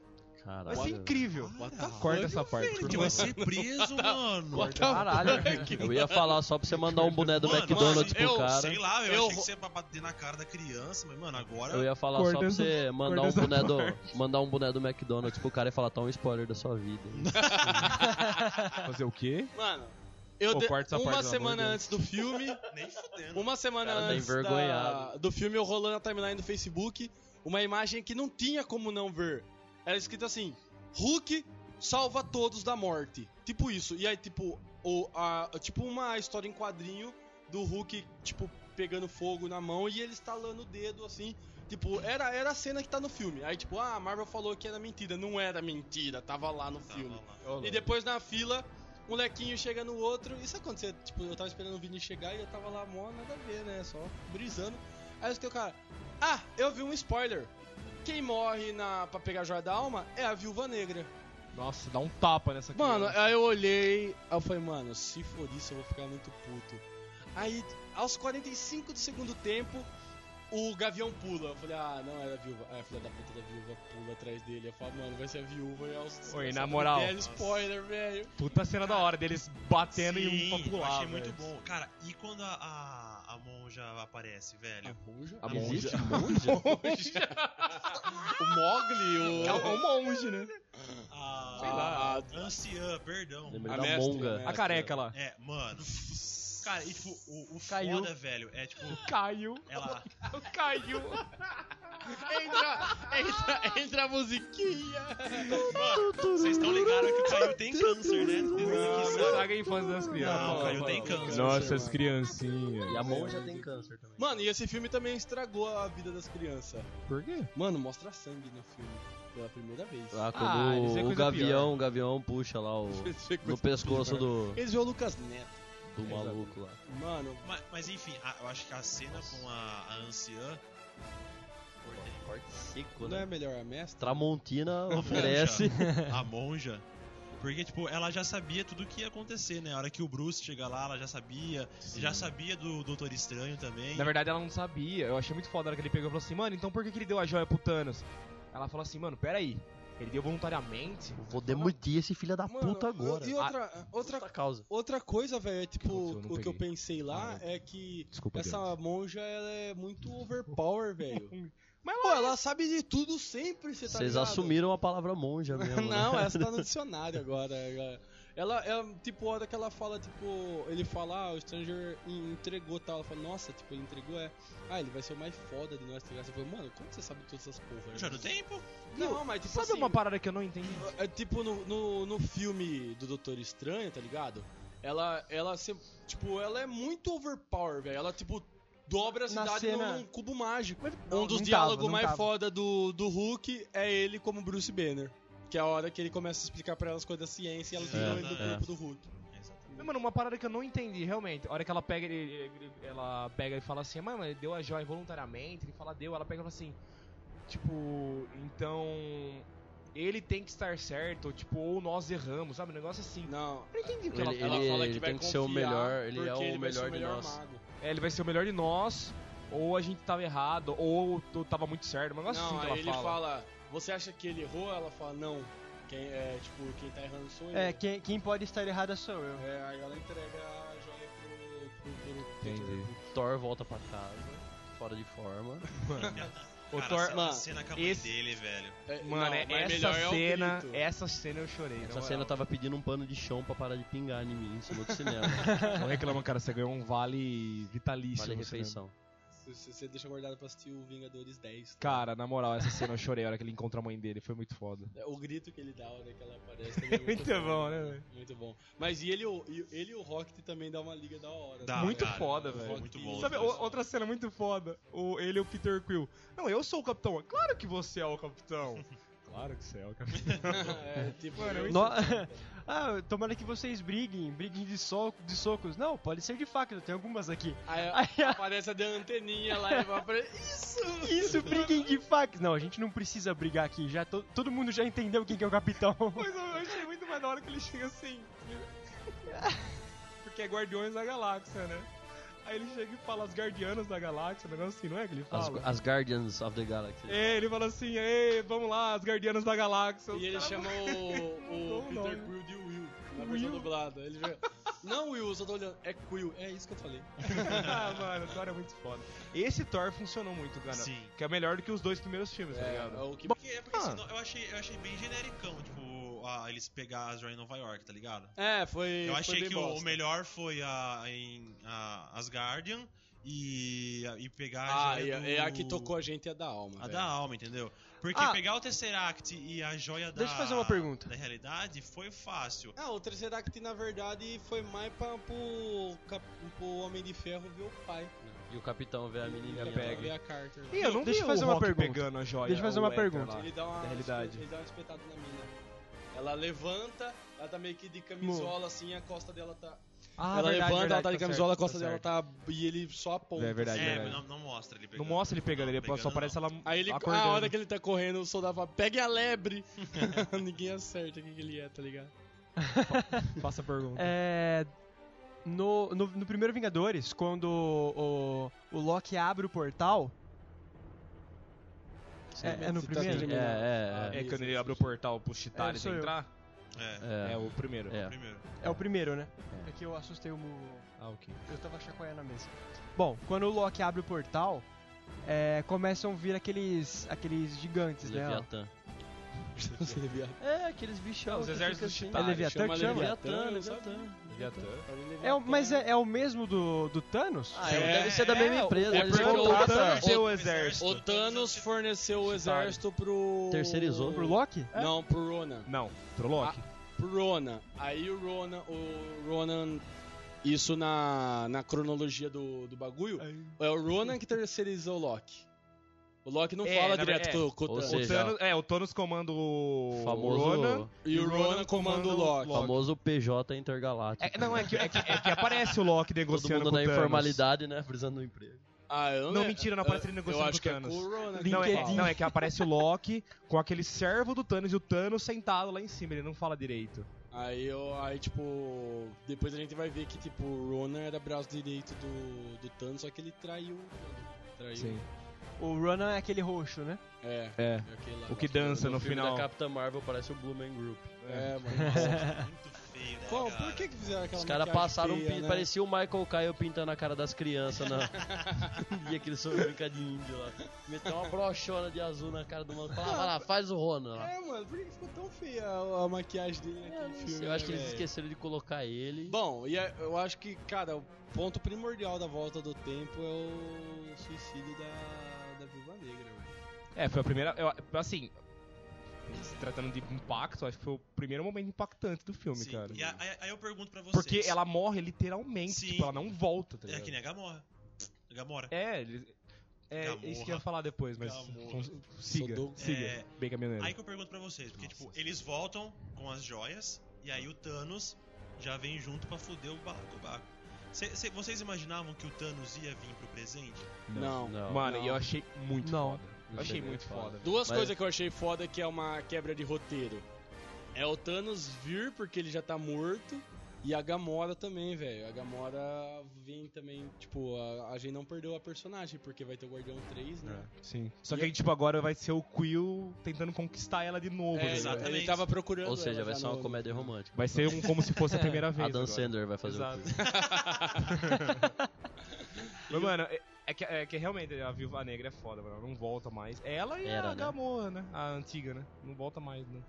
Speaker 6: Vai
Speaker 3: Caralho.
Speaker 6: ser incrível.
Speaker 1: What the
Speaker 6: Corta essa parte, por
Speaker 1: Que vai ser preso, mano.
Speaker 7: Caralho.
Speaker 3: Eu ia falar só pra você mandar um boné do
Speaker 1: Mano,
Speaker 3: McDonald's
Speaker 1: mas
Speaker 3: pro
Speaker 5: eu
Speaker 3: cara.
Speaker 1: Sei lá, eu,
Speaker 5: Eu
Speaker 1: achei
Speaker 5: vou-
Speaker 1: que você ia bater na cara da criança, mas, mano, agora.
Speaker 3: Eu ia falar só pra
Speaker 6: Cordas-
Speaker 3: você mandar um,
Speaker 6: cordas à
Speaker 3: boné do, mandar um boné do McDonald's pro cara e falar, tá um spoiler da sua vida.
Speaker 6: Fazer o quê?
Speaker 5: Mano, eu
Speaker 6: Pô,
Speaker 5: de-
Speaker 6: corta essa parte,
Speaker 5: uma
Speaker 6: pelo
Speaker 5: semana
Speaker 6: amor de
Speaker 5: antes do filme,
Speaker 1: Nem fudendo.
Speaker 5: uma semana
Speaker 3: Cara, tá
Speaker 5: antes da-
Speaker 3: envergonhado.
Speaker 5: do filme eu rolando a timeline do Facebook, uma imagem que não tinha como não ver. Era escrito assim: Hulk salva todos da morte. Tipo isso. E aí tipo o a, tipo uma história em quadrinho do Hulk tipo pegando fogo na mão e ele estalando o dedo assim. Tipo, era, era a cena que tá no filme. Aí, tipo, ah, a Marvel falou que era mentira. Não era mentira, tava lá
Speaker 1: tá
Speaker 5: no filme. E depois na fila, um molequinho chega no outro. Isso acontecia, tipo, eu tava esperando o Vini chegar e eu tava lá, mó nada a ver, né? Só brisando. Aí eu escutei o cara, ah, eu vi um spoiler. Quem morre na, pra pegar a joia da alma é a viúva negra.
Speaker 6: Nossa, dá um tapa nessa
Speaker 5: Mano,
Speaker 6: criança.
Speaker 5: aí eu olhei, aí eu falei, mano, se for isso eu vou ficar muito puto. Aí, aos 45 do segundo tempo, o Gavião pula. Eu falei, ah, não era a viúva. Ah, filha da puta da viúva pula atrás dele. Eu falei, mano, vai ser a viúva e aos.
Speaker 6: Oi,
Speaker 5: aos
Speaker 6: na moral.
Speaker 5: 10 spoiler, velho.
Speaker 6: Puta cena da hora deles batendo e
Speaker 1: Sim,
Speaker 6: um pra
Speaker 1: eu
Speaker 6: pular.
Speaker 1: achei
Speaker 6: velho.
Speaker 1: muito bom. Cara, e quando a, a, a monja aparece,
Speaker 5: <laughs>
Speaker 1: velho?
Speaker 5: Monja?
Speaker 3: <laughs>
Speaker 1: A monja.
Speaker 3: Existe um monja?
Speaker 5: O Mogli, o.
Speaker 7: É um monge, né?
Speaker 1: A,
Speaker 5: Sei lá.
Speaker 1: a anciã, perdão.
Speaker 3: Lembrei
Speaker 5: <laughs> A
Speaker 3: da
Speaker 5: mestre,
Speaker 3: monga.
Speaker 5: né?
Speaker 6: A careca lá.
Speaker 1: É, mano. Cara, e tipo, o, o
Speaker 7: Caiu.
Speaker 1: foda, velho, é tipo,
Speaker 6: Caiu.
Speaker 1: ela. <laughs>
Speaker 6: Caiu.
Speaker 5: Entra, entra, entra a musiquinha.
Speaker 1: Mano, vocês estão ligados que o Caio tem câncer, né? Vocês têm que saber.
Speaker 6: Estraga a infância das crianças.
Speaker 1: Não, Caio tem
Speaker 7: é-
Speaker 1: câncer.
Speaker 6: Nossa, as criancinhas.
Speaker 3: E a monja tem câncer também.
Speaker 5: Mano, e esse filme também estragou a vida das crianças.
Speaker 6: Por quê?
Speaker 5: Mano, mostra sangue no filme. Pela primeira vez. <laughs>
Speaker 3: Lá
Speaker 6: Ah,
Speaker 3: quando
Speaker 6: eles é
Speaker 3: o
Speaker 6: coisa
Speaker 3: gavião, o gavião puxa lá o...
Speaker 5: Esse é coisa
Speaker 3: No pescoço
Speaker 5: pior.
Speaker 3: do,
Speaker 5: Eles viram o Lucas Neto.
Speaker 3: do maluco lá.
Speaker 5: Mano,
Speaker 1: Mas, mas enfim, a- eu acho que a cena com a, a anciã.
Speaker 3: Corte seco,
Speaker 5: não é melhor a mestra?
Speaker 3: Tramontina oferece.
Speaker 1: a monja. Porque, tipo, ela já sabia tudo o que ia acontecer, né? A hora que o Bruce chega lá, ela já sabia. Já sabia do Doutor Estranho também.
Speaker 6: Na verdade, ela não sabia. Eu achei muito foda a hora que ele pegou e falou assim, mano, então por que, que ele deu a joia pro Thanos? Ela falou assim, mano, peraí. Ele deu voluntariamente?
Speaker 3: Eu Vou demitir esse filho da
Speaker 5: Mano,
Speaker 3: Tá puta agora.
Speaker 5: E outra, outra,
Speaker 3: Outra Ah, causa.
Speaker 5: outra coisa, velho, é tipo,
Speaker 6: aconteceu? Eu não
Speaker 5: o que eu
Speaker 6: peguei.
Speaker 5: pensei lá
Speaker 6: Ah,
Speaker 5: é que
Speaker 6: Desculpa,
Speaker 5: essa
Speaker 6: Deus.
Speaker 5: monja ela é muito overpower, velho.
Speaker 6: Mas
Speaker 5: Pô, ela sabe de tudo sempre, você tá
Speaker 3: Vocês
Speaker 5: ligado?
Speaker 3: assumiram a palavra monja mesmo.
Speaker 5: <laughs>
Speaker 3: né?
Speaker 5: Não, essa tá no dicionário agora. agora. Ela, ela, tipo, a hora que ela fala, tipo, ele fala, ah, o Stranger en- entregou tal. Ela fala, nossa, tipo, ele entregou, é. Ah, ele vai ser o mais foda de nós, tá ligado? Você fala, mano, como você sabe todas essas porras?
Speaker 1: Já no tempo?
Speaker 5: Não, mas tipo
Speaker 6: Sabe
Speaker 5: assim,
Speaker 6: uma parada que eu não entendi?
Speaker 5: é tipo no, no, no filme do Doutor Estranho, tá ligado? Ela, ela, se- tipo, ela é muito overpower, velho. Ela, tipo, dobra a
Speaker 7: Na
Speaker 5: cidade
Speaker 7: cena-
Speaker 5: num cubo mágico.
Speaker 7: Não,
Speaker 5: um dos
Speaker 7: não
Speaker 5: diálogos
Speaker 7: tava, não
Speaker 5: mais
Speaker 7: tava.
Speaker 5: foda do, do Hulk é ele como Bruce Banner. Que é a hora que ele começa a explicar pra elas coisas da ciência e elas
Speaker 1: É,
Speaker 5: tiram ele do
Speaker 1: é.
Speaker 5: corpo do Hulk.
Speaker 6: Mas, mano, uma parada que eu não entendi, realmente. A hora que ela pega, ele, ele- ela pega e fala assim, mano, ele deu a joia voluntariamente, ele fala, deu, ela pega e fala assim, tipo, então. Ele tem que estar certo, ou, tipo, ou nós erramos, sabe? Um negócio assim.
Speaker 5: Não.
Speaker 6: Eu não entendi o que
Speaker 3: Ele-
Speaker 6: ela
Speaker 5: Ela
Speaker 3: ele-
Speaker 5: fala que
Speaker 3: ele
Speaker 5: vai
Speaker 3: tem que ser o
Speaker 5: confiar
Speaker 3: melhor, ele
Speaker 5: porque
Speaker 3: é o
Speaker 5: vai ser
Speaker 3: melhor de nós.
Speaker 5: mago.
Speaker 6: É, ele vai ser o melhor de nós, ou a gente tava errado, ou eu tava muito certo. Um negócio
Speaker 5: Não,
Speaker 6: assim que
Speaker 5: aí
Speaker 6: ela
Speaker 5: ele
Speaker 6: fala.
Speaker 5: fala, você acha que ele errou? Ela fala, não. Quem é, tipo, quem tá errando sou eu.
Speaker 7: É, quem, quem pode estar errada sou eu.
Speaker 5: É, aí ela entrega a joia pro. pro, pro, pro
Speaker 3: Entendi. Thor volta pra casa, fora de forma.
Speaker 6: O
Speaker 1: Cara,
Speaker 6: Thor-
Speaker 1: essa
Speaker 6: mano,
Speaker 1: cena com a mãe
Speaker 6: esse-
Speaker 1: dele, velho.
Speaker 5: É,
Speaker 6: Mano,
Speaker 5: não,
Speaker 6: é-
Speaker 5: mas
Speaker 6: essa
Speaker 5: melhor é o
Speaker 6: cena,
Speaker 5: grito.
Speaker 6: essa cena eu chorei.
Speaker 3: Essa cena eu tava pedindo um pano de chão pra parar de pingar em mim em cima do cinema.
Speaker 6: Não reclama, cara, você ganhou um vale vitalício.
Speaker 3: vale
Speaker 6: no cinema.
Speaker 3: refeição.
Speaker 5: Se- se Você deixa guardado pra assistir o Vingadores 10. tá?
Speaker 6: Cara, na moral, essa cena eu chorei a hora que ele encontra a mãe dele, foi muito foda.
Speaker 5: É, O grito que ele dá a hora que ela aparece também é muito,
Speaker 6: né, velho?
Speaker 5: Muito bom. Mas e ele, e o- e ele e o Rocket também dá uma liga da hora.
Speaker 1: Dá,
Speaker 5: né?
Speaker 6: Muito
Speaker 1: cara,
Speaker 6: foda,
Speaker 5: muito
Speaker 6: velho.
Speaker 1: Muito bom.
Speaker 6: Sabe, o- outra cena muito foda. O, ele e o Peter Quill. Não, eu sou o capitão. Claro que você é
Speaker 5: <laughs>
Speaker 6: o capitão. claro que você é o capitão.
Speaker 5: é, tipo,
Speaker 6: Mano,
Speaker 5: eu-
Speaker 7: No- <laughs> ah, tomara que vocês briguem, briguem de, so... de socos. Não, pode ser de facas, eu tenho algumas aqui.
Speaker 5: Aí
Speaker 7: Aí a-
Speaker 5: aparece a da anteninha lá e vai pra... Isso!
Speaker 7: Isso, briguem de facas. Não, a gente não precisa brigar aqui, já to- todo mundo já entendeu quem que é o capitão.
Speaker 6: Mas eu achei muito mais da hora que ele chega assim. <laughs> Porque é Guardiões da Galáxia, né? Aí ele chega e fala as Guardianas da Galáxia, um negócio assim, não é que ele
Speaker 3: As,
Speaker 6: fala?
Speaker 3: as Guardians of the Galaxy.
Speaker 6: É, ele fala assim, ei, vamos lá, as Guardianas da Galáxia. Os
Speaker 5: E ele
Speaker 6: caras-
Speaker 5: chama o, o
Speaker 6: Não,
Speaker 5: Peter
Speaker 6: não.
Speaker 5: Quill de Will, na versão dublada. Ele já... Não, Will, eu só tô olhando. É Quill, é isso que eu falei.
Speaker 6: ah, mano, o Thor é muito foda. Esse Thor funcionou muito, cara.
Speaker 1: Sim.
Speaker 6: Que é melhor do que os dois primeiros filmes, tá
Speaker 5: É,
Speaker 6: ligado?
Speaker 5: é o que...
Speaker 1: Porque, é porque
Speaker 6: Ah.
Speaker 1: senão eu achei, eu achei bem genericão, tipo, a- eles pegar as Joy em Nova York, tá ligado?
Speaker 5: É, foi.
Speaker 1: Eu
Speaker 5: foi
Speaker 1: achei
Speaker 5: bem
Speaker 1: que o,
Speaker 5: bosta.
Speaker 1: o melhor foi a, em, a Asgardian e, e pegar a
Speaker 5: Ah, e
Speaker 1: joia
Speaker 5: a,
Speaker 1: do-
Speaker 5: e a que tocou a gente é da alma.
Speaker 1: a
Speaker 5: velho.
Speaker 1: da alma, entendeu? Porque
Speaker 7: Ah.
Speaker 1: pegar o Tesseract e a joia da
Speaker 7: Deixa eu fazer uma pergunta.
Speaker 1: da realidade foi fácil.
Speaker 6: É
Speaker 5: Ah, o Tesseract na verdade foi mais pra, pro, cap- pro Homem de Ferro ver o pai.
Speaker 3: E o capitão
Speaker 5: É,
Speaker 3: vê a menininha.
Speaker 5: Ele
Speaker 3: lá.
Speaker 5: Ver a Carter. lá.
Speaker 6: Ih, eu não
Speaker 7: Deixa
Speaker 6: vi
Speaker 7: eu fazer
Speaker 6: o
Speaker 7: uma
Speaker 6: Rock
Speaker 7: pergunta.
Speaker 6: pegando a joia.
Speaker 7: Deixa eu fazer uma
Speaker 6: o Éter
Speaker 7: pergunta.
Speaker 6: lá.
Speaker 5: Ele dá uma,
Speaker 6: da realidade.
Speaker 5: Ele dá uma espetada na mina. Ela levanta, ela tá meio que de camisola assim, a costa dela tá.
Speaker 6: Ah,
Speaker 5: ela
Speaker 6: verdade,
Speaker 5: levanta,
Speaker 6: verdade,
Speaker 5: ela tá de camisola, a costa
Speaker 6: certo,
Speaker 5: dela
Speaker 6: tá
Speaker 5: tá. E ele só aponta.
Speaker 6: É verdade,
Speaker 1: é,
Speaker 5: assim.
Speaker 6: verdade.
Speaker 1: mas não, não mostra ele
Speaker 6: certo. Não
Speaker 1: pegando.
Speaker 6: mostra ele pegando, ele
Speaker 1: Pegando,
Speaker 6: só aparece
Speaker 1: não.
Speaker 6: ela
Speaker 5: Aí ele,
Speaker 6: acordando.
Speaker 5: a hora que ele tá correndo, o soldado fala: pegue a
Speaker 6: <laughs>
Speaker 5: lebre! <laughs> Ninguém acerta o que que ele é, tá ligado?
Speaker 6: Faça a pergunta.
Speaker 7: É, no, no, no primeiro Vingadores, quando o, o, o Loki abre o portal. É, é no
Speaker 5: Você tá
Speaker 7: primeiro?
Speaker 5: terminando.
Speaker 3: É,
Speaker 6: É
Speaker 5: isso,
Speaker 6: quando ele
Speaker 5: isso,
Speaker 6: abre o
Speaker 5: isso.
Speaker 6: portal pros Titares
Speaker 7: sou eu.
Speaker 6: entrar?
Speaker 1: É,
Speaker 3: É,
Speaker 6: É, o primeiro.
Speaker 3: é.
Speaker 6: <laughs>
Speaker 1: primeiro.
Speaker 7: É o primeiro, né? É que eu assustei o. mu-
Speaker 6: Ah, ok.
Speaker 7: Eu tava chacoalhando a mesa. Bom, quando o Loki abre o portal, é, começam a vir aqueles, aqueles gigantes, né? ó.
Speaker 3: Leviatã.
Speaker 5: Você devia-
Speaker 3: É, aqueles bichão.
Speaker 6: Os
Speaker 5: Então,
Speaker 3: que
Speaker 6: exércitos
Speaker 5: assim,
Speaker 3: fica
Speaker 7: É
Speaker 6: Ah,
Speaker 7: Leviatã
Speaker 5: chama
Speaker 7: que chama?
Speaker 5: Leviatã.
Speaker 3: Leviatã,
Speaker 6: né,
Speaker 5: Leviatã.
Speaker 3: Leviatã.
Speaker 7: É, o- mas é, é o mesmo do, do Thanos?
Speaker 3: Ah, é, deve ser da mesma
Speaker 5: é,
Speaker 3: empresa. né?
Speaker 5: é
Speaker 3: eles
Speaker 5: porque o
Speaker 3: contratam-
Speaker 5: Thanos-
Speaker 6: Seu
Speaker 1: O
Speaker 6: exército.
Speaker 5: O Thanos forneceu o exército pro. É,
Speaker 3: Terceirizou.
Speaker 7: Pro Loki?
Speaker 5: Não, pro Ronan.
Speaker 6: Não, pro Loki.
Speaker 5: Pro Ronan. Aí o Ronan. O Ronan. Isso na, na cronologia do, do bagulho. É o Ronan que terceirizou o Loki. O Loki não
Speaker 6: É,
Speaker 5: fala
Speaker 6: na
Speaker 5: direto
Speaker 6: ver-
Speaker 5: com, com
Speaker 3: Ou
Speaker 5: o Thanos.
Speaker 6: O
Speaker 3: seja,
Speaker 6: Thanos, é, o Thanos comanda o.
Speaker 3: famoso,
Speaker 6: Ronan.
Speaker 5: E o Ronan comanda o Loki.
Speaker 3: famoso PJ intergaláctico.
Speaker 6: É, não, é que, é, que, é que aparece o Loki
Speaker 3: Todo
Speaker 6: negociando
Speaker 3: mundo
Speaker 6: com o
Speaker 3: na
Speaker 6: Thanos.
Speaker 3: informalidade, né? Precisando do emprego.
Speaker 5: Ah, eu
Speaker 6: Não,
Speaker 5: le-
Speaker 6: mentira, não aparece ele
Speaker 5: Eu
Speaker 6: negociando com
Speaker 5: acho
Speaker 6: o
Speaker 5: que é
Speaker 6: Thanos.
Speaker 5: com o Ronan. que
Speaker 6: Não é,
Speaker 5: fala.
Speaker 6: não, é que aparece o Loki com aquele servo do Thanos e o Thanos sentado lá em cima, ele não fala direito.
Speaker 5: Aí, eu, aí, tipo, depois a gente vai ver que, tipo, o Ronan era braço direito do, do Thanos, só que ele traiu. o Ronan. Traiu.
Speaker 7: O Ronan é aquele roxo, né?
Speaker 5: É.
Speaker 6: É.
Speaker 5: é aquele lá,
Speaker 6: O que
Speaker 5: eu acho é
Speaker 6: dança
Speaker 5: do
Speaker 6: no
Speaker 5: filme.
Speaker 3: filme
Speaker 6: final.
Speaker 3: da Capitã Marvel parece o Blue Man Group.
Speaker 5: É, mano.
Speaker 1: Muito feio, né,
Speaker 5: Qual,
Speaker 1: cara?
Speaker 5: por Então, que que fizeram aquela
Speaker 3: Os caras
Speaker 5: maquiagem
Speaker 3: passaram um
Speaker 5: feia,
Speaker 3: pin-
Speaker 5: né?
Speaker 3: parecia o Michael Caio pintando a cara das crianças na... <laughs> e aquele sorriso de índio lá. Meteu uma brochona de azul na cara do mano. Fala, vai lá, faz o Ronan lá.
Speaker 5: É, mano, por que que ficou tão feia a, a maquiagem dele naquele
Speaker 3: Eu não
Speaker 5: filme?
Speaker 3: sei, Eu acho que
Speaker 5: né,
Speaker 3: eles
Speaker 5: velho?
Speaker 3: esqueceram de colocar ele.
Speaker 5: Bom, e é- eu acho que, cara, o ponto primordial da volta do tempo é o suicídio da, da Viúva Negra, velho.
Speaker 6: É, foi a primeira. eu- assim, se tratando de impacto, acho que foi o primeiro momento impactante do filme,
Speaker 1: Sim.
Speaker 6: cara.
Speaker 1: E a- aí, aí eu pergunto pra vocês.
Speaker 6: Porque ela morre literalmente,
Speaker 1: Sim.
Speaker 6: tipo, ela não volta, tá
Speaker 1: É que
Speaker 6: ligado?
Speaker 1: nem a Gamora. A Gamora.
Speaker 6: É, ele- é,
Speaker 1: Gamorra.
Speaker 6: isso que eu ia falar depois, mas
Speaker 1: Gamorra.
Speaker 6: cons- siga,
Speaker 5: Sou do-
Speaker 6: siga,
Speaker 1: É,
Speaker 6: bem caminhoneiro.
Speaker 1: Aí que eu pergunto pra vocês, porque, tipo, eles voltam com as joias, e aí o Thanos já vem junto pra foder o balacobaco. Cê- cê- vocês imaginavam que o Thanos ia vir pro presente?
Speaker 5: Não.
Speaker 3: Mano,
Speaker 6: Mano, e eu achei muito
Speaker 7: Não.
Speaker 6: foda. Eu achei muito foda.
Speaker 5: Duas
Speaker 3: Mas-
Speaker 5: coisas que eu achei foda que é uma quebra de roteiro. É o Thanos vir porque ele já tá morto. E a Gamora também, velho. A Gamora vem também, tipo, a, a gente não perdeu a personagem, porque vai ter o Guardião 3, né?
Speaker 6: Sim. É. Só que aí, tipo, agora vai ser o Quill tentando conquistar ela de novo.
Speaker 5: É,
Speaker 6: né?
Speaker 1: exato. exatamente.
Speaker 5: Ele tava procurando.
Speaker 3: Ou seja,
Speaker 5: ela
Speaker 3: vai
Speaker 5: já
Speaker 3: ser uma
Speaker 5: no-
Speaker 3: comédia romântica.
Speaker 6: Vai ser um, como se fosse a primeira vez.
Speaker 3: Adam
Speaker 6: agora.
Speaker 3: Sandler vai fazer
Speaker 6: Exato.
Speaker 3: o
Speaker 6: <laughs>
Speaker 3: Quill.
Speaker 6: Mas, mano, é, é que, é que realmente a Viúva Negra é foda, mano. Não volta mais. É Ela e
Speaker 3: Era,
Speaker 6: a
Speaker 3: né?
Speaker 6: Gamora, né? A antiga, né? Não volta mais, né?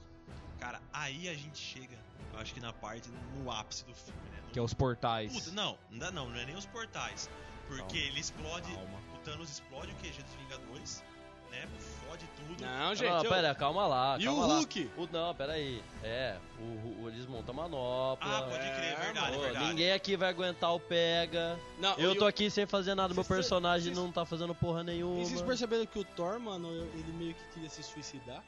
Speaker 1: Cara, aí a gente chega, eu acho que na parte, no ápice do filme, né? No-
Speaker 6: Que é os portais.
Speaker 1: Puta, não, ainda não, não é nem os portais. Porque ele explode, o Thanos explode o QG dos Vingadores, né? Fode tudo.
Speaker 5: Não, gente.
Speaker 3: Não,
Speaker 5: eu-
Speaker 3: Ah, pera, calma lá.
Speaker 5: E
Speaker 3: calma
Speaker 5: o
Speaker 3: lá.
Speaker 5: Hulk?
Speaker 3: O, não, pera aí. É, o, Hu- o- eles montam a manopla.
Speaker 1: Ah, pode crer, é verdade,
Speaker 3: Pô,
Speaker 1: é verdade.
Speaker 3: tipo, Ninguém aqui vai aguentar o pega.
Speaker 5: Não,
Speaker 3: Eu
Speaker 5: e
Speaker 3: tô
Speaker 5: o-
Speaker 3: aqui sem fazer nada, meu
Speaker 5: Vocês-
Speaker 3: personagem
Speaker 5: vocês-
Speaker 3: não tá fazendo porra nenhuma.
Speaker 5: E vocês perceberam que o Thor, mano, eu- ele meio que queria se suicidar?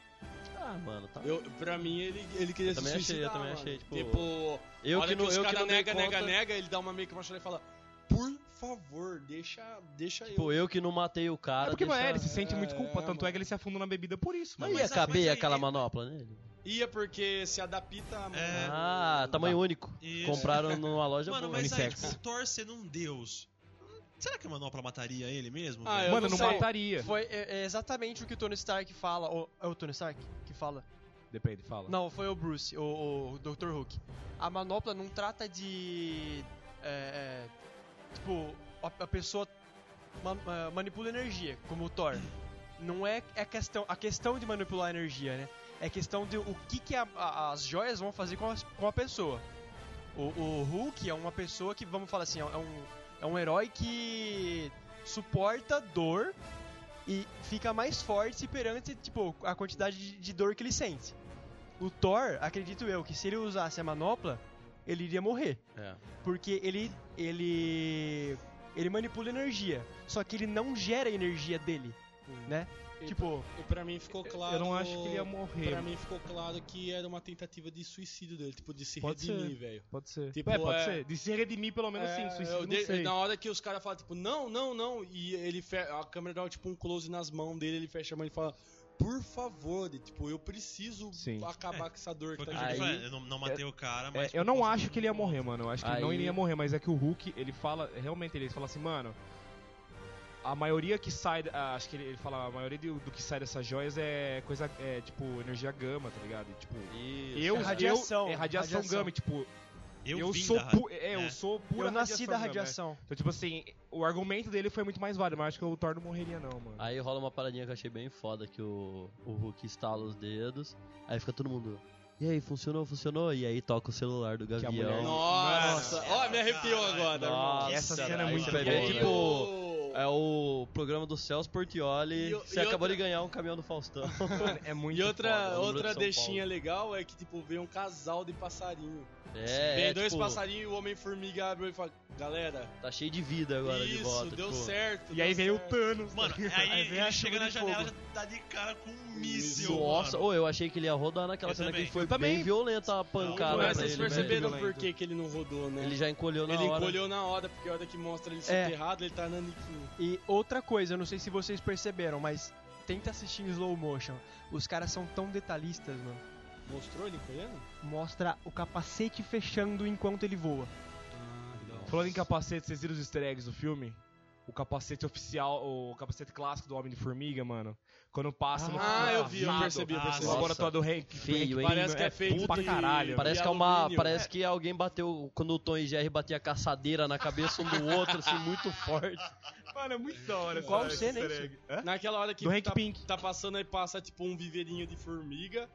Speaker 3: Ah, mano, tá.
Speaker 5: Eu, pra mim, ele, ele queria
Speaker 3: Eu
Speaker 5: se
Speaker 3: também achei,
Speaker 5: suicidar.
Speaker 3: eu também
Speaker 5: mano.
Speaker 3: achei, tipo,
Speaker 5: tipo
Speaker 3: Eu
Speaker 5: a hora
Speaker 3: que não,
Speaker 5: os
Speaker 3: eu que
Speaker 5: cara
Speaker 3: não dei
Speaker 5: nega,
Speaker 3: conta,
Speaker 5: nega, nega, ele dá uma meio que machada e fala: Por favor, deixa, deixa
Speaker 3: Tipo, eu que não matei o cara.
Speaker 6: É porque, mano,
Speaker 3: deixa-
Speaker 6: ele se sente muito
Speaker 5: É,
Speaker 6: culpa. Tanto
Speaker 5: mano.
Speaker 6: é que ele se afunda na bebida por isso,
Speaker 3: Não
Speaker 6: mano.
Speaker 3: ia
Speaker 1: Mas- mas
Speaker 3: caber
Speaker 1: aí-
Speaker 3: aquela manopla nele?
Speaker 5: Ia porque se adapta a.
Speaker 1: É.
Speaker 3: Ah,
Speaker 6: tá
Speaker 3: tamanho único.
Speaker 1: Isso.
Speaker 3: Compraram numa loja
Speaker 1: Mano,
Speaker 3: boa.
Speaker 1: mas aí,
Speaker 6: Unissex.
Speaker 1: tipo, o Thor sendo um deus. Será que a manopla mataria ele mesmo?
Speaker 5: Ah,
Speaker 1: velho?
Speaker 5: eu
Speaker 6: Mano,
Speaker 5: não
Speaker 6: não,
Speaker 5: sei.
Speaker 6: mataria.
Speaker 7: Foi é, é exatamente o que o Tony Stark fala. ou- é o Tony Stark que fala?
Speaker 6: Depende, fala.
Speaker 7: Não, foi o Bruce, o, o Dr. Hulk. A manopla não trata de. é, é, tipo, a, a pessoa ma- ma- manipula energia, como o Thor. Não é, é questão, a questão de manipular energia, né? É questão de o que, que a- a- as joias vão fazer com, as- com a pessoa. O, o Hulk é uma pessoa que, vamos falar assim, é um, é um herói que suporta dor e fica mais forte perante, tipo, a quantidade de- de dor que ele sente. O Thor, acredito eu, que se ele usasse a manopla, ele iria morrer.
Speaker 3: É.
Speaker 7: Porque ele. ele. ele manipula energia. Só que ele não gera a energia dele, né?
Speaker 5: E
Speaker 7: tipo,
Speaker 5: E pra mim ficou claro.
Speaker 6: Eu não acho que ele ia morrer.
Speaker 5: Pra mim ficou claro que era uma tentativa de suicídio dele, tipo, de se
Speaker 6: Pode ser.
Speaker 5: redimir, velho.
Speaker 6: Pode ser.
Speaker 5: Tipo,
Speaker 6: é, pode
Speaker 5: é-
Speaker 6: ser. De se redimir, pelo menos, sim.
Speaker 5: É,
Speaker 6: Suicídio,
Speaker 5: eu
Speaker 6: não
Speaker 5: dei-
Speaker 6: sei.
Speaker 5: Na hora que os caras falam, tipo, não, não, não, e ele fe- a câmera dá tipo um close nas mãos dele, ele fecha a mão e fala, por favor, e, tipo, eu preciso
Speaker 6: Sim.
Speaker 5: acabar com essa dor.
Speaker 1: Foi o
Speaker 5: tá
Speaker 1: que eu
Speaker 5: ligado?
Speaker 1: joguei
Speaker 3: Aí-
Speaker 1: pra ela, eu não, não matei o cara,
Speaker 6: É,
Speaker 1: mas.
Speaker 6: eu não acho que ele ia morrer, mano. Eu acho que ele não
Speaker 3: Aí-
Speaker 6: iria morrer, mas é que o Hulk, ele fala, realmente, ele fala assim, mano. A maioria que sai, ah, acho que ele, ele fala, a maioria do, do que sai dessas joias é coisa, é tipo, energia gama, tá ligado? E, tipo,
Speaker 3: Isso.
Speaker 6: eu,
Speaker 7: é radiação,
Speaker 6: eu- é radiação,
Speaker 7: radiação.
Speaker 6: gama, e, tipo, eu,
Speaker 1: Eu, vim
Speaker 6: sou
Speaker 1: da-
Speaker 6: pu- é,
Speaker 1: né?
Speaker 6: eu sou pura
Speaker 7: eu nasci da
Speaker 6: gama,
Speaker 7: radiação.
Speaker 6: né? Então, tipo assim, o argumento dele foi muito mais válido, mas acho que o Thor não morreria não, mano.
Speaker 7: Ah,
Speaker 3: Aí rola uma paradinha que eu achei bem foda, que o, o Hulk estala os dedos, aí fica todo mundo. E aí, funcionou, funcionou? E aí toca o celular do
Speaker 6: a
Speaker 3: Gavião.
Speaker 6: mulher-
Speaker 5: Nossa,
Speaker 1: Nossa.
Speaker 5: ó, me arrepiou
Speaker 1: Caralho.
Speaker 5: agora. irmão.
Speaker 3: Nossa,
Speaker 6: Essa cena é
Speaker 3: daí
Speaker 6: muito
Speaker 3: foi
Speaker 6: boa,
Speaker 3: bem,
Speaker 6: né?
Speaker 3: tipo,
Speaker 5: Tipo,
Speaker 3: é o programa do Celso Portioli.
Speaker 5: E o-
Speaker 3: você
Speaker 5: e
Speaker 3: acabou
Speaker 5: outra-
Speaker 3: de ganhar um caminhão do
Speaker 5: <laughs>
Speaker 3: Faustão.
Speaker 6: é muito
Speaker 5: E outra,
Speaker 3: um tipo foda, o número de
Speaker 5: outra
Speaker 3: São
Speaker 5: deixinha legal é que, tipo, vem um casal de passarinho.
Speaker 3: é,
Speaker 5: vem
Speaker 3: é,
Speaker 5: dois
Speaker 3: tipo,
Speaker 5: passarinhos e o Homem-Formiga abre e fala, galera,
Speaker 3: Tá cheio de vida agora
Speaker 5: isso,
Speaker 3: de volta.
Speaker 5: deu
Speaker 3: tipo,
Speaker 5: certo.
Speaker 6: E aí
Speaker 5: deu
Speaker 6: veio o
Speaker 5: certo.
Speaker 6: Thanos.
Speaker 1: Mano, aí,
Speaker 7: Aí vem a
Speaker 1: ele chega
Speaker 7: chuva
Speaker 1: na
Speaker 7: de
Speaker 1: janela
Speaker 7: fogo.
Speaker 1: já tá de cara com um míssil.
Speaker 3: Nossa,
Speaker 1: mano.
Speaker 3: ou eu achei que ele ia rodar naquela
Speaker 1: Eu
Speaker 3: cena
Speaker 1: também.
Speaker 3: que foi
Speaker 6: Eu também.
Speaker 3: bem violenta a pancada.
Speaker 5: Ah, Mas
Speaker 3: pra
Speaker 5: é, vocês
Speaker 3: ele,
Speaker 5: perceberam
Speaker 6: velho.
Speaker 5: por que, que ele não rodou, né?
Speaker 3: velho. então. Ele já encolheu na
Speaker 5: Ele
Speaker 3: hora.
Speaker 5: encolheu na hora, porque a hora que mostra ele
Speaker 7: É.
Speaker 5: soterrado, ele tá naniquinho.
Speaker 7: E outra coisa, eu não sei se vocês perceberam, mas tenta assistir em slow motion. Os caras são tão detalhistas, mano.
Speaker 5: Mostrou ele encolhendo?
Speaker 7: Mostra o capacete fechando enquanto ele voa.
Speaker 6: Falando em capacete, vocês viram os easter eggs do filme? O capacete oficial, o capacete clássico do Homem-de-Formiga, mano. Quando passa no
Speaker 5: Ah, eu vi, eu
Speaker 6: vazado,
Speaker 5: percebi, eu
Speaker 1: Ah,
Speaker 5: percebi.
Speaker 6: No
Speaker 3: Nossa.
Speaker 6: laboratório do Hank.
Speaker 3: Feio, hein?
Speaker 5: Parece que é feito
Speaker 6: bom pra
Speaker 5: de-
Speaker 6: caralho.
Speaker 3: Parece
Speaker 5: de
Speaker 3: que é uma.
Speaker 5: alumínio.
Speaker 3: Parece que alguém bateu. Quando o Tom e Jerry batia a caçadeira na cabeça um do outro, assim, muito forte.
Speaker 6: Mano, é muito da hora.
Speaker 7: Qual
Speaker 6: esse
Speaker 7: cena, é
Speaker 6: easter
Speaker 7: hein,
Speaker 6: egg. Hã?
Speaker 5: Naquela hora que
Speaker 6: Do Hank
Speaker 5: tá,
Speaker 6: Pink.
Speaker 5: tá passando, aí passa tipo um viveirinho de formiga.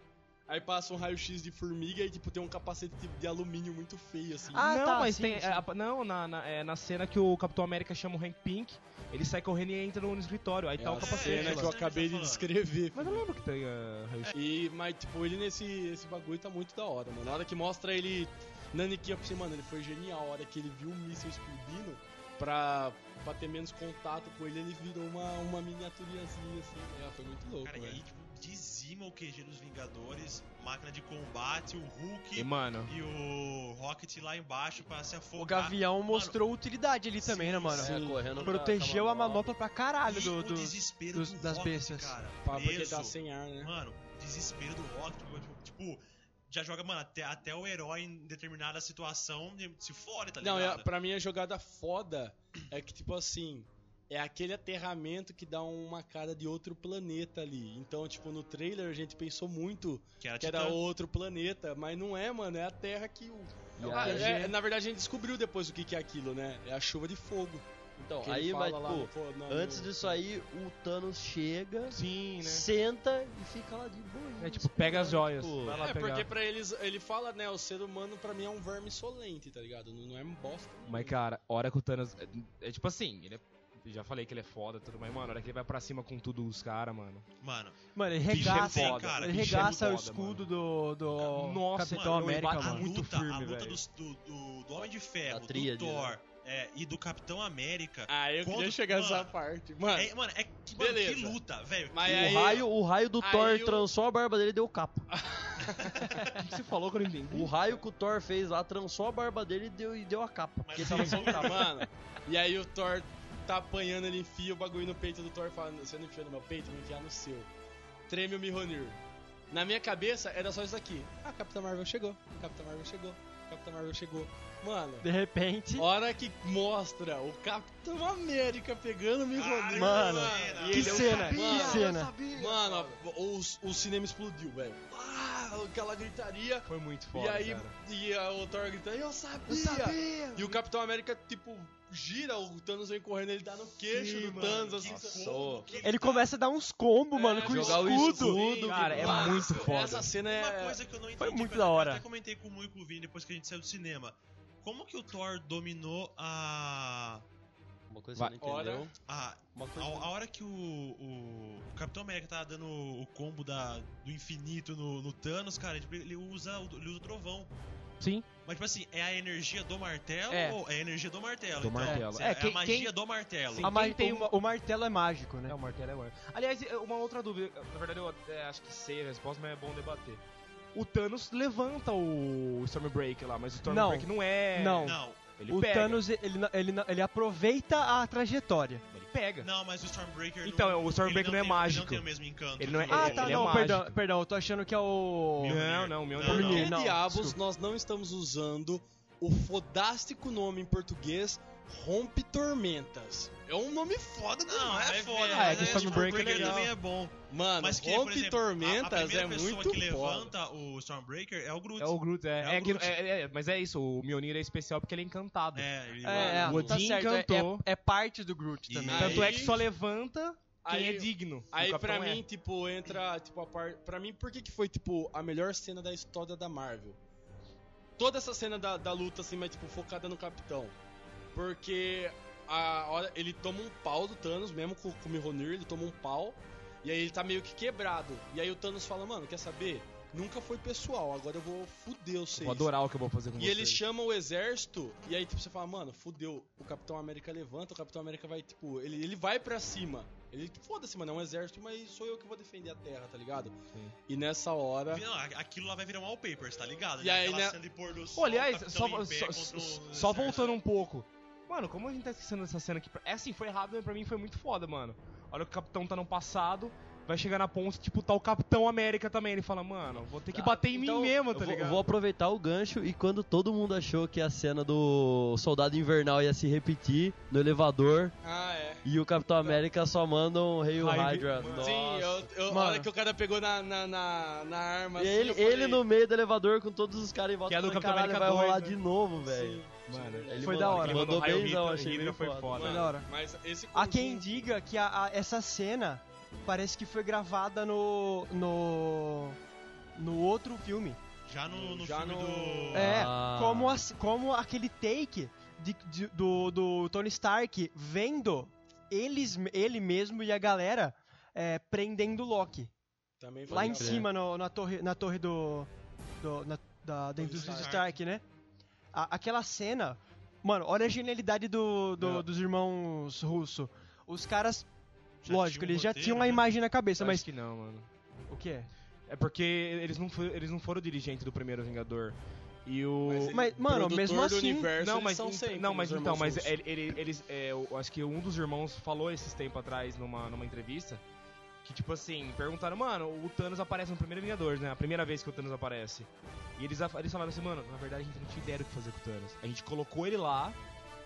Speaker 5: Aí passa um raio-x de formiga e tipo tem um capacete tipo, de alumínio muito feio assim.
Speaker 7: Ah,
Speaker 6: não,
Speaker 7: tá,
Speaker 6: mas
Speaker 7: sim,
Speaker 6: tem.
Speaker 7: sim.
Speaker 6: é, a- não, na, na, é, na cena que o Capitão América chama o Hank Pink, ele sai correndo e entra no escritório. Aí
Speaker 5: É
Speaker 6: tá o
Speaker 5: a
Speaker 6: capacete.
Speaker 5: cena
Speaker 1: é,
Speaker 5: que
Speaker 6: lá.
Speaker 5: eu
Speaker 1: é,
Speaker 5: acabei de
Speaker 1: tá falando.
Speaker 5: descrever.
Speaker 6: Mas eu lembro que tem. Uh,
Speaker 5: E, mas tipo, ele nesse esse bagulho tá muito da hora, mano. Na hora que mostra ele naniquinha pra você, mano, ele foi genial. A hora que ele viu o míssil explodindo, pra, pra ter menos contato com ele, ele virou uma, uma miniaturiazinha assim. É, foi muito louco,
Speaker 1: Cara, e
Speaker 5: velho.
Speaker 1: aí, tipo, dizima o QG dos Vingadores, máquina de combate, o Hulk
Speaker 6: E, mano,
Speaker 1: e o Rocket lá embaixo pra se afogar.
Speaker 7: O
Speaker 6: Ah,
Speaker 7: Gavião mostrou utilidade ali também, né, mano?
Speaker 3: É, correndo pra-
Speaker 7: Protegeu
Speaker 3: pra
Speaker 7: a manopla pra caralho
Speaker 1: E
Speaker 7: do.
Speaker 1: o
Speaker 7: do-
Speaker 1: desespero
Speaker 7: dos-
Speaker 1: do
Speaker 7: das
Speaker 1: Rocket,
Speaker 7: bestas.
Speaker 1: Cara,
Speaker 5: Pra- Porque
Speaker 1: preso.
Speaker 5: tá sem ar, né?
Speaker 1: Mano, desespero do Rocket, tipo, tipo, já joga, mano, até, até o herói em determinada situação se fode, tá
Speaker 5: Não,
Speaker 1: ligado?
Speaker 5: é, pra mim a jogada foda é que, tipo assim, é aquele aterramento que dá uma cara de outro planeta ali. Então, tipo, no trailer a gente pensou muito
Speaker 1: Que era,
Speaker 5: que
Speaker 1: Titã.
Speaker 5: era outro planeta, mas não é, mano, é a Terra que o.
Speaker 3: E
Speaker 5: Ah,
Speaker 3: aí-
Speaker 5: é, na verdade a gente descobriu depois o que, que é aquilo, né? É a chuva de fogo.
Speaker 3: Então,
Speaker 5: que ele
Speaker 3: aí vai,
Speaker 5: fala lá
Speaker 3: tipo,
Speaker 5: no- no-
Speaker 3: antes
Speaker 5: no-
Speaker 3: disso aí, o Thanos chega,
Speaker 6: sim, né?
Speaker 3: senta e fica lá de boa.
Speaker 6: É tipo, pega as joias.
Speaker 3: Tipo,
Speaker 6: Vai lá
Speaker 5: É, porque
Speaker 6: pegar.
Speaker 5: pra eles, ele fala, né, o ser humano pra mim é um verme solente, tá ligado? Não, não é bosta.
Speaker 6: Mas, cara, a hora que o Thanos. É, é tipo assim, ele é. eu Já falei que ele é foda e tudo, mas, mano, a hora que ele vai pra cima com tudo os caras, mano.
Speaker 1: Mano,
Speaker 7: Mano, ele
Speaker 1: Bicho é
Speaker 7: regaça,
Speaker 1: foda,
Speaker 7: ele
Speaker 6: bicho é
Speaker 7: regaça o
Speaker 6: foda,
Speaker 7: escudo do, do
Speaker 6: Nossa,
Speaker 7: Capitão
Speaker 6: mano, ele
Speaker 7: América,
Speaker 6: bate
Speaker 1: a
Speaker 7: mano.
Speaker 1: luta,
Speaker 7: Tá Muito firme,
Speaker 1: a luta
Speaker 7: velho. né?
Speaker 1: dos- do, do, do Homem de Ferro,
Speaker 3: Da tríade,
Speaker 1: do Thor é, e do Capitão América.
Speaker 5: Ah, eu
Speaker 1: Quando-
Speaker 5: queria chegar nessa
Speaker 1: mano,
Speaker 5: parte. Mano,
Speaker 1: é, mano, é que, mano, que
Speaker 5: Beleza.
Speaker 1: luta, velho.
Speaker 5: mas
Speaker 3: o,
Speaker 5: aí.
Speaker 3: raio, o raio do
Speaker 5: aí
Speaker 3: Thor
Speaker 5: o-
Speaker 3: trançou a barba dele e deu capa.
Speaker 6: O que você falou que eu não entendi?
Speaker 3: O raio que o Thor fez lá trançou a barba dele e deu, e deu a capa. Porque
Speaker 1: Mas-
Speaker 3: tava soltado.
Speaker 5: Mano, e aí o Thor tá apanhando, ele enfia o bagulho no peito do Thor e fala: Se eu não enfiar no meu peito, eu vou enfiar no seu. Treme o Mihonir. Na minha cabeça era só isso aqui. Ah, Capitã Marvel chegou, Capitã Marvel chegou, Capitã Marvel chegou. Mano,
Speaker 7: De repente.
Speaker 5: hora que mostra o Capitão América pegando o Mihonir.
Speaker 7: Ah, Mano,
Speaker 1: mano,
Speaker 7: que
Speaker 5: ele é o
Speaker 7: cena,
Speaker 5: sabia,
Speaker 7: que
Speaker 5: eu
Speaker 7: cena.
Speaker 5: Mano, o, o cinema explodiu, velho. Ah, aquela gritaria.
Speaker 6: Foi muito
Speaker 5: e aí, e a, o Thor grita, eu sabia! E o Capitão América, tipo, gira, o Thanos vem correndo, ele dá no queixo do Thanos, assim.
Speaker 1: que
Speaker 5: pô.
Speaker 1: combo que
Speaker 7: Ele começa a dar uns
Speaker 5: É,
Speaker 7: combos, mano, com o
Speaker 3: jogar o
Speaker 7: escudo.
Speaker 3: escudo,
Speaker 7: Cara, é
Speaker 5: Nossa,
Speaker 7: muito foda.
Speaker 5: Essa cena
Speaker 1: Uma
Speaker 5: é...
Speaker 1: coisa que eu não entendi.
Speaker 7: Foi muito
Speaker 1: que eu
Speaker 7: da
Speaker 1: até-
Speaker 7: hora.
Speaker 1: Até comentei com o Mu e com o Vini depois que a gente saiu do cinema. Como que o Thor dominou a.
Speaker 3: Uma coisa que você não Então,
Speaker 5: Olha.
Speaker 3: entendeu.
Speaker 1: a.
Speaker 3: Uma
Speaker 1: A,
Speaker 3: coisa
Speaker 1: a hora que o, o- o Capitão América tá dando o combo da, do infinito no, no Thanos, cara, tipo, ele usa, o- ele usa o trovão.
Speaker 6: Sim.
Speaker 1: Mas, tipo assim, é a energia do martelo
Speaker 7: É.
Speaker 1: ou é a energia do martelo?
Speaker 6: Do
Speaker 1: então,
Speaker 6: martelo.
Speaker 1: É,
Speaker 7: É,
Speaker 1: é
Speaker 7: quem-
Speaker 1: a magia
Speaker 7: quem-
Speaker 1: do martelo.
Speaker 7: A mar- tem uma- o martelo é mágico, né?
Speaker 6: É, o martelo é bom. Aliás, eh, uma outra dúvida. Na verdade, eu até acho que sei a resposta, mas é bom debater. O Thanos levanta o Stormbreaker lá, mas o Stormbreaker não, é.
Speaker 7: Não.
Speaker 1: Não,
Speaker 6: Ele
Speaker 7: o
Speaker 6: pega.
Speaker 7: Thanos, ele, na- ele, na- ele aproveita a trajetória.
Speaker 6: Ele pega.
Speaker 1: não, mas o Stormbreaker
Speaker 6: Então,
Speaker 1: não,
Speaker 6: o Stormbreaker
Speaker 1: ele
Speaker 6: não é
Speaker 1: tem- Ele não
Speaker 6: mágico.
Speaker 1: tem o mesmo encanto.
Speaker 6: Ele não é-
Speaker 1: que o-
Speaker 7: Ah, tá,
Speaker 6: ele é
Speaker 7: não,
Speaker 6: mágico.
Speaker 7: perdão, perdão, eu tô achando que é o...
Speaker 1: Meu-
Speaker 6: Não, não, meu
Speaker 1: Não,
Speaker 5: Por
Speaker 1: não.
Speaker 5: que
Speaker 7: Não,
Speaker 5: diabos
Speaker 7: desculpa.
Speaker 5: nós não estamos usando o fodástico nome em português Rompe Tormentas? É um nome foda, né?
Speaker 1: Não, é foda.
Speaker 7: Ah, é
Speaker 1: mas
Speaker 7: que o Stormbreaker é legal.
Speaker 1: também é bom.
Speaker 5: Mano,
Speaker 1: Mas que, por
Speaker 5: Rompe
Speaker 1: exemplo, a, a
Speaker 5: Tormentas
Speaker 1: primeira
Speaker 5: é
Speaker 1: pessoa
Speaker 5: muito
Speaker 1: que
Speaker 5: foda.
Speaker 1: levanta o Stormbreaker é o Groot.
Speaker 6: É o Groot, é.
Speaker 1: É o
Speaker 6: É que-
Speaker 1: Groot.
Speaker 6: é- é, mas é isso, o Mjolnir é especial porque ele é encantado.
Speaker 1: É, ele-
Speaker 7: É, é,
Speaker 6: O
Speaker 7: tá
Speaker 6: Odin
Speaker 7: certo, é-
Speaker 6: encantou.
Speaker 7: É, é parte do Groot
Speaker 1: E-
Speaker 7: também.
Speaker 1: Aí-
Speaker 6: Tanto é que só levanta quem
Speaker 5: Aí-
Speaker 6: é digno. O
Speaker 5: Aí pra
Speaker 6: Capitão é.
Speaker 5: mim, tipo, entra, tipo, a parte. Pra mim, por que, que foi, tipo, a melhor cena da história da Marvel? Toda essa cena da, da luta, assim, mas, tipo, focada no Capitão. Porque a hora, ele toma um pau do Thanos, mesmo com, com o Mihonir, ele toma um pau. E aí ele tá meio que quebrado. E aí o Thanos fala, mano, quer saber? Nunca foi pessoal, agora eu vou fuder vocês.
Speaker 6: Vou adorar o que eu vou fazer com
Speaker 5: E
Speaker 6: vocês.
Speaker 5: ele chama o exército, e aí tipo, você fala, mano, fudeu, o Capitão América levanta, o Capitão América vai, tipo, ele, ele vai pra cima. Ele, foda-se, mano, é um exército, mas sou eu que vou defender a terra, tá ligado?
Speaker 6: Sim.
Speaker 5: E nessa hora.
Speaker 1: Não, a- aquilo lá vai virar um wallpapers, tá ligado?
Speaker 5: E aí,
Speaker 1: Aquela
Speaker 5: né?
Speaker 1: cena de pôr do sol,
Speaker 6: Pô, aliás,
Speaker 1: Capitão
Speaker 6: só,
Speaker 1: em pé
Speaker 6: só,
Speaker 1: contra o
Speaker 6: só
Speaker 1: exército.
Speaker 6: voltando um pouco. Mano, como a gente tá esquecendo dessa cena aqui? É assim, foi rápido, mas pra mim foi muito foda, mano. A hora que o capitão tá no passado, vai chegar na ponte, tipo, tá o Capitão América também. Ele fala, mano, vou ter que
Speaker 3: Ah,
Speaker 6: bater em
Speaker 3: então,
Speaker 6: mim mesmo,
Speaker 3: eu
Speaker 6: tá
Speaker 3: vou-
Speaker 6: ligado?
Speaker 3: Vou aproveitar o gancho e quando todo mundo achou que a cena do Soldado Invernal ia se repetir no elevador
Speaker 5: Ah, é.
Speaker 3: e o Capitão América só manda um Hail
Speaker 6: Hail-
Speaker 3: Hydra.
Speaker 5: Sim, eu, eu, a
Speaker 7: Mano.
Speaker 5: hora que o cara pegou na, na, na, na arma.
Speaker 3: E
Speaker 5: assim,
Speaker 3: ele,
Speaker 5: eu falei,
Speaker 3: ele no meio do elevador com todos os caras em volta.
Speaker 6: Que é do
Speaker 3: eu falei,
Speaker 6: Capitão
Speaker 3: "Caralho,
Speaker 6: América
Speaker 3: vai rolar
Speaker 6: 2,
Speaker 3: de novo, velho.
Speaker 5: Sim.
Speaker 6: Mano,
Speaker 5: Ele
Speaker 3: Ele mandou-
Speaker 7: Foi
Speaker 3: um
Speaker 7: da
Speaker 3: ele
Speaker 7: hora.
Speaker 6: Ele
Speaker 3: mandou
Speaker 6: mandou
Speaker 3: bem,
Speaker 6: Hail
Speaker 3: não,
Speaker 6: Hydra,
Speaker 3: achei
Speaker 6: Hydra
Speaker 3: bem
Speaker 6: foi
Speaker 3: foda.
Speaker 6: foda.
Speaker 5: Mano,
Speaker 7: da hora.
Speaker 5: Mas esse
Speaker 7: Há quem
Speaker 5: conjunto-
Speaker 7: diga que a- a- essa cena parece que foi gravada no. no. no outro filme.
Speaker 1: Já no, no
Speaker 5: Já
Speaker 1: filme
Speaker 5: no-
Speaker 1: do...
Speaker 7: É,
Speaker 3: Ah.
Speaker 7: como, as- como aquele take de- de- do, do Tony Stark vendo eles, ele mesmo e a galera é, prendendo o Loki.
Speaker 5: Também foi
Speaker 7: Lá em
Speaker 5: legal.
Speaker 3: crer.
Speaker 7: cima, no- na, torre, na torre do. do- na- da, da
Speaker 1: Tony
Speaker 7: indústria de
Speaker 1: Stark.
Speaker 7: Stark, né? A- aquela cena. Mano, olha a genialidade do, do-
Speaker 6: Não.
Speaker 7: dos irmãos russo. Os caras.
Speaker 1: Já
Speaker 7: lógico,
Speaker 1: tinha um
Speaker 7: eles já
Speaker 1: roteiro,
Speaker 7: tinham a
Speaker 1: né?
Speaker 7: imagem na cabeça,
Speaker 6: Acho
Speaker 7: mas
Speaker 6: que não, mano.
Speaker 7: O que é?
Speaker 6: É porque eles não, fo- eles não foram dirigentes do primeiro Vingador. E o.
Speaker 5: Mas ele-
Speaker 7: Mas, mano,
Speaker 5: Produtor
Speaker 7: mesmo
Speaker 5: do
Speaker 7: assim.
Speaker 5: universo,
Speaker 6: não,
Speaker 5: eles
Speaker 6: mas,
Speaker 5: são
Speaker 6: ent-
Speaker 5: sempre
Speaker 6: não, mas
Speaker 5: os
Speaker 6: então,
Speaker 5: irmãos
Speaker 6: mas
Speaker 5: russos.
Speaker 6: ele- ele- eles, é, eu acho que um dos irmãos falou esses tempos atrás numa, numa entrevista que tipo assim, perguntaram, mano, o Thanos aparece no primeiro Vingadores, né? A primeira vez que o Thanos aparece. E eles, af- eles falaram assim, mano, na verdade a gente não tinha ideia do que fazer com o Thanos. A gente colocou ele lá,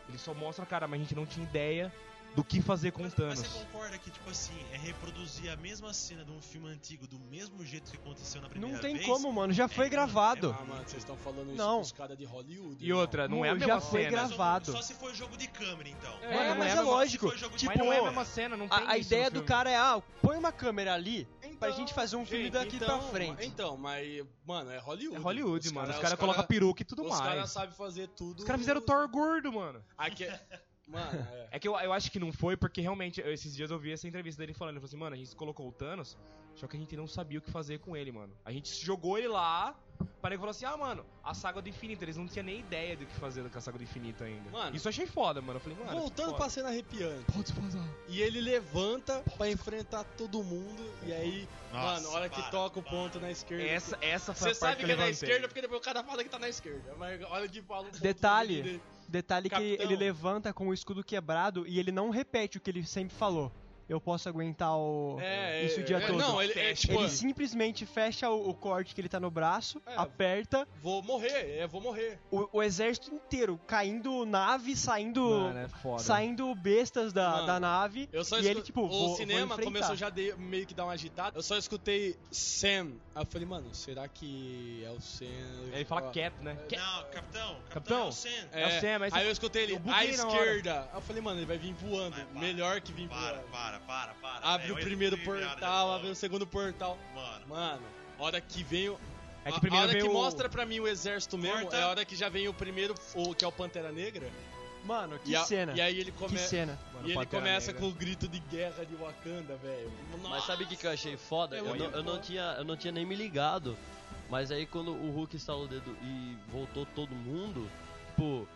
Speaker 6: ele só mostra a cara, mas a gente não tinha ideia do que fazer com o
Speaker 1: Mas, mas
Speaker 6: Thanos.
Speaker 1: você concorda que, tipo assim, é reproduzir a mesma cena de um filme antigo do mesmo jeito que aconteceu na primeira
Speaker 7: Não
Speaker 1: vez?
Speaker 7: tem como, mano. Já foi
Speaker 1: é-
Speaker 7: gravado.
Speaker 5: Ah, mano, vocês estão falando isso
Speaker 7: Não.
Speaker 5: com os caras de Hollywood.
Speaker 6: E outra, não é a
Speaker 7: Já
Speaker 6: mesma
Speaker 7: foi
Speaker 6: cena.
Speaker 1: Mas só-
Speaker 7: gravado.
Speaker 1: Só se for jogo de câmera, então.
Speaker 7: É,
Speaker 6: Mano, não
Speaker 7: mas
Speaker 6: é
Speaker 7: é,
Speaker 6: a mesma-
Speaker 7: lógico.
Speaker 1: Foi jogo de um.
Speaker 7: Tipo,
Speaker 6: Mas não é a
Speaker 1: câmera.
Speaker 6: mesma cena, não tem
Speaker 7: a, a
Speaker 6: isso no
Speaker 7: ideia do
Speaker 6: filme.
Speaker 7: cara é, ah, põe uma câmera ali
Speaker 5: Então,
Speaker 7: pra gente fazer um filme
Speaker 5: gente,
Speaker 7: daqui
Speaker 5: então,
Speaker 7: pra frente.
Speaker 5: Então, mas, mano, é Hollywood.
Speaker 6: É Hollywood, mano.
Speaker 5: cara-
Speaker 6: os caras colocam peruca e tudo
Speaker 5: Os
Speaker 6: mais.
Speaker 5: caras sabem fazer tudo.
Speaker 6: Os caras fizeram o Thor gordo, mano.
Speaker 5: Aqui é- Mano, é.
Speaker 6: É que eu, eu acho que não foi, porque realmente, eu- esses dias eu vi essa entrevista dele falando. Ele falou assim, mano, a gente colocou o Thanos, só que a gente não sabia o que fazer com ele, mano. A gente jogou ele lá, parei e falou assim, ah, mano, a saga do infinito. Eles não tinham nem ideia do que fazer com a saga do infinito ainda.
Speaker 5: Mano.
Speaker 6: Isso eu achei foda, mano. Eu falei, mano.
Speaker 5: Voltando pra
Speaker 6: foda.
Speaker 5: cena arrepiante. E ele levanta pra enfrentar todo mundo. E aí, mano, a hora que
Speaker 1: para,
Speaker 5: toca o
Speaker 1: para.
Speaker 5: ponto na esquerda.
Speaker 6: Essa, essa foi
Speaker 5: Você
Speaker 6: a parte
Speaker 5: sabe que,
Speaker 6: que eu
Speaker 5: é na
Speaker 6: levantei.
Speaker 5: esquerda porque depois o cara fala que tá na esquerda. Mas olha que fala um ponto
Speaker 7: Detalhe.
Speaker 5: na direita.
Speaker 7: Detalhe que
Speaker 5: Capitão.
Speaker 7: ele levanta com o escudo quebrado e ele não repete o que ele sempre falou. Eu posso aguentar o.
Speaker 5: É,
Speaker 7: Isso o
Speaker 5: é,
Speaker 7: dia
Speaker 5: é,
Speaker 7: todo.
Speaker 5: Não, ele é tipo.
Speaker 7: Ele simplesmente fecha o, o corte que ele tá no braço,
Speaker 5: É.
Speaker 7: aperta,
Speaker 5: Vou morrer, é, vou morrer.
Speaker 7: o, o exército inteiro caindo nave, saindo.
Speaker 6: Mano, é foda.
Speaker 7: saindo bestas da,
Speaker 5: Mano,
Speaker 7: da nave.
Speaker 5: Eu só
Speaker 7: e
Speaker 5: escu-
Speaker 7: ele, tipo,
Speaker 5: o
Speaker 7: vou- vou
Speaker 5: cinema
Speaker 7: enfrentar.
Speaker 5: começou já de- meio que dar uma agitada. Eu só escutei Sam. Aí eu falei, mano, será que é o Sam?
Speaker 6: Ele fala Cap, né? Cap.
Speaker 1: Não, capitão,
Speaker 6: Capitão?
Speaker 1: capitão, é o Sam.
Speaker 5: assim. É,
Speaker 6: É o Sam, mas
Speaker 5: aí
Speaker 6: eu-
Speaker 5: eu escutei ele,
Speaker 6: eu buguei
Speaker 5: à
Speaker 6: na hora.
Speaker 5: esquerda. Aí eu falei, mano, ele vai vir voando.
Speaker 1: Vai, para.
Speaker 5: Melhor que vir
Speaker 1: Para,
Speaker 5: voando.
Speaker 1: para, para, para. É,
Speaker 5: Abre
Speaker 1: velho.
Speaker 5: o
Speaker 1: Olha
Speaker 5: primeiro
Speaker 1: que merda,
Speaker 5: portal,
Speaker 1: mano.
Speaker 5: abre o segundo portal.
Speaker 1: Mano,
Speaker 5: Mano, hora que vem o.
Speaker 6: É que
Speaker 5: a-
Speaker 6: primeiro
Speaker 5: a hora
Speaker 6: vem
Speaker 5: que
Speaker 6: o-
Speaker 5: mostra pra mim o exército mesmo,
Speaker 1: Corta.
Speaker 5: é a hora que já vem o primeiro, o, que é o Pantera Negra.
Speaker 7: Mano, que
Speaker 5: e a-
Speaker 7: cena.
Speaker 5: E aí ele
Speaker 7: que
Speaker 5: começa.
Speaker 7: cena.
Speaker 6: Mano,
Speaker 5: E ele
Speaker 6: Pantera
Speaker 5: começa
Speaker 6: Negra.
Speaker 5: com o grito de guerra de Wakanda, velho.
Speaker 3: Mas sabe o que, que eu achei foda?
Speaker 5: É
Speaker 3: Eu,
Speaker 5: muito
Speaker 3: não, eu, não
Speaker 5: bom.
Speaker 3: tinha, eu não tinha nem me ligado. Mas aí quando o Hulk estalou o dedo e voltou todo mundo, tipo.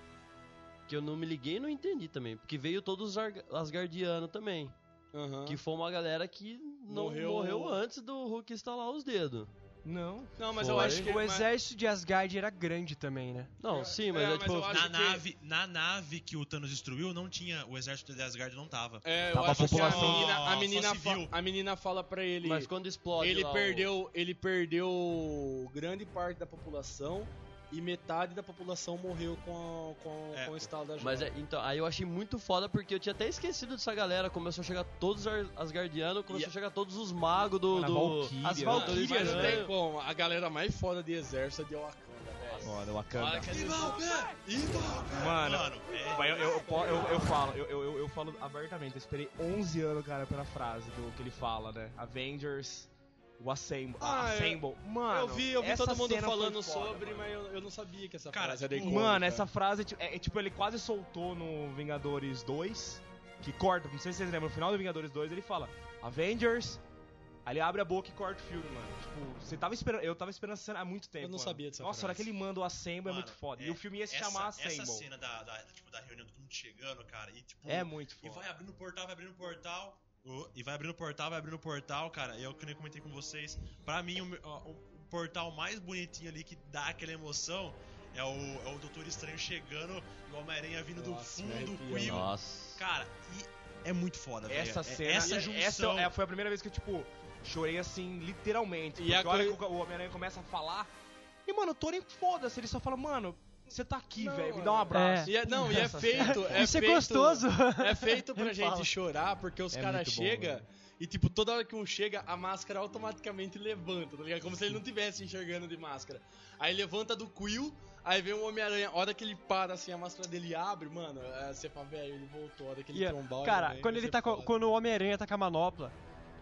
Speaker 3: Que eu não me liguei e não entendi também. Porque veio todos os Arg- Asgardianos também.
Speaker 5: Aham.
Speaker 3: Que foi uma galera que não
Speaker 5: Morreu-
Speaker 3: morreu, antes do Hulk estalar os dedos.
Speaker 6: Não.
Speaker 5: Não, mas eu
Speaker 3: Foi.
Speaker 5: acho que. é
Speaker 7: O exército de Asgard era grande também, né?
Speaker 3: Não, sim, mas
Speaker 5: é,
Speaker 3: é,
Speaker 5: mas
Speaker 3: tipo.
Speaker 5: eu acho
Speaker 1: na
Speaker 5: que-
Speaker 1: nave, na nave que o Thanos destruiu, não tinha. O exército de Asgard não tava.
Speaker 5: É, eu
Speaker 6: Tava
Speaker 5: acho
Speaker 6: a
Speaker 5: que a
Speaker 6: população-
Speaker 5: menina, a,
Speaker 1: Só
Speaker 5: menina
Speaker 1: civil.
Speaker 5: fa- a menina fala pra ele.
Speaker 3: Mas quando explode.
Speaker 5: ele
Speaker 3: lá o-
Speaker 5: perdeu, ele perdeu grande parte da população e metade da população morreu com, a- com, a-
Speaker 1: É.
Speaker 5: com o estado da joia.
Speaker 3: Mas é, então, aí eu achei muito foda porque eu tinha até esquecido dessa galera. Começou a chegar todos os Ar- Asgardianos, começou
Speaker 5: E-
Speaker 3: a chegar todos os magos do.
Speaker 6: Mano, a
Speaker 3: do...
Speaker 6: Valkyria,
Speaker 3: as
Speaker 6: né?
Speaker 5: Mano,
Speaker 3: Valkyrias,
Speaker 5: mas não
Speaker 3: né?
Speaker 5: tem como. A galera mais foda de exército é de Wakanda, velho.
Speaker 6: Foda,
Speaker 5: Olha
Speaker 6: é Wakanda.
Speaker 5: que
Speaker 6: Mano,
Speaker 1: é.
Speaker 6: Mas eu, eu, eu, eu- eu falo, eu, eu, eu- eu falo abertamente, eu esperei 11 anos, cara, pela frase do que ele fala, né? Avengers, o Assemble.
Speaker 5: Ah, é.
Speaker 6: Assemble. Mano,
Speaker 5: eu vi, eu vi
Speaker 6: essa
Speaker 5: todo mundo
Speaker 6: cena foi
Speaker 5: falando
Speaker 6: foda,
Speaker 5: sobre,
Speaker 6: mano.
Speaker 5: mas eu, eu não sabia que essa
Speaker 1: Cara,
Speaker 5: frase era
Speaker 1: tipo,
Speaker 5: icônica.
Speaker 6: Mano, essa frase é, ti- é- é tipo, ele quase soltou no Vingadores 2, que corta, não sei se vocês lembram, no final do Vingadores 2 ele fala Avengers, aí ele abre a boca e corta o filme, mano. Tipo, você tava esperando, eu tava esperando essa cena há muito tempo.
Speaker 5: não
Speaker 6: mano.
Speaker 5: sabia dessa
Speaker 6: Nossa, a hora que
Speaker 5: frase.
Speaker 6: ele manda o Assemble é
Speaker 1: Mano,
Speaker 6: muito foda.
Speaker 1: é,
Speaker 6: e o filme ia se
Speaker 1: essa,
Speaker 6: chamar
Speaker 1: essa
Speaker 6: Assemble.
Speaker 1: cena da, da, tipo, da reunião, todo mundo chegando, cara. E, tipo,
Speaker 6: É muito
Speaker 1: E
Speaker 6: foda.
Speaker 1: vai abrindo o portal, vai abrindo o portal. ô, E vai abrindo o portal, vai abrindo o portal, cara. Eu que nem comentei com vocês. Pra mim, o, me- ó, o portal mais bonitinho ali que dá aquela emoção é o, é o Doutor Estranho chegando e o Homem-Aranha vindo
Speaker 5: Nossa,
Speaker 1: do
Speaker 5: me
Speaker 1: fundo,
Speaker 5: arrepia,
Speaker 1: o Quill.
Speaker 3: Nossa.
Speaker 1: Cara, e é muito foda, velho.
Speaker 6: Essa
Speaker 1: É-
Speaker 6: cena,
Speaker 1: essa
Speaker 6: essa,
Speaker 1: junção.
Speaker 6: é- foi a primeira vez que eu, tipo, chorei assim, literalmente.
Speaker 5: E
Speaker 6: E
Speaker 5: a
Speaker 6: agora
Speaker 5: coi-
Speaker 6: que o Homem-Aranha começa a falar. E, mano, o Tony, foda-se, ele só fala, mano, você tá aqui,
Speaker 5: Não,
Speaker 6: velho, me dá um abraço.
Speaker 5: E é- não, e é feito. É
Speaker 7: Isso é
Speaker 5: feito-
Speaker 7: gostoso.
Speaker 5: É feito pra
Speaker 7: Não
Speaker 5: gente
Speaker 7: fala.
Speaker 5: chorar, porque os
Speaker 6: É
Speaker 5: caras
Speaker 6: muito bom,
Speaker 5: chegam
Speaker 6: velho.
Speaker 5: e, tipo, toda hora que um chega, a máscara automaticamente levanta, tá ligado? Como se ele não tivesse enxergando de máscara. Aí levanta do Quill, aí vem o Homem-Aranha. A hora que ele para, assim, a máscara dele abre, mano, é, você fala, velho, ele voltou. A hora que ele um
Speaker 7: E, é,
Speaker 5: trombar.
Speaker 7: cara,
Speaker 5: vem,
Speaker 7: quando
Speaker 5: vai
Speaker 7: ele
Speaker 5: ser
Speaker 7: tá com,
Speaker 5: foda.
Speaker 7: quando o Homem-Aranha tá com a manopla,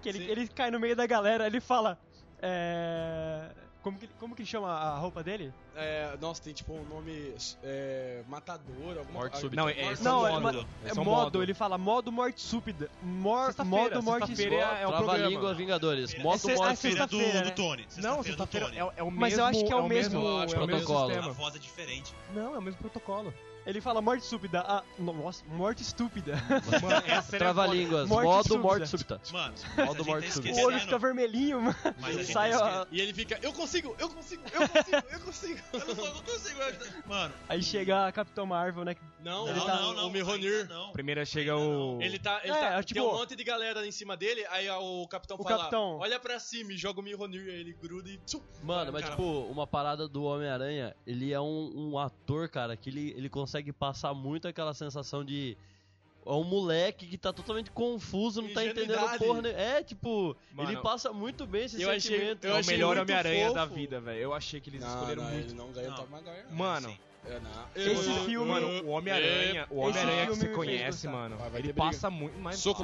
Speaker 7: que ele,
Speaker 5: Sim.
Speaker 7: ele cai no meio da galera, ele fala. É. Como que, como que chama a roupa dele?
Speaker 5: É, nossa, tem tipo um nome é, matador, alguma
Speaker 3: Morte
Speaker 5: ah,
Speaker 3: súbita.
Speaker 5: Não,
Speaker 3: Não,
Speaker 5: é,
Speaker 3: é-
Speaker 5: morte-
Speaker 7: não,
Speaker 1: um
Speaker 7: é,
Speaker 1: módulo.
Speaker 7: ma- é modo, ele fala modo morte súbita. Mor,
Speaker 2: Sexta-feira,
Speaker 7: modo morte
Speaker 2: sexta-feira
Speaker 7: súbita.
Speaker 2: é- é o
Speaker 3: Trava
Speaker 2: programa.
Speaker 3: língua Vingadores.
Speaker 1: É
Speaker 3: Moto
Speaker 7: sexta-
Speaker 3: morte.
Speaker 7: é
Speaker 1: Feira do,
Speaker 7: sexta-feira,
Speaker 1: do
Speaker 7: né?
Speaker 1: Tony.
Speaker 6: tá
Speaker 1: sexta-feira
Speaker 2: Não,
Speaker 1: do
Speaker 2: sexta-feira
Speaker 1: Tony.
Speaker 2: é, o- é o mesmo.
Speaker 7: Mas eu acho que é o mesmo-
Speaker 2: é o mesmo
Speaker 3: protocolo.
Speaker 1: A
Speaker 2: sistema.
Speaker 1: voz é diferente.
Speaker 7: Não, é o
Speaker 6: <laughs>
Speaker 7: mesmo protocolo. Ele fala morte súbita. Ah, no- nossa, morte estúpida.
Speaker 2: Mano,
Speaker 3: é
Speaker 2: essa era
Speaker 3: Trava
Speaker 2: foda.
Speaker 3: línguas.
Speaker 7: Morte
Speaker 3: modo
Speaker 7: súbita.
Speaker 3: morte súbita.
Speaker 1: Mano,
Speaker 3: Modo
Speaker 1: modo a gente
Speaker 3: morte
Speaker 1: tá
Speaker 3: súbita.
Speaker 7: o olho fica
Speaker 1: esquecendo.
Speaker 7: vermelho, mano.
Speaker 1: Mas a gente
Speaker 7: Sai,
Speaker 1: tá
Speaker 7: ó,
Speaker 5: E ele fica, eu consigo, eu consigo, eu consigo, eu consigo. <laughs>
Speaker 1: esquecendo. Eu não, eu não consigo. eu- Mano,
Speaker 7: aí chega a Capitão Marvel, né?
Speaker 5: Não,
Speaker 1: não,
Speaker 5: ele tá,
Speaker 1: não, não.
Speaker 5: o Mihonir.
Speaker 1: ainda Não.
Speaker 6: Primeiro chega o.
Speaker 5: Ele tá, ele
Speaker 7: É,
Speaker 5: tá,
Speaker 7: tipo-
Speaker 5: tem um monte de galera em cima dele, aí o capitão
Speaker 7: O
Speaker 5: fala,
Speaker 7: capitão.
Speaker 5: olha pra cima e joga o Mihonir, aí ele gruda e... tchum.
Speaker 3: Mano, mas
Speaker 1: Cara.
Speaker 3: tipo, uma parada do Homem-Aranha, ele é um, um ator, cara, que ele, ele consegue passar muito aquela sensação de. É um moleque que tá totalmente confuso, não tá entendendo
Speaker 5: Ingenuidade.
Speaker 3: porra. né? É, tipo,
Speaker 6: Mano,
Speaker 3: ele passa muito bem esse
Speaker 5: eu achei-
Speaker 3: sentimento.
Speaker 5: eu
Speaker 6: é o
Speaker 5: achei
Speaker 6: melhor
Speaker 5: muito
Speaker 6: Homem-Aranha
Speaker 5: fofo.
Speaker 6: da vida, velho. Eu achei que eles escolheram muito.
Speaker 5: ele não ganha
Speaker 1: Não.
Speaker 5: o Tobey Maguire.
Speaker 6: Mano,
Speaker 1: Sim.
Speaker 5: É, não.
Speaker 7: Esse
Speaker 5: Eu-
Speaker 7: filme-
Speaker 6: mano,
Speaker 5: eu-
Speaker 6: o Homem-Aranha,
Speaker 5: é
Speaker 6: o Homem-Aranha que
Speaker 7: filme
Speaker 6: você
Speaker 7: me fez
Speaker 6: conhece,
Speaker 7: gostar.
Speaker 6: mano,
Speaker 5: Vai- vai
Speaker 6: ele
Speaker 5: ter briga.
Speaker 6: passa muito mais.
Speaker 5: Soco-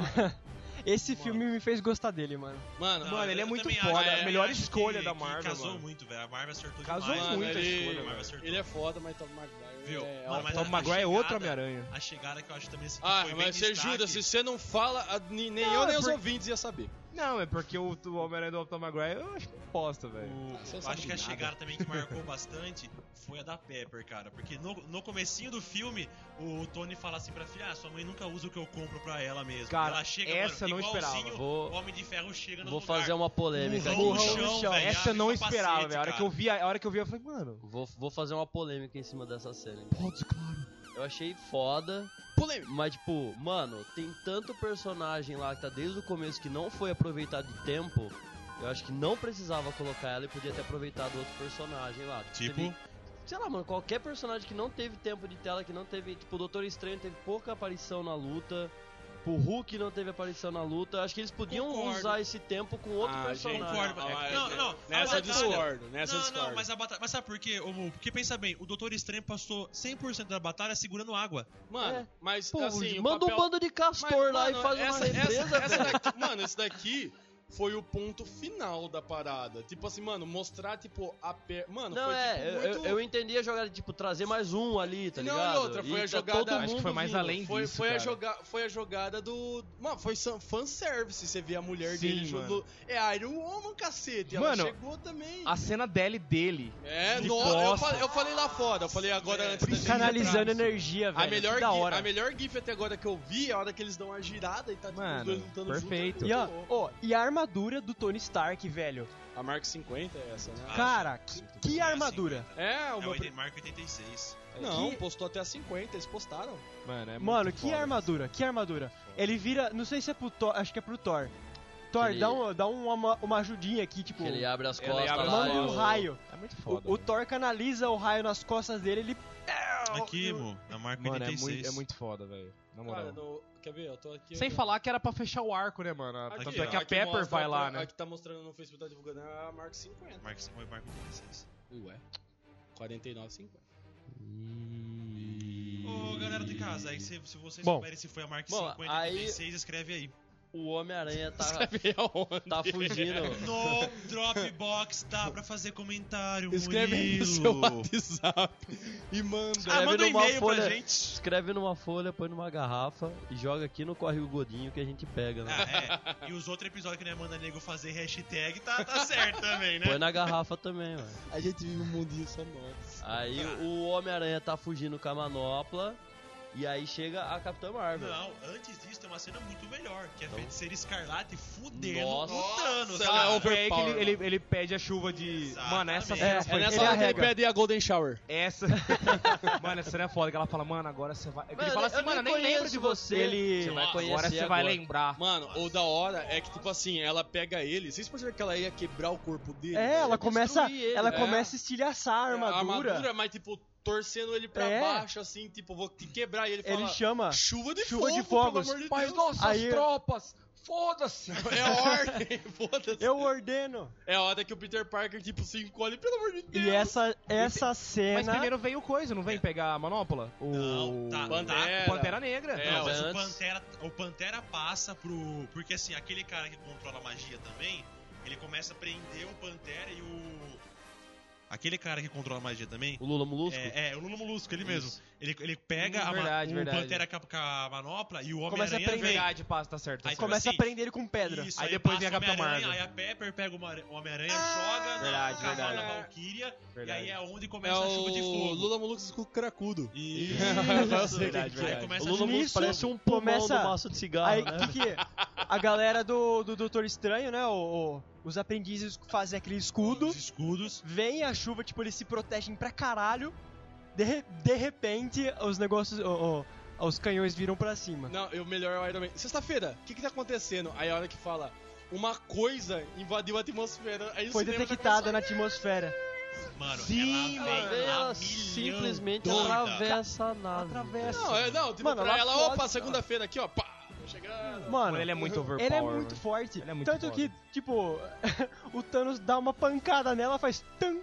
Speaker 7: Esse filme me fez gostar dele, mano.
Speaker 5: Mano,
Speaker 1: Não,
Speaker 6: Mano, ele é
Speaker 1: eu
Speaker 6: muito
Speaker 1: também
Speaker 6: foda,
Speaker 1: acho-
Speaker 6: a melhor
Speaker 1: acho
Speaker 6: escolha
Speaker 1: que-
Speaker 6: da
Speaker 1: que
Speaker 6: Marvel,
Speaker 1: Casou
Speaker 6: mano.
Speaker 1: muito, velho. A Marvel acertou
Speaker 6: Casou
Speaker 1: demais.
Speaker 5: mano,
Speaker 6: muito a
Speaker 5: ele,
Speaker 6: escolha,
Speaker 1: Marvel acertou.
Speaker 5: ele é foda, mas Tobey Maguire
Speaker 1: Viu?
Speaker 5: é...
Speaker 1: Mano, mas
Speaker 6: Tom
Speaker 1: a-
Speaker 6: Maguire
Speaker 1: a
Speaker 6: é outro
Speaker 1: chegada-
Speaker 6: Homem-Aranha.
Speaker 1: A chegada que eu acho também assim, que
Speaker 5: Ah,
Speaker 1: foi bem
Speaker 5: mas você
Speaker 1: destaque.
Speaker 5: jura, se você não fala, a- ni- nem
Speaker 6: Não,
Speaker 5: eu nem
Speaker 6: é
Speaker 5: os
Speaker 6: por-
Speaker 5: ouvintes ia saber.
Speaker 6: Não, é porque o, o Homem-Aranha do Tom Maguire eu acho que bosta, velho.
Speaker 1: O-
Speaker 5: você não
Speaker 1: eu
Speaker 5: sabe
Speaker 1: acho
Speaker 5: de
Speaker 1: que a
Speaker 5: nada.
Speaker 1: chegada também que marcou bastante foi a da Pepper, cara. Porque no, no comecinho do filme, o Tony fala assim pra filha, ah, sua mãe nunca usa o que eu compro pra ela mesmo.
Speaker 6: Cara,
Speaker 1: ela chega,
Speaker 6: essa
Speaker 1: mano,
Speaker 6: eu não esperava.
Speaker 1: igualzinho
Speaker 3: Vou-
Speaker 1: o Homem de Ferro chega no
Speaker 3: Vou
Speaker 1: lugar.
Speaker 3: fazer um uma
Speaker 6: Um
Speaker 3: polêmica
Speaker 1: Murrão
Speaker 3: aqui.
Speaker 1: no
Speaker 3: então.
Speaker 1: chão. velho,
Speaker 6: Essa eu não
Speaker 1: abre o capacete,
Speaker 6: esperava, velho. A hora
Speaker 1: cara.
Speaker 6: que eu vi, a hora que eu vi, eu falei, mano,
Speaker 3: Vou, vou fazer uma polêmica em cima dessa cena. Pode, claro. Eu achei foda,
Speaker 5: Polêmica.
Speaker 3: mas tipo, mano, tem tanto personagem lá que tá desde o começo que não foi aproveitado de tempo. Eu acho que não precisava colocar ela e podia ter aproveitado outro personagem lá. teve-
Speaker 1: Tipo,
Speaker 3: sei lá, mano, qualquer personagem que não teve tempo de tela, que não teve. Tipo, o Doutor Estranho teve pouca aparição na luta. tipo, O Hulk não teve aparição na luta. Acho que eles podiam
Speaker 5: Concordo.
Speaker 3: usar
Speaker 7: tá
Speaker 3: esse tempo com outro
Speaker 5: Ah, gente,
Speaker 3: personagem.
Speaker 1: concordo.
Speaker 5: Ah,
Speaker 1: não,
Speaker 5: é-
Speaker 1: não.
Speaker 5: Nessa
Speaker 1: a batalha-
Speaker 5: eu discordo, nessa eu
Speaker 1: Não,
Speaker 5: discordo.
Speaker 1: não, mas a batalha. Mas sabe por quê, ô, Mu? Porque pensa bem, o Doutor Estranho passou 100% da batalha segurando água.
Speaker 5: Mano,
Speaker 3: É.
Speaker 5: mas
Speaker 3: Pô,
Speaker 5: assim, o
Speaker 3: manda
Speaker 5: papel...
Speaker 3: um bando de castor
Speaker 5: Mas,
Speaker 3: lá
Speaker 5: mano,
Speaker 3: e faz uma represa.
Speaker 5: essa daqui- Mano, esse daqui foi o ponto final da parada. Tipo assim, mano, mostrar, tipo, a per... Mano,
Speaker 3: Não,
Speaker 5: foi
Speaker 3: é,
Speaker 5: tipo,
Speaker 3: eu-
Speaker 5: muito...
Speaker 3: eu, eu entendi a jogada, tipo, trazer mais um ali, tá
Speaker 5: Não, e
Speaker 3: ligado?
Speaker 5: outra, foi a
Speaker 3: tá
Speaker 5: jogada-
Speaker 3: todo
Speaker 5: acho que
Speaker 3: mundo
Speaker 6: foi mais
Speaker 3: vindo.
Speaker 6: além.
Speaker 5: Foi,
Speaker 6: disso,
Speaker 5: foi, a
Speaker 6: cara.
Speaker 5: joga... foi a jogada do. Mano, foi san- fanservice. Você vê a mulher
Speaker 6: Sim,
Speaker 5: dele
Speaker 6: mano.
Speaker 5: jogando. É a Iron Woman, cacete. Ela
Speaker 6: Mano,
Speaker 5: chegou também.
Speaker 6: a cena dele dele.
Speaker 5: É,
Speaker 6: de É,
Speaker 5: no... eu,
Speaker 6: costas.
Speaker 5: falei, eu falei lá fora. Eu falei agora antes da gente
Speaker 7: Canalizando
Speaker 5: Ah, entrar.
Speaker 7: energia,
Speaker 6: é
Speaker 7: velho.
Speaker 5: A melhor,
Speaker 7: que da
Speaker 5: gif-
Speaker 7: hora.
Speaker 5: a melhor GIF até agora que eu vi é a hora que eles dão uma girada e tá tipo,
Speaker 6: Mano,
Speaker 5: os dois lutando
Speaker 6: perfeito.
Speaker 5: junto.
Speaker 7: E,
Speaker 5: é
Speaker 7: ó,
Speaker 5: muito louco.
Speaker 7: ó, e a armadura do Tony Stark, velho.
Speaker 5: A Mark 50 é essa, né?
Speaker 7: Cara, que, que armadura.
Speaker 5: assim, É, o
Speaker 1: É
Speaker 5: meu.
Speaker 1: o
Speaker 5: pri-
Speaker 1: Mark 86.
Speaker 5: Não,
Speaker 7: Que-
Speaker 5: postou até a 50, eles postaram.
Speaker 6: Mano, é muito
Speaker 7: Mano, que
Speaker 6: foda.
Speaker 7: armadura, que armadura. Ele vira, não sei se é pro Thor, acho que é pro Thor. Thor,
Speaker 3: Ele-
Speaker 7: dá, um, dá uma, uma ajudinha aqui, tipo,
Speaker 3: Que ele abre as
Speaker 6: Ele
Speaker 3: costas
Speaker 6: abre as
Speaker 3: lá.
Speaker 7: manda
Speaker 3: e
Speaker 7: um
Speaker 3: o-
Speaker 7: raio.
Speaker 6: É muito
Speaker 7: O-
Speaker 6: foda.
Speaker 7: o,
Speaker 6: velho.
Speaker 7: Thor canaliza o raio nas costas dele, ele...
Speaker 1: Aqui, Mu, na Mark
Speaker 6: Mano, é
Speaker 1: 86.
Speaker 6: muito, é muito foda, velho. Na moral.
Speaker 5: Cara, no- quer ver? Eu tô aqui.
Speaker 6: Sem
Speaker 5: olhando.
Speaker 6: falar que era pra fechar o arco, né, mano?
Speaker 5: Aqui,
Speaker 6: Tanto é que
Speaker 5: ó,
Speaker 6: a
Speaker 5: aqui
Speaker 6: Pepper
Speaker 5: mostra,
Speaker 6: vai lá,
Speaker 5: a-
Speaker 6: né?
Speaker 5: A que tá mostrando no Facebook, tá divulgando é a Mark 50.
Speaker 1: Mark, foi Mark 86.
Speaker 5: Ué. 49,50.
Speaker 1: Ô, galera de casa, aí se, se vocês
Speaker 6: Bom.
Speaker 1: souberem se foi a Mark
Speaker 3: Bom,
Speaker 1: 50
Speaker 3: aí-
Speaker 1: 86, escreve aí.
Speaker 3: O Homem-Aranha tá, tá fugindo.
Speaker 1: No Dropbox dá pra fazer comentário,
Speaker 5: Escreve aí
Speaker 1: Murilo.
Speaker 5: no seu WhatsApp e manda.
Speaker 1: Ah,
Speaker 3: Escreve
Speaker 1: manda um
Speaker 3: numa
Speaker 1: e-mail
Speaker 3: folha-
Speaker 1: pra gente.
Speaker 3: Escreve numa folha, põe numa garrafa e joga aqui no Correio Godinho que a gente pega, né?
Speaker 1: Ah, é. E os outros episódios que nós manda nego fazer hashtag tá, tá certo também, né?
Speaker 3: Põe na garrafa também, mano.
Speaker 5: A gente vive um mundinho só nosso.
Speaker 3: Aí o Homem-Aranha tá fugindo com a manopla e aí chega a Capitã Marvel.
Speaker 1: Não, antes disso tem uma cena muito melhor, que é a feiticeira escarlate fudendo
Speaker 3: Nossa.
Speaker 1: o Thanos,
Speaker 5: Nossa,
Speaker 1: cara.
Speaker 5: é o-
Speaker 6: Foi aí que
Speaker 5: Overpower,
Speaker 6: ele, ele, ele pede a chuva de.
Speaker 1: Exatamente.
Speaker 6: Mano, essa
Speaker 1: É,
Speaker 6: cena
Speaker 7: é
Speaker 6: foi
Speaker 7: nessa
Speaker 6: ele
Speaker 7: hora que ele
Speaker 6: arrega.
Speaker 5: a Golden Shower.
Speaker 6: Essa. <laughs> mano, essa cena é foda. Que ela fala, mano, agora você vai.
Speaker 3: Mano,
Speaker 6: ele fala
Speaker 3: eu
Speaker 6: assim, mano, nem
Speaker 3: conheço
Speaker 6: lembro de você.
Speaker 3: Ele... Você vai
Speaker 6: Agora
Speaker 3: conhecer
Speaker 6: você vai lembrar.
Speaker 5: Mano, o da hora é que, tipo assim, ela pega ele. Vocês perceberam que ela ia quebrar o corpo dele?
Speaker 7: É, ela começa,
Speaker 3: destruir ele,
Speaker 7: ela
Speaker 5: né? É,
Speaker 7: começa a estilhaçar a
Speaker 5: A
Speaker 7: armadura.
Speaker 5: armadura, mas, tipo, torcendo ele pra
Speaker 7: É.
Speaker 5: baixo, assim, tipo, vou te quebrar. E ele fala,
Speaker 7: Ele chama...
Speaker 5: chuva de
Speaker 7: chuva de
Speaker 5: fogo,
Speaker 7: fogos.
Speaker 5: pelo amor de
Speaker 6: Mas
Speaker 5: Deus.
Speaker 6: nossas
Speaker 7: Aí-
Speaker 6: tropas! Foda-se!
Speaker 5: <laughs> É a ordem, <laughs> foda-se.
Speaker 7: Eu ordeno.
Speaker 5: É a hora que o Peter Parker, tipo, se encolhe, pelo amor de Deus.
Speaker 7: E essa, essa
Speaker 6: Mas
Speaker 7: cena...
Speaker 6: primeiro veio coisa, não vem pegar a manopla? O.
Speaker 1: Não, tá,
Speaker 5: Pantera.
Speaker 6: O Pantera Negra.
Speaker 5: É,
Speaker 1: Não,
Speaker 5: ó,
Speaker 1: mas o
Speaker 3: antes-
Speaker 1: Pantera, o Pantera passa pro. Porque assim, aquele cara que controla a magia também, ele começa a prender o Pantera e o. Aquele cara que controla a magia também.
Speaker 3: O Lula Molusco? <laughs>
Speaker 1: É, é, o Lula Molusco, ele mesmo.
Speaker 3: Isso.
Speaker 1: Ele, ele pega
Speaker 7: Hum,
Speaker 1: a ma-
Speaker 7: verdade,
Speaker 1: o
Speaker 7: verdade.
Speaker 1: Pantera com a, com a manopla e o
Speaker 7: Começa a
Speaker 1: Homem-Aranha
Speaker 7: prender.
Speaker 1: vem.
Speaker 6: Verdade, passa, tá certo.
Speaker 1: Aí, tipo
Speaker 7: Começa
Speaker 1: assim,
Speaker 7: a prender ele com pedra.
Speaker 1: Isso,
Speaker 6: Aí depois
Speaker 1: passa
Speaker 6: vem a
Speaker 1: o
Speaker 6: Capitã
Speaker 1: Homem-Aranha,
Speaker 6: Marvel.
Speaker 1: Aí a Pepper pega o Homem- o Homem-Aranha, joga na-
Speaker 7: Verdade,
Speaker 1: no cavalo
Speaker 7: verdade.
Speaker 1: da Valkyria. E
Speaker 6: Verdade.
Speaker 1: aí é onde
Speaker 5: É
Speaker 1: começa a
Speaker 5: o
Speaker 1: chuva de fogo.
Speaker 5: Lula Molusco com cracudo.
Speaker 1: E...
Speaker 5: Eu sei
Speaker 7: verdade,
Speaker 5: que-
Speaker 1: Aí
Speaker 7: verdade.
Speaker 1: começa
Speaker 3: é o
Speaker 1: a
Speaker 3: Lula
Speaker 1: chuva
Speaker 3: Molusco parece um pulmão
Speaker 7: começa-
Speaker 3: no maço de cigarro,
Speaker 5: <laughs>
Speaker 7: Aí,
Speaker 3: né?
Speaker 7: que que é? A galera do, do Doutor Estranho, né? o- o- os aprendizes fazem aquele escudo,
Speaker 1: Os escudos.
Speaker 7: vem a chuva, tipo, eles se protegem pra caralho. De, re- de repente, os negócios. o- o- os canhões viram pra cima.
Speaker 5: Não, eu melhor é o Iron Man. Sexta-feira, o que que tá acontecendo? Aí a hora que fala, uma coisa invadiu a atmosfera. Aí o
Speaker 7: Foi né?
Speaker 5: cinema tá já
Speaker 7: detectada na atmosfera.
Speaker 1: Mano,
Speaker 3: Sim,
Speaker 1: ela
Speaker 3: mano.
Speaker 1: vem
Speaker 3: Ela
Speaker 1: a milhão
Speaker 3: simplesmente
Speaker 1: doida.
Speaker 3: atravessa a nave.
Speaker 7: Atravessa.
Speaker 5: começa- Não, é, não, tipo,
Speaker 7: Mano,
Speaker 5: pra ela,
Speaker 7: ela foda,
Speaker 5: opa, segunda-feira aqui, ó, pá, tô chegando.
Speaker 7: Mano,
Speaker 6: Mano, ele é muito overpower.
Speaker 7: Ele é muito forte.
Speaker 6: Ele é muito
Speaker 7: Tanto
Speaker 6: foda.
Speaker 7: que, tipo, <laughs> o Thanos dá uma pancada nela, faz tan.
Speaker 6: Mano,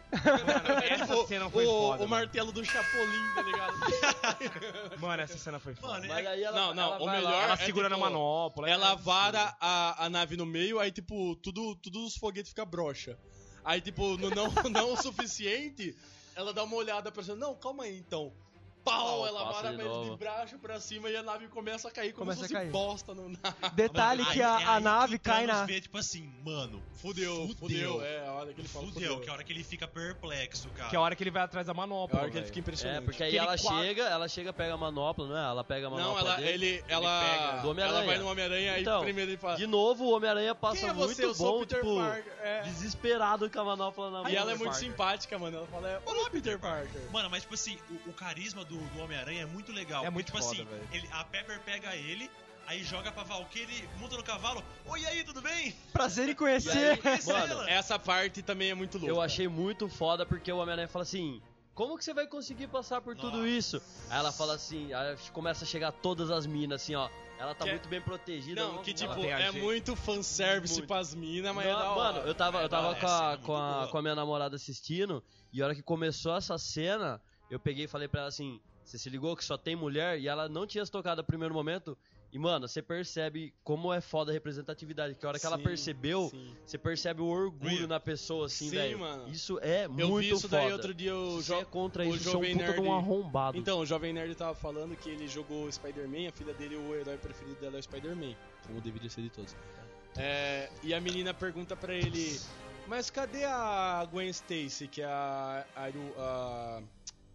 Speaker 6: essa
Speaker 5: O-
Speaker 6: cena foi
Speaker 5: o,
Speaker 6: é foda.
Speaker 5: o martelo do Chapolin, tá
Speaker 6: <laughs>
Speaker 5: ligado?
Speaker 6: mano. Mano, essa cena foi foda.
Speaker 1: Mano,
Speaker 3: Mas aí ela,
Speaker 5: Não, não,
Speaker 3: ela
Speaker 5: o
Speaker 3: vai
Speaker 5: melhor-
Speaker 3: lá-
Speaker 6: Ela
Speaker 5: é
Speaker 6: segura
Speaker 5: tipo,
Speaker 6: na manopla. é.
Speaker 5: Ela vara a, a nave no meio, aí tipo, tudo, tudo os foguetes fica broxa. Aí tipo, no não, <laughs> não o suficiente, ela dá uma olhada pra cima, não, calma aí então. Pau,
Speaker 3: Pau,
Speaker 5: ela
Speaker 3: passa
Speaker 5: vara
Speaker 3: de
Speaker 5: pra ele de
Speaker 3: novo.
Speaker 5: braço pra cima e a nave começa a cair como se
Speaker 7: Começa
Speaker 5: fosse
Speaker 7: a cair.
Speaker 5: bosta no na...
Speaker 7: Detalhe
Speaker 1: Aí-
Speaker 7: que a,
Speaker 1: é
Speaker 7: a
Speaker 1: aí
Speaker 7: nave
Speaker 1: o
Speaker 6: tá
Speaker 7: cai
Speaker 1: Thanos
Speaker 7: na.
Speaker 1: Vê, tipo assim, mano,
Speaker 5: Fudeu, fudeu, é a hora que ele fala,
Speaker 1: Fudeu, que é a hora que ele fica perplexo, cara.
Speaker 6: Que é a hora que ele vai atrás da
Speaker 5: É a
Speaker 6: manopla.
Speaker 5: hora que ele
Speaker 6: velho.
Speaker 5: fica impressionado.
Speaker 3: É, porque aí
Speaker 7: Aquele
Speaker 3: ela
Speaker 7: quadro-
Speaker 3: chega, ela chega, pega a manopla, não é? Ela pega a manopla
Speaker 5: Não, ela,
Speaker 3: dele.
Speaker 5: ele, ela,
Speaker 3: pega. Do Homem-Aranha.
Speaker 5: ela vai no Homem-Aranha
Speaker 3: Então,
Speaker 5: e primeiro ele fala,
Speaker 3: De novo, o Homem-Aranha passa
Speaker 5: quem é
Speaker 3: muito
Speaker 5: você? Eu
Speaker 3: bom,
Speaker 5: sou o Peter
Speaker 3: tipo,
Speaker 5: Parker. É.
Speaker 3: desesperado com a manopla na mão.
Speaker 5: E ela é
Speaker 3: Parker.
Speaker 5: muito simpática, mano. Ela fala, é, olá, Peter Parker.
Speaker 1: Mano, mas tipo assim, o, o carisma do, do Homem-Aranha é muito legal.
Speaker 6: É
Speaker 1: porque,
Speaker 6: muito
Speaker 1: tipo
Speaker 6: foda,
Speaker 1: assim,
Speaker 6: velho.
Speaker 1: ele- a Pepper pega ele, aí joga pra Valkyrie, ele monta no cavalo. Oi, e aí, tudo bem?
Speaker 7: Prazer em
Speaker 3: E
Speaker 7: conhecer.
Speaker 3: aí,
Speaker 1: Conhece
Speaker 3: mano,
Speaker 1: ela?
Speaker 5: Essa parte também é muito louca.
Speaker 3: eu achei muito foda porque o Homem-Aranha fala assim: Como que você vai conseguir passar por tudo
Speaker 1: Nossa.
Speaker 3: isso? Aí ela fala assim, aí começa a chegar todas as minas, assim, ó. Ela tá
Speaker 5: Que- é-
Speaker 3: muito bem protegida.
Speaker 5: Não, que tipo,
Speaker 3: ela-
Speaker 6: tem a
Speaker 5: é
Speaker 6: gente.
Speaker 5: muito fanservice
Speaker 3: Muito.
Speaker 5: pras minas, mas é
Speaker 3: Não,
Speaker 5: da hora. assim,
Speaker 3: mano, eu tava, eu
Speaker 1: É da
Speaker 3: tava
Speaker 1: hora,
Speaker 3: com,
Speaker 1: essa cena
Speaker 3: a,
Speaker 1: é
Speaker 3: com,
Speaker 1: muito
Speaker 3: a,
Speaker 1: boa.
Speaker 3: com a minha namorada assistindo, e a hora que começou essa cena, eu peguei e falei pra ela assim: você se ligou que só tem mulher? E ela não tinha se tocado no primeiro momento. E, mano, você percebe como é foda a representatividade. Que a hora que ela
Speaker 5: Sim,
Speaker 3: percebeu,
Speaker 5: sim.
Speaker 3: você percebe o orgulho
Speaker 1: Sim.
Speaker 3: na pessoa, assim,
Speaker 5: Sim,
Speaker 3: velho.
Speaker 5: mano.
Speaker 3: Isso é
Speaker 5: Eu
Speaker 3: muito
Speaker 5: vi isso
Speaker 3: foda.
Speaker 5: daí outro dia, eu
Speaker 3: Se você é
Speaker 5: jogo.
Speaker 3: contra
Speaker 5: o
Speaker 3: isso, você é um
Speaker 5: Jovem
Speaker 3: puta de um
Speaker 5: Nerd-
Speaker 3: arrombado.
Speaker 5: Então, o Jovem Nerd tava falando que ele jogou Spider-Man, a filha dele, o herói preferido dela é o Spider-Man. Como deveria ser de todos. É, e a menina pergunta pra ele, mas cadê a Gwen Stacy, que é a, a, Iru- a,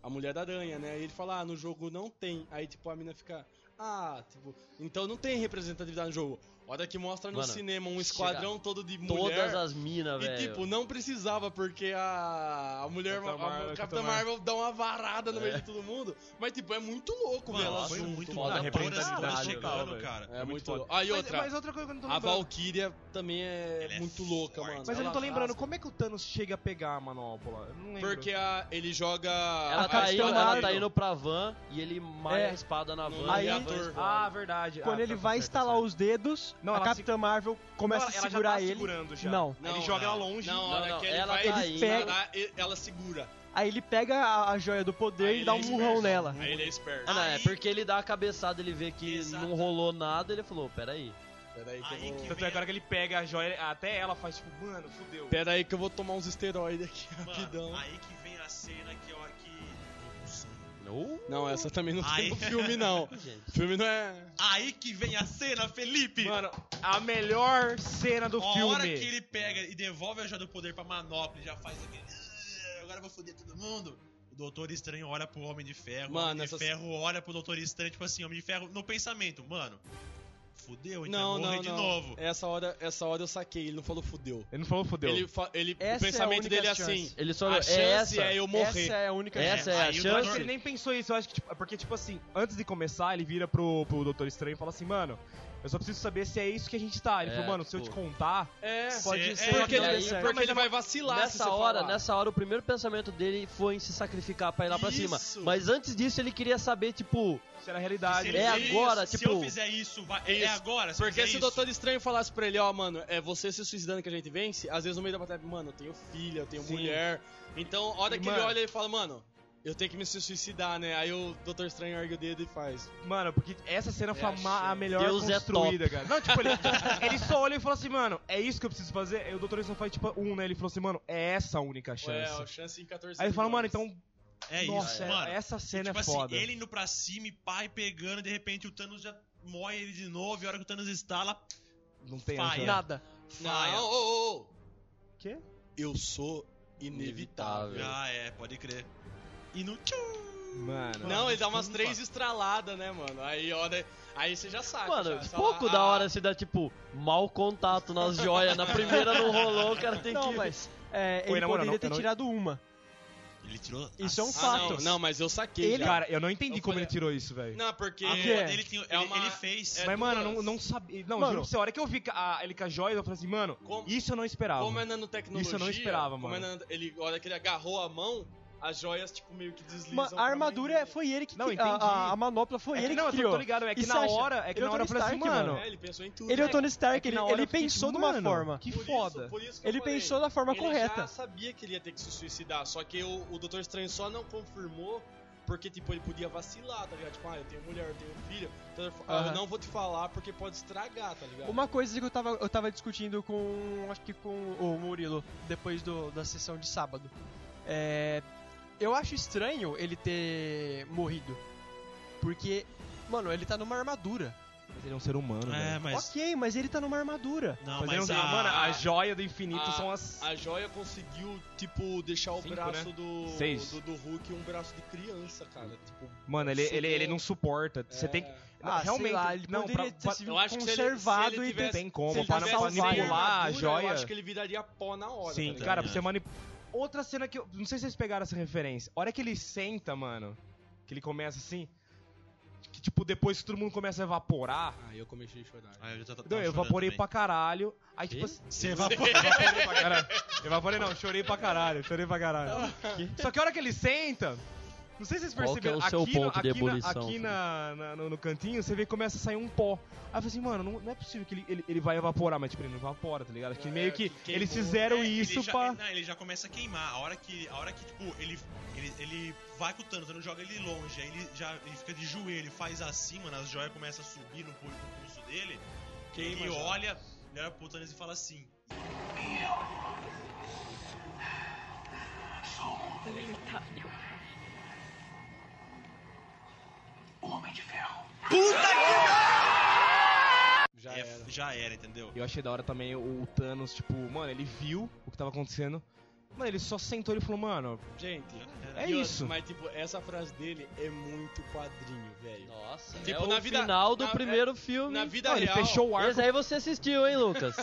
Speaker 5: a Mulher Aranha, né? E ele fala, ah, no jogo não tem. Aí, tipo, a menina fica, ah, tipo, então não tem representatividade no jogo. Olha que mostra no
Speaker 3: Mano,
Speaker 5: cinema um
Speaker 3: chega-
Speaker 5: esquadrão todo de
Speaker 3: Todas
Speaker 5: mulher.
Speaker 3: as minas,
Speaker 5: E
Speaker 3: velho.
Speaker 5: tipo, não precisava, porque a, a mulher, a,
Speaker 6: Capitã
Speaker 5: a
Speaker 6: Marvel-
Speaker 5: Capitã
Speaker 6: Capitã
Speaker 5: Marvel dá uma varada no meio de todo mundo. Mas, tipo, é muito louco ver
Speaker 1: Mano,
Speaker 5: ela
Speaker 1: foi
Speaker 5: junto.
Speaker 1: muito
Speaker 3: foda,
Speaker 1: bom. Todas
Speaker 3: representatividade,
Speaker 1: elas
Speaker 6: velho.
Speaker 1: chegando, tá cara.
Speaker 5: É, muito
Speaker 6: foda.
Speaker 5: louco. Ah, e
Speaker 6: Mas-
Speaker 5: outra,
Speaker 6: mas outra coisa que eu não tô
Speaker 5: a
Speaker 6: lembrando.
Speaker 5: Valkyria também é,
Speaker 1: Ela é
Speaker 5: muito louca,
Speaker 1: forte.
Speaker 5: mano.
Speaker 6: Mas eu não tô
Speaker 5: Ela
Speaker 6: lembrando,
Speaker 5: arrasta.
Speaker 6: como é que o Thanos chega a pegar a manopla? Eu Não lembro.
Speaker 5: Porque a- ele joga...
Speaker 3: ela,
Speaker 5: a
Speaker 3: tá
Speaker 5: espada
Speaker 3: indo, ela
Speaker 5: Marvel.
Speaker 3: tá indo pra van e ele malha
Speaker 7: É.
Speaker 3: a espada na
Speaker 5: No
Speaker 3: van. e a
Speaker 7: reator.
Speaker 3: van
Speaker 6: Ah,
Speaker 3: explode.
Speaker 6: verdade.
Speaker 7: Quando
Speaker 6: Ah,
Speaker 7: ele
Speaker 6: tá
Speaker 7: vai
Speaker 6: certo,
Speaker 7: estalar
Speaker 6: tá
Speaker 7: os dedos,
Speaker 6: Não,
Speaker 7: a
Speaker 6: ela
Speaker 7: Capitã Marvel começa
Speaker 6: Ela-
Speaker 7: a
Speaker 6: ela já
Speaker 7: segurar
Speaker 6: tá
Speaker 7: ele.
Speaker 6: segurando já.
Speaker 7: Não.
Speaker 6: Aí ele
Speaker 5: Não,
Speaker 6: joga ela
Speaker 1: não.
Speaker 6: longe.
Speaker 5: Não,
Speaker 3: Não,
Speaker 5: hora
Speaker 3: não,
Speaker 5: que ele
Speaker 3: ela
Speaker 5: vai
Speaker 3: tá
Speaker 5: ele
Speaker 3: indo.
Speaker 5: pega- e- ela segura.
Speaker 7: Aí ele pega a, a joia do poder
Speaker 5: Aí
Speaker 7: e
Speaker 5: ele
Speaker 7: dá
Speaker 5: é
Speaker 7: um murrão
Speaker 5: esperto.
Speaker 7: nela.
Speaker 5: Aí ele é esperto.
Speaker 3: Ah, não, é
Speaker 1: Aí-
Speaker 3: porque ele dá a cabeçada, ele vê que
Speaker 1: Exato.
Speaker 3: não rolou nada, ele falou, peraí.
Speaker 5: Peraí que,
Speaker 1: Aí
Speaker 5: eu vou...
Speaker 1: que-
Speaker 6: Tanto é que a hora que ele pega a joia, até ela faz tipo, mano, fudeu.
Speaker 5: Peraí que eu vou tomar uns esteroides aqui rapidão.
Speaker 1: Mano, aí que vem a cena que eu aqui.
Speaker 3: Não,
Speaker 5: Não, essa também não
Speaker 1: Aí-
Speaker 5: tem no filme, não.
Speaker 3: gente.
Speaker 5: O filme não é...
Speaker 1: Aí que vem a cena, Felipe!
Speaker 6: Mano, a melhor cena do
Speaker 1: a
Speaker 6: filme.
Speaker 1: hora que ele pega e devolve a joia do poder pra Manopla e já faz aquele. "Ah, Agora eu vou foder todo mundo. O Doutor Estranho olha pro Homem de Ferro. o
Speaker 5: Mano,
Speaker 1: Homem
Speaker 5: essa-
Speaker 1: de Ferro olha pro Doutor Estranho, tipo assim, Homem de Ferro no pensamento, mano. Fudeu, então
Speaker 5: Não,
Speaker 1: morre
Speaker 5: não,
Speaker 1: de
Speaker 5: não.
Speaker 1: novo.
Speaker 5: Essa hora, essa hora eu saquei, ele não falou fudeu.
Speaker 6: Ele não falou fudeu.
Speaker 5: Ele, fa- ele, o
Speaker 7: Essa é a
Speaker 5: pensamento
Speaker 7: única
Speaker 5: dele é
Speaker 7: chance.
Speaker 5: assim.
Speaker 3: Ele só
Speaker 5: A
Speaker 3: é
Speaker 5: chance
Speaker 3: essa.
Speaker 5: é eu morrer.
Speaker 7: Essa é a única
Speaker 3: Essa
Speaker 1: É,
Speaker 3: é a
Speaker 1: aí o
Speaker 6: Eu acho que
Speaker 3: chance.
Speaker 6: ele nem pensou isso, eu acho que, tipo, é porque, tipo assim, antes de começar, ele vira pro, pro Doutor Estranho e fala assim, mano, eu só preciso saber se é isso que a gente tá. Ele
Speaker 3: É,
Speaker 6: falou, mano, se eu te
Speaker 3: tipo-
Speaker 6: contar,
Speaker 5: É,
Speaker 1: Cê-
Speaker 7: Pode
Speaker 1: é,
Speaker 7: ser.
Speaker 5: porque
Speaker 7: que
Speaker 5: ele,
Speaker 7: dê
Speaker 3: daí-
Speaker 7: certo.
Speaker 5: porque ele vai vacilar se você
Speaker 3: Nessa hora,
Speaker 5: falar.
Speaker 3: nessa hora, o primeiro pensamento dele foi em se sacrificar pra ir lá pra cima.
Speaker 5: Isso.
Speaker 3: Mas antes disso, ele queria saber, tipo,
Speaker 6: se era
Speaker 1: Se
Speaker 6: a realidade.
Speaker 1: ele
Speaker 3: É
Speaker 1: fizer
Speaker 3: agora,
Speaker 1: isso, Se
Speaker 3: tipo-
Speaker 1: eu fizer isso, vai... é
Speaker 5: Isso.
Speaker 1: agora. Se eu
Speaker 5: Porque
Speaker 1: fizer
Speaker 5: se o
Speaker 1: isso,
Speaker 5: Doutor Estranho falasse pra ele, ó, mano, é você se suicidando que a gente vence, às vezes no meio da batalha, mano, eu tenho filha, eu tenho mulher. Então, a hora
Speaker 6: E,
Speaker 5: que ele
Speaker 6: mano-
Speaker 5: olha, ele fala, mano, Eu tenho que me suicidar, né? Aí o Doutor Estranho ergue o dedo e faz.
Speaker 6: Mano, porque essa cena foi a, ma-
Speaker 5: achei.
Speaker 6: a melhor
Speaker 3: Deus é
Speaker 6: construída, cara. Não, tipo, ele, ele só olha e fala assim, mano, é isso que eu preciso fazer? Aí o doutor Wilson faz, tipo, um, né? Ele falou assim, mano, é essa a única chance.
Speaker 5: Ué, chance em 14
Speaker 6: Aí ele fala, mano,
Speaker 5: milhões.
Speaker 6: então,
Speaker 1: É
Speaker 6: nossa,
Speaker 1: isso, mano.
Speaker 6: essa cena
Speaker 1: tipo
Speaker 6: é foda.
Speaker 1: assim, ele indo pra cima e pai pegando, e de repente o Thanos já moe ele de novo, e a hora que o Thanos instala,
Speaker 6: Não tem
Speaker 1: Faia.
Speaker 6: essa.
Speaker 7: Nada.
Speaker 1: faia.
Speaker 5: Não, ô, ô, ô.
Speaker 6: Quê?
Speaker 5: Eu sou inevitável.
Speaker 3: Inevitável.
Speaker 1: Ah, é, pode crer. E no tchum!
Speaker 6: Mano.
Speaker 5: Não, ele dá umas três estraladas, né, mano? Aí, ó, né? aí você já sabe.
Speaker 3: Mano,
Speaker 5: já, sei
Speaker 3: pouco
Speaker 5: lá,
Speaker 3: da
Speaker 5: ah,
Speaker 3: hora se dá, tipo, mau contato nas joias. Na primeira não rolou, o cara tem
Speaker 7: Não,
Speaker 3: que...
Speaker 7: mas é,
Speaker 6: Oi,
Speaker 7: ele
Speaker 6: na moral,
Speaker 7: poderia
Speaker 6: não,
Speaker 7: ter
Speaker 6: eu não-
Speaker 7: tirado uma.
Speaker 1: Ele tirou.
Speaker 7: Isso é um
Speaker 1: as-
Speaker 5: Ah, não,
Speaker 7: fato.
Speaker 5: não, mas eu saquei
Speaker 7: Ele-
Speaker 5: já.
Speaker 6: Cara, eu não entendi
Speaker 5: Eu
Speaker 6: como
Speaker 5: falei-
Speaker 6: ele tirou isso, velho.
Speaker 5: Não, porque...
Speaker 1: A
Speaker 7: quê?
Speaker 1: culpa dele tem, ele,
Speaker 5: uma-
Speaker 1: ele fez.
Speaker 5: é
Speaker 6: Mas, mano, eu
Speaker 5: duas.
Speaker 6: não, não sabia. Não,
Speaker 7: Mano.
Speaker 6: juro pra você, a hora que eu vi a- ele com a joia, eu falei assim, mano,
Speaker 5: Como-
Speaker 6: isso eu não esperava.
Speaker 5: Como é nanotecnologia...
Speaker 6: Isso eu não esperava,
Speaker 5: como
Speaker 6: mano.
Speaker 5: é nano- Ele, a hora que ele agarrou a mão, as joias, tipo, meio que deslizam.
Speaker 7: Ma-
Speaker 5: pra
Speaker 7: a armadura
Speaker 5: mão.
Speaker 7: é- foi ele que
Speaker 6: Não,
Speaker 7: cri- a- a,
Speaker 6: entendi.
Speaker 7: a manopla foi
Speaker 6: É que
Speaker 7: ele
Speaker 6: não,
Speaker 7: que
Speaker 6: eu tô-
Speaker 7: criou.
Speaker 6: tô ligado, é que
Speaker 7: E
Speaker 6: na
Speaker 7: você acha-
Speaker 6: hora, é que
Speaker 7: ele
Speaker 6: na hora eu
Speaker 7: Tony
Speaker 6: falei assim,
Speaker 7: Stark,
Speaker 6: mano,
Speaker 5: É, ele pensou em tudo.
Speaker 7: Ele é o
Speaker 5: né?
Speaker 7: Tony Stark,
Speaker 6: é que
Speaker 7: ele,
Speaker 6: na hora
Speaker 7: ele
Speaker 6: eu fiquei,
Speaker 7: pensou
Speaker 6: tipo,
Speaker 7: de uma
Speaker 6: mano,
Speaker 7: forma.
Speaker 6: Que
Speaker 5: Por isso-
Speaker 6: foda.
Speaker 5: por isso que eu
Speaker 7: Ele
Speaker 5: falei.
Speaker 7: pensou da forma
Speaker 5: ele já
Speaker 7: correta.
Speaker 5: sabia que ele ia ter que se suicidar, só que o, o Doutor Estranho só não confirmou porque, tipo, ele podia vacilar, tá ligado? Tipo, ah, eu tenho mulher, eu tenho filho, então ele fa- ah, eu
Speaker 7: Aham.
Speaker 5: não vou te falar porque pode estragar, tá ligado?
Speaker 7: Uma coisa que eu tava, eu tava discutindo com. Acho que com o Murilo, depois do- da sessão de sábado. É, eu acho estranho ele ter morrido. Porque, mano, ele tá numa armadura.
Speaker 6: Mas ele é um ser humano,
Speaker 1: É,
Speaker 6: velho.
Speaker 1: mas.
Speaker 7: Ok, mas ele tá numa armadura.
Speaker 1: Não,
Speaker 6: Mas ah, ele é um
Speaker 1: mas
Speaker 6: ser humano,
Speaker 1: a.
Speaker 6: a joia do infinito
Speaker 5: a-
Speaker 6: são as...
Speaker 5: A joia conseguiu, tipo, deixar o
Speaker 6: Cinco,
Speaker 5: braço
Speaker 6: né?
Speaker 5: do,
Speaker 6: Seis.
Speaker 5: do, do Hulk um braço de criança, cara. Tipo,
Speaker 6: Mano, ele, ele,
Speaker 5: Sugou.
Speaker 6: ele não suporta. Você
Speaker 5: é-
Speaker 6: tem que.
Speaker 7: Ah, sei
Speaker 6: realmente.
Speaker 7: lá, ele
Speaker 6: não,
Speaker 7: poderia
Speaker 6: pra,
Speaker 7: ter sido
Speaker 5: Eu acho que se ele-
Speaker 7: conservado
Speaker 5: se ele
Speaker 7: e ter-
Speaker 6: pra,
Speaker 5: tivesse-
Speaker 6: tem
Speaker 5: se
Speaker 6: como.
Speaker 5: ele
Speaker 6: Pra, não- pra
Speaker 5: tivesse sem
Speaker 6: manipular a
Speaker 5: armadura, Eu
Speaker 6: joia.
Speaker 5: acho que ele viraria pó na hora.
Speaker 6: Sim,
Speaker 5: tá ligado?
Speaker 6: cara, pra
Speaker 1: É.
Speaker 6: você manipular. Outra cena que eu. Não sei se vocês pegaram essa referência. A hora que ele senta, mano. Que ele começa assim. Que tipo, depois que todo mundo começa a evaporar.
Speaker 5: Ah, eu comecei a chorar.
Speaker 1: Ah, eu já tava- tava
Speaker 6: Não, eu
Speaker 1: chorando
Speaker 6: evaporei
Speaker 1: também.
Speaker 6: pra caralho. Aí, tipo,
Speaker 3: Quê?
Speaker 6: assim,
Speaker 1: Você evaporou.
Speaker 6: evaporei pra caralho. Evaporei não, chorei pra caralho. Chorei pra caralho. Só que a hora que ele senta. Não sei se vocês
Speaker 3: Qual que é
Speaker 6: perceberam.
Speaker 3: o seu
Speaker 6: aqui no-
Speaker 3: ponto de
Speaker 6: aqui na-
Speaker 3: ebulição,
Speaker 6: aqui
Speaker 3: Felipe?
Speaker 6: na- na- no, no cantinho, você vê que começa a sair um pó. Aí eu falei assim, mano, não, não é possível que ele, ele, ele vai evaporar, mas tipo, ele não evapora, tá ligado? Acho que meio que,
Speaker 5: que
Speaker 6: eles
Speaker 5: queimou.
Speaker 6: fizeram
Speaker 1: É,
Speaker 6: isso
Speaker 1: ele já,
Speaker 6: pra.
Speaker 1: ele- não, ele já começa a queimar. A hora que, a hora que tipo, ele, ele, ele vai com o Thanos, o Thanos joga ele longe, aí ele, já, ele fica de joelho, ele faz assim, mano, as joias começam a subir no, pu- no pulso dele. Que ele olha, ele olha pro Thanos e fala assim...
Speaker 5: Já
Speaker 1: é,
Speaker 5: era.
Speaker 1: já era, entendeu?
Speaker 6: Eu achei da hora também o Thanos, tipo, mano, ele viu o que tava acontecendo. Mano, ele só sentou e falou, mano,
Speaker 5: Gente,
Speaker 1: Já era.
Speaker 6: é
Speaker 5: e outra,
Speaker 6: isso.
Speaker 5: Mas, tipo, essa frase dele é muito quadrinho, velho.
Speaker 3: Nossa,
Speaker 5: Tipo,
Speaker 3: é o
Speaker 5: na vida-
Speaker 3: final do
Speaker 5: na-
Speaker 3: primeiro filme.
Speaker 5: Na vida
Speaker 6: Não, ele
Speaker 5: real.
Speaker 6: fechou o arco.
Speaker 3: Esse aí você assistiu, hein,
Speaker 6: <laughs>
Speaker 3: Lucas?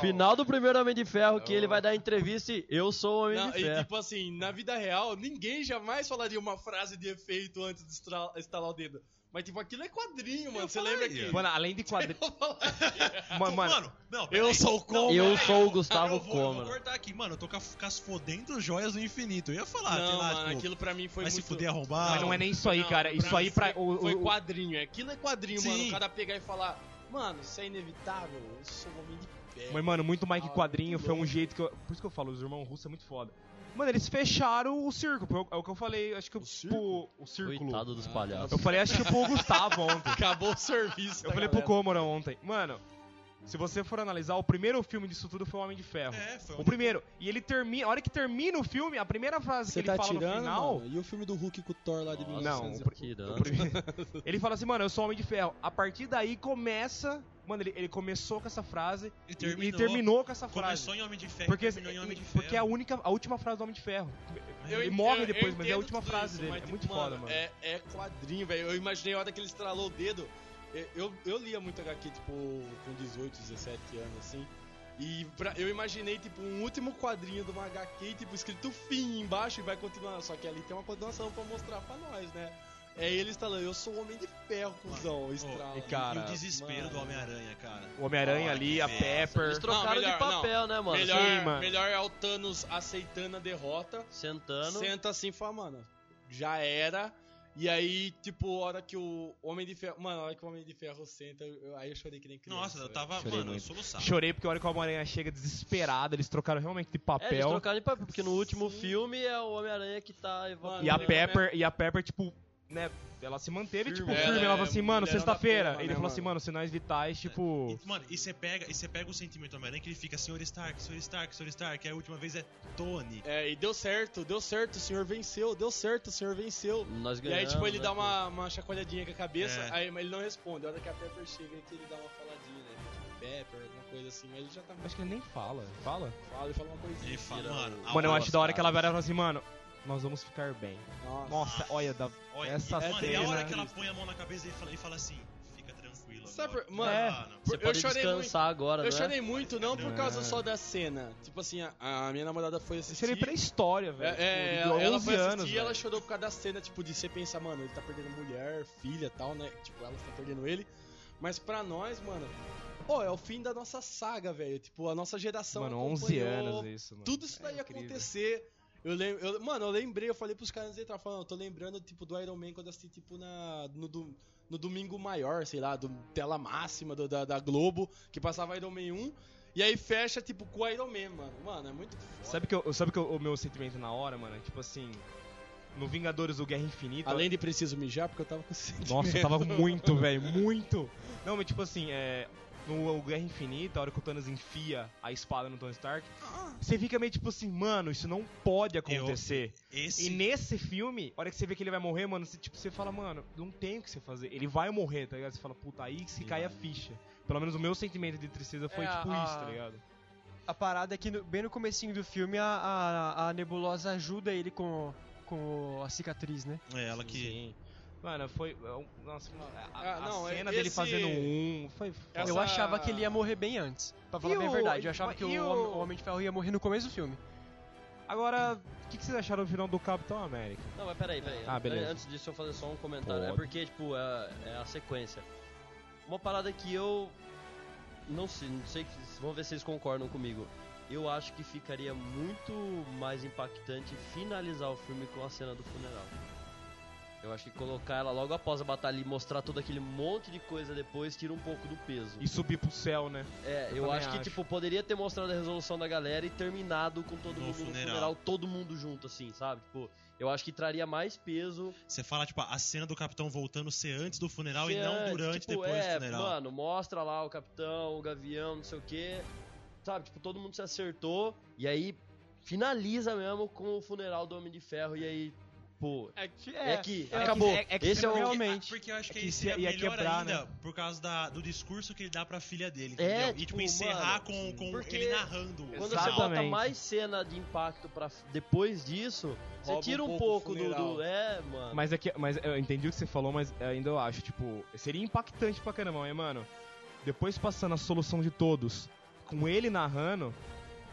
Speaker 3: Final do primeiro Homem de Ferro, que ele vai dar entrevista e eu sou o Homem
Speaker 5: Não,
Speaker 3: de
Speaker 5: e
Speaker 3: Ferro.
Speaker 5: tipo assim, na vida real, ninguém jamais falaria uma frase de efeito antes de estra- estalar o dedo. Mas tipo, aquilo é quadrinho, mano. Você lembra que.
Speaker 6: Mano, além de quadrinho.
Speaker 1: Pô,
Speaker 6: mano, mano,
Speaker 1: Então, não,
Speaker 5: Eu
Speaker 1: peraí.
Speaker 5: sou o Con.
Speaker 3: eu
Speaker 1: peraí,
Speaker 3: sou o
Speaker 1: eu-
Speaker 3: Gustavo
Speaker 1: eu vou, eu vou
Speaker 3: Comer.
Speaker 1: cortar aqui. Mano, eu tô com as- com as fodendo joias do infinito. Eu ia falar, sei
Speaker 5: não,
Speaker 1: lá,
Speaker 5: mano,
Speaker 1: tipo,
Speaker 5: aquilo pra mim foi
Speaker 1: vai se
Speaker 5: muito.
Speaker 1: fuder arrombado.
Speaker 6: mas não é nem isso aí,
Speaker 5: Não,
Speaker 6: cara. Isso aí
Speaker 5: mim
Speaker 6: pra.
Speaker 5: Foi,
Speaker 6: o- o-
Speaker 5: foi
Speaker 6: o-
Speaker 5: quadrinho. Aquilo é quadrinho, mano.
Speaker 1: Sim.
Speaker 5: O cara pegar e falar, mano, isso é inevitável. Eu sou um homem de pé.
Speaker 6: Mas, mano, muito mais que
Speaker 5: Ah,
Speaker 6: quadrinho,
Speaker 5: muito
Speaker 6: foi um
Speaker 5: louco.
Speaker 6: jeito que eu. Por isso que eu falo, os irmãos russos é muito foda. Mano, eles fecharam o círculo. É o que eu falei, acho que o, pro- o círculo.
Speaker 3: Coitado
Speaker 5: Ah.
Speaker 3: dos palhaços.
Speaker 6: Eu falei, acho que pro Gustavo ontem.
Speaker 5: Acabou o serviço.
Speaker 6: Eu
Speaker 5: da
Speaker 6: falei pro
Speaker 5: galera.
Speaker 6: Cômora ontem. Mano, se você for analisar, o primeiro filme disso tudo foi o Homem de Ferro.
Speaker 1: É, foi
Speaker 6: O
Speaker 1: um...
Speaker 6: primeiro. E ele termina. A hora que termina o filme, a primeira frase
Speaker 5: Você
Speaker 6: que ele
Speaker 5: tá
Speaker 6: fala no
Speaker 5: tirando,
Speaker 6: final.
Speaker 5: mano? E o filme do Hulk com o Thor lá de
Speaker 3: Nossa,
Speaker 5: 1900 e
Speaker 6: não, o pr-
Speaker 3: tirando.
Speaker 6: o primeiro- ele fala assim, mano, eu sou homem de ferro. A partir daí começa. Mano, ele, ele começou com essa frase
Speaker 1: E
Speaker 6: e-
Speaker 1: terminou.
Speaker 6: e terminou com essa frase.
Speaker 1: Começou em Homem de Ferro,
Speaker 6: porque,
Speaker 1: terminou em Homem de
Speaker 6: e-
Speaker 1: Ferro.
Speaker 6: porque é a única, a última frase do Homem de Ferro.
Speaker 5: Eu
Speaker 6: Ele
Speaker 5: en-
Speaker 6: morre
Speaker 5: eu- eu
Speaker 6: depois, mas é a
Speaker 5: entendo
Speaker 6: última
Speaker 5: tudo
Speaker 6: frase dele. É
Speaker 5: tipo,
Speaker 6: muito foda, mano.
Speaker 5: É, é quadrinho, velho. Eu imaginei a hora que ele estralou o dedo. Eu, eu, eu lia muito HQ, tipo, com 18, 17 anos, assim. E pra- eu imaginei, tipo, um último quadrinho de uma HQ, tipo, escrito fim embaixo e vai continuar. Só que ali tem uma continuação pra mostrar pra nós, né? É ele instalando, eu sou o homem de ferro, cuzão, estrala.
Speaker 1: Oh, e,
Speaker 6: cara,
Speaker 1: e o desespero
Speaker 5: mano.
Speaker 1: do Homem-Aranha, cara.
Speaker 6: O Homem-Aranha
Speaker 1: Olha
Speaker 6: ali,
Speaker 1: que
Speaker 6: a
Speaker 1: merda.
Speaker 3: Eles
Speaker 6: Pepper.
Speaker 3: trocaram
Speaker 5: melhor,
Speaker 3: de papel, né, mano?
Speaker 5: melhor,
Speaker 6: sim, mano.
Speaker 5: melhor é o Thanos aceitando a derrota
Speaker 3: Sentando.
Speaker 5: Senta assim e fala, mano, já era. E aí, tipo, a hora que o Homem de Ferro. Mano, a hora que o Homem de Ferro senta, eu- aí eu chorei que nem criança.
Speaker 1: Nossa, eu
Speaker 5: velho.
Speaker 1: tava,
Speaker 3: Chorei
Speaker 1: mano,
Speaker 3: muito.
Speaker 1: soluçado.
Speaker 6: Chorei porque a hora que o Homem-Aranha chega desesperado, eles trocaram realmente de
Speaker 3: É, eles
Speaker 6: papel.
Speaker 3: trocaram de papel, porque no último filme é o Homem-Aranha que tá evaporando.
Speaker 5: Mano,
Speaker 6: e a
Speaker 5: né?
Speaker 6: Pepper, e a Pepper, tipo, né? Ela se manteve,
Speaker 3: Firme.
Speaker 6: tipo,
Speaker 5: Ela
Speaker 6: firme. Ela
Speaker 5: é
Speaker 6: falou assim, mano,
Speaker 5: mulherão da
Speaker 6: sexta-feira.
Speaker 5: porra,
Speaker 6: Ele
Speaker 5: né,
Speaker 6: falou assim,
Speaker 5: mano? É.
Speaker 6: mano, sinais vitais, tipo.
Speaker 1: E, mano, e você pega, e você pega o sentimento do Homem-Aranha que ele fica Sr. Stark, Sr. Stark, Sr. Stark, aí a última vez é Tony.
Speaker 5: É, e deu certo, deu certo, o senhor venceu, deu certo, o senhor venceu.
Speaker 3: Nós
Speaker 5: E
Speaker 3: ganhamos.
Speaker 5: aí, tipo, ele
Speaker 3: né,
Speaker 5: dá
Speaker 3: pô?
Speaker 5: uma, uma chacoalhadinha com a cabeça,
Speaker 1: É.
Speaker 5: aí mas ele não responde. A hora que a Pepper chega é que ele dá uma faladinha, né? Tipo, Pepper, alguma coisa assim, mas ele já tá mais
Speaker 6: Acho que ele nem fala. Fala?
Speaker 5: fala, ele fala uma coisinha.
Speaker 1: Ele fala, mano, a
Speaker 5: Ah,
Speaker 6: Mano, eu
Speaker 1: hora-
Speaker 6: acho da hora que ela vai lá e fala assim, mano, nós vamos ficar bem.
Speaker 5: Nossa.
Speaker 6: Nossa, olha, da...
Speaker 1: olha,
Speaker 6: essa
Speaker 1: e, mano, e a
Speaker 6: cena- é
Speaker 1: hora que ela põe a mão na cabeça e fala, e fala assim, fica tranquilo.
Speaker 5: Sabe,
Speaker 1: agora."
Speaker 5: mano,
Speaker 1: Ah,
Speaker 6: é.
Speaker 1: mano.
Speaker 5: Por-
Speaker 3: Você pode
Speaker 5: eu chorei
Speaker 3: descansar agora,
Speaker 5: Eu
Speaker 3: né?
Speaker 5: chorei muito, não por
Speaker 6: É.
Speaker 5: causa só da cena. Tipo assim, a, a minha namorada foi
Speaker 6: Isso
Speaker 5: assistir.
Speaker 6: era pré-história,
Speaker 5: É,
Speaker 6: velho.
Speaker 5: é,
Speaker 6: Tipo,
Speaker 5: ela,
Speaker 6: durou
Speaker 5: ela
Speaker 6: 11
Speaker 5: foi
Speaker 6: anos.
Speaker 5: assistir e ela
Speaker 6: velho.
Speaker 5: chorou por causa da cena, tipo, de você pensar, mano, ele tá perdendo mulher, filha e tal, né? Tipo, ela tá perdendo ele. Mas pra nós, mano, pô, é o fim da nossa saga, velho. Tipo, a nossa geração.
Speaker 6: Mano, 11
Speaker 5: acompanhou
Speaker 6: anos isso, mano.
Speaker 5: Tudo isso
Speaker 6: É
Speaker 5: daí ia
Speaker 6: incrível.
Speaker 5: acontecer. Eu lembro, eu- mano, eu lembrei, eu falei pros caras entrar falando, eu tô lembrando, tipo, do Iron Man quando eu assisti, tipo, na, no, do- no domingo maior, sei lá, do tela máxima do- da, da Globo, que passava Iron Man 1, e aí fecha, tipo, com o Iron Man, mano. Mano, é muito foda.
Speaker 6: Sabe que eu, sabe que eu- o meu sentimento na hora, mano, é tipo assim, no Vingadores do Guerra Infinita,
Speaker 5: Além de preciso mijar, porque eu tava com sentimento.
Speaker 6: Nossa,
Speaker 3: <laughs>
Speaker 6: eu tava muito, velho, muito. Não, mas tipo assim, é. No Guerra Infinita, a hora que o Thanos enfia a espada no Tony Stark, você fica meio tipo assim, mano, isso não pode acontecer.
Speaker 1: Esse,
Speaker 6: E nesse filme, a hora que você vê que ele vai morrer, mano, você, tipo, você fala, mano, não tem o que você fazer. Ele vai morrer, tá ligado? Você fala, puta, aí que se cai a ficha. Pelo menos o meu sentimento de tristeza foi
Speaker 7: É,
Speaker 6: tipo
Speaker 7: a-
Speaker 6: isso, tá ligado?
Speaker 7: A parada é que no- bem no comecinho do filme a, a, a Nebulosa ajuda ele com, com a cicatriz, né?
Speaker 1: é, ela que...
Speaker 6: Sim. Mano, foi. é um- Nossa, a, a-
Speaker 5: Ah, não,
Speaker 6: a
Speaker 5: é-
Speaker 6: cena dele
Speaker 5: esse-
Speaker 6: fazendo um. Foi. foi-
Speaker 5: Essa-
Speaker 7: Eu achava que ele ia morrer bem antes. Pra falar
Speaker 6: E
Speaker 7: bem a
Speaker 6: o-
Speaker 7: verdade, eu achava
Speaker 6: mas
Speaker 7: que o,
Speaker 6: e o-
Speaker 7: Homem, o Homem de Ferro ia morrer no começo do filme.
Speaker 6: Agora, o que, que vocês acharam do final do Capitão América?
Speaker 3: Não, mas peraí, peraí.
Speaker 6: Ah, beleza.
Speaker 3: Antes disso, eu fazer só um comentário.
Speaker 6: Pode.
Speaker 3: É porque, tipo, é, é a sequência. Uma parada que eu. Não sei, não sei. que- Vamos ver se vocês concordam comigo. Eu acho que ficaria muito mais impactante finalizar o filme com a cena do funeral. Eu acho que colocar ela logo após a batalha e mostrar todo aquele monte de coisa depois tira um pouco do peso.
Speaker 6: E subir pro céu, né?
Speaker 3: É, eu
Speaker 6: também
Speaker 3: acho que,
Speaker 6: acho.
Speaker 3: tipo, poderia ter mostrado a resolução da galera e terminado com todo
Speaker 1: No
Speaker 3: mundo
Speaker 1: funeral.
Speaker 3: no funeral, todo mundo junto, assim, sabe? Tipo, eu acho que traria mais peso.
Speaker 1: Você fala, tipo, a cena do capitão voltando ser antes do funeral
Speaker 3: se
Speaker 1: e não
Speaker 3: antes,
Speaker 1: durante,
Speaker 3: tipo,
Speaker 1: depois
Speaker 3: é,
Speaker 1: do funeral.
Speaker 3: Mano, mostra lá o capitão, o gavião, não sei o quê. Sabe, tipo, todo mundo se acertou e aí finaliza mesmo com o funeral do Homem de Ferro e aí, pô.
Speaker 7: É que,
Speaker 3: É, que acabou.
Speaker 6: é que- é que
Speaker 3: Esse
Speaker 6: se
Speaker 3: é o.
Speaker 1: Porque-
Speaker 7: realmente.
Speaker 1: Porque eu acho que,
Speaker 6: É que
Speaker 1: aí seria
Speaker 6: ia- ia
Speaker 1: melhor
Speaker 6: quebrar,
Speaker 1: ainda por causa da- do discurso que ele dá pra filha dele, entendeu?
Speaker 3: É,
Speaker 1: e, tipo,
Speaker 3: tipo,
Speaker 1: encerrar
Speaker 3: mano,
Speaker 1: com, com
Speaker 3: porque
Speaker 1: ele narrando. o final.
Speaker 3: Quando você bota
Speaker 6: Exatamente.
Speaker 3: mais cena de impacto para depois disso, você
Speaker 5: Rouba
Speaker 3: tira
Speaker 5: um
Speaker 3: um
Speaker 5: pouco
Speaker 3: pouco,
Speaker 5: o
Speaker 3: do,
Speaker 5: funeral.
Speaker 3: do. É, mano.
Speaker 6: Mas é que, mas eu entendi o que você falou, mas ainda eu acho, tipo, seria impactante pra caramba, mas, mano, depois passando a solução de todos, com ele narrando,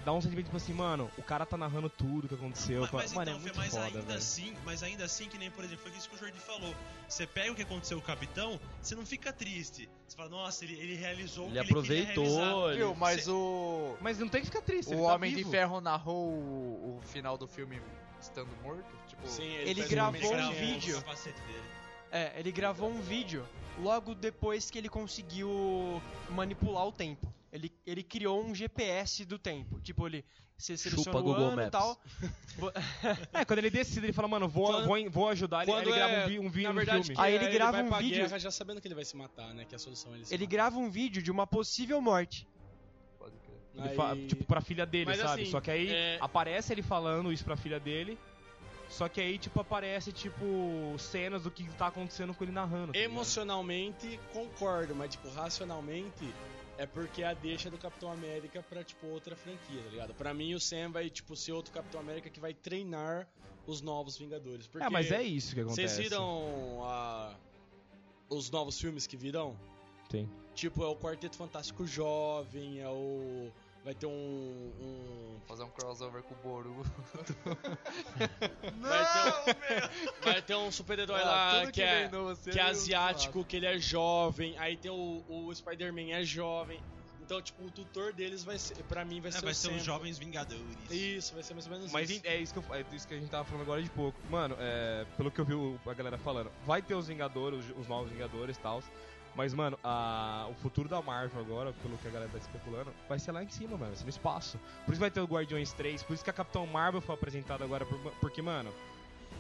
Speaker 6: dá um sentimento tipo assim, mano, o cara tá narrando tudo que aconteceu.
Speaker 1: Mas,
Speaker 6: fala,
Speaker 1: mas
Speaker 6: mano,
Speaker 1: então,
Speaker 6: é
Speaker 1: foi
Speaker 6: muito
Speaker 1: mais
Speaker 6: foda,
Speaker 1: ainda
Speaker 6: velho.
Speaker 1: assim, mas ainda assim, que nem, por exemplo, foi isso que o Jordi falou. Você pega o que aconteceu com o capitão, você não fica triste. Você fala, nossa, ele, ele realizou
Speaker 3: Ele
Speaker 1: o que ele queria realizar.
Speaker 3: aproveitou, ele
Speaker 2: Viu, mas
Speaker 1: Cê-
Speaker 2: o.
Speaker 6: Mas não tem que ficar triste,
Speaker 2: O
Speaker 6: ele tá
Speaker 2: Homem de
Speaker 6: vivo.
Speaker 2: Ferro narrou o, o final do filme estando morto? Tipo,
Speaker 5: Sim,
Speaker 7: Ele
Speaker 5: faz
Speaker 7: gravou
Speaker 5: muito
Speaker 7: um
Speaker 5: legal.
Speaker 7: vídeo.
Speaker 1: o capacete dele.
Speaker 7: É, ele gravou um vídeo logo depois que ele conseguiu manipular o tempo. Ele, ele criou um GPS do tempo. Tipo, ele se seleciona o
Speaker 3: Google
Speaker 7: ano e
Speaker 3: Maps.
Speaker 7: tal.
Speaker 6: É, quando ele decide, ele fala, mano, vou,
Speaker 5: Quando-
Speaker 6: vou, en- vou ajudar, ele, aí ele
Speaker 5: quando
Speaker 6: grava
Speaker 5: é-
Speaker 6: um, vi, um, vi,
Speaker 5: Na
Speaker 6: um
Speaker 5: verdade,
Speaker 6: filme.
Speaker 5: que é,
Speaker 7: Aí ele grava
Speaker 5: vai
Speaker 7: um
Speaker 5: pra
Speaker 7: vídeo-
Speaker 5: guerra já sabendo que ele vai se matar, né? Que a solução é ele se
Speaker 7: Ele
Speaker 5: matar.
Speaker 7: grava um vídeo de uma possível morte.
Speaker 6: Ele
Speaker 5: Aí-
Speaker 6: fala, tipo, pra filha dele,
Speaker 5: Mas
Speaker 6: sabe?
Speaker 5: assim,
Speaker 6: só que aí
Speaker 5: é-
Speaker 6: aparece ele falando isso pra filha dele. Só que aí, tipo, aparece, tipo, cenas do que tá acontecendo com ele narrando.
Speaker 7: né?
Speaker 6: tá ligado?
Speaker 5: Emocionalmente, concordo, mas, tipo, racionalmente, é porque é a deixa do Capitão América pra, tipo, outra franquia, tá ligado? Pra mim, o Sam vai, tipo, ser outro Capitão América que vai treinar os novos Vingadores. Porque
Speaker 6: É, mas é isso que acontece.
Speaker 5: Vocês viram a- os novos filmes que virão?
Speaker 6: Sim.
Speaker 5: Tipo, é o Quarteto Fantástico Jovem, é o... Vai ter um... um-
Speaker 2: fazer um crossover com o Boru.
Speaker 5: Vai ter um, vai ter um
Speaker 2: Ah,
Speaker 5: super-herói
Speaker 2: <laughs>
Speaker 5: lá que, é...
Speaker 2: novo, assim,
Speaker 5: que é
Speaker 2: eu-
Speaker 5: asiático, que ele é jovem, aí tem o, o Spider-Man é jovem. Então, tipo, o tutor deles vai ser. Pra mim, vai
Speaker 1: É,
Speaker 5: ser
Speaker 1: vai
Speaker 5: o
Speaker 1: ser os
Speaker 5: Sam.
Speaker 1: Jovens Vingadores.
Speaker 5: Isso, vai ser mais ou menos
Speaker 6: um Mas
Speaker 5: isso.
Speaker 6: é isso, que eu- é isso que a gente tava falando agora de pouco. Mano, é, pelo que eu vi o- a galera falando, vai ter os Vingadores, os, os novos Vingadores e tal. Mas, mano, a- o futuro da Marvel agora, pelo que a galera tá especulando, vai ser lá em cima, mano, vai ser no espaço. Por isso vai ter o Guardiões 3, por isso que a Capitão Marvel foi apresentada agora, por- porque, mano,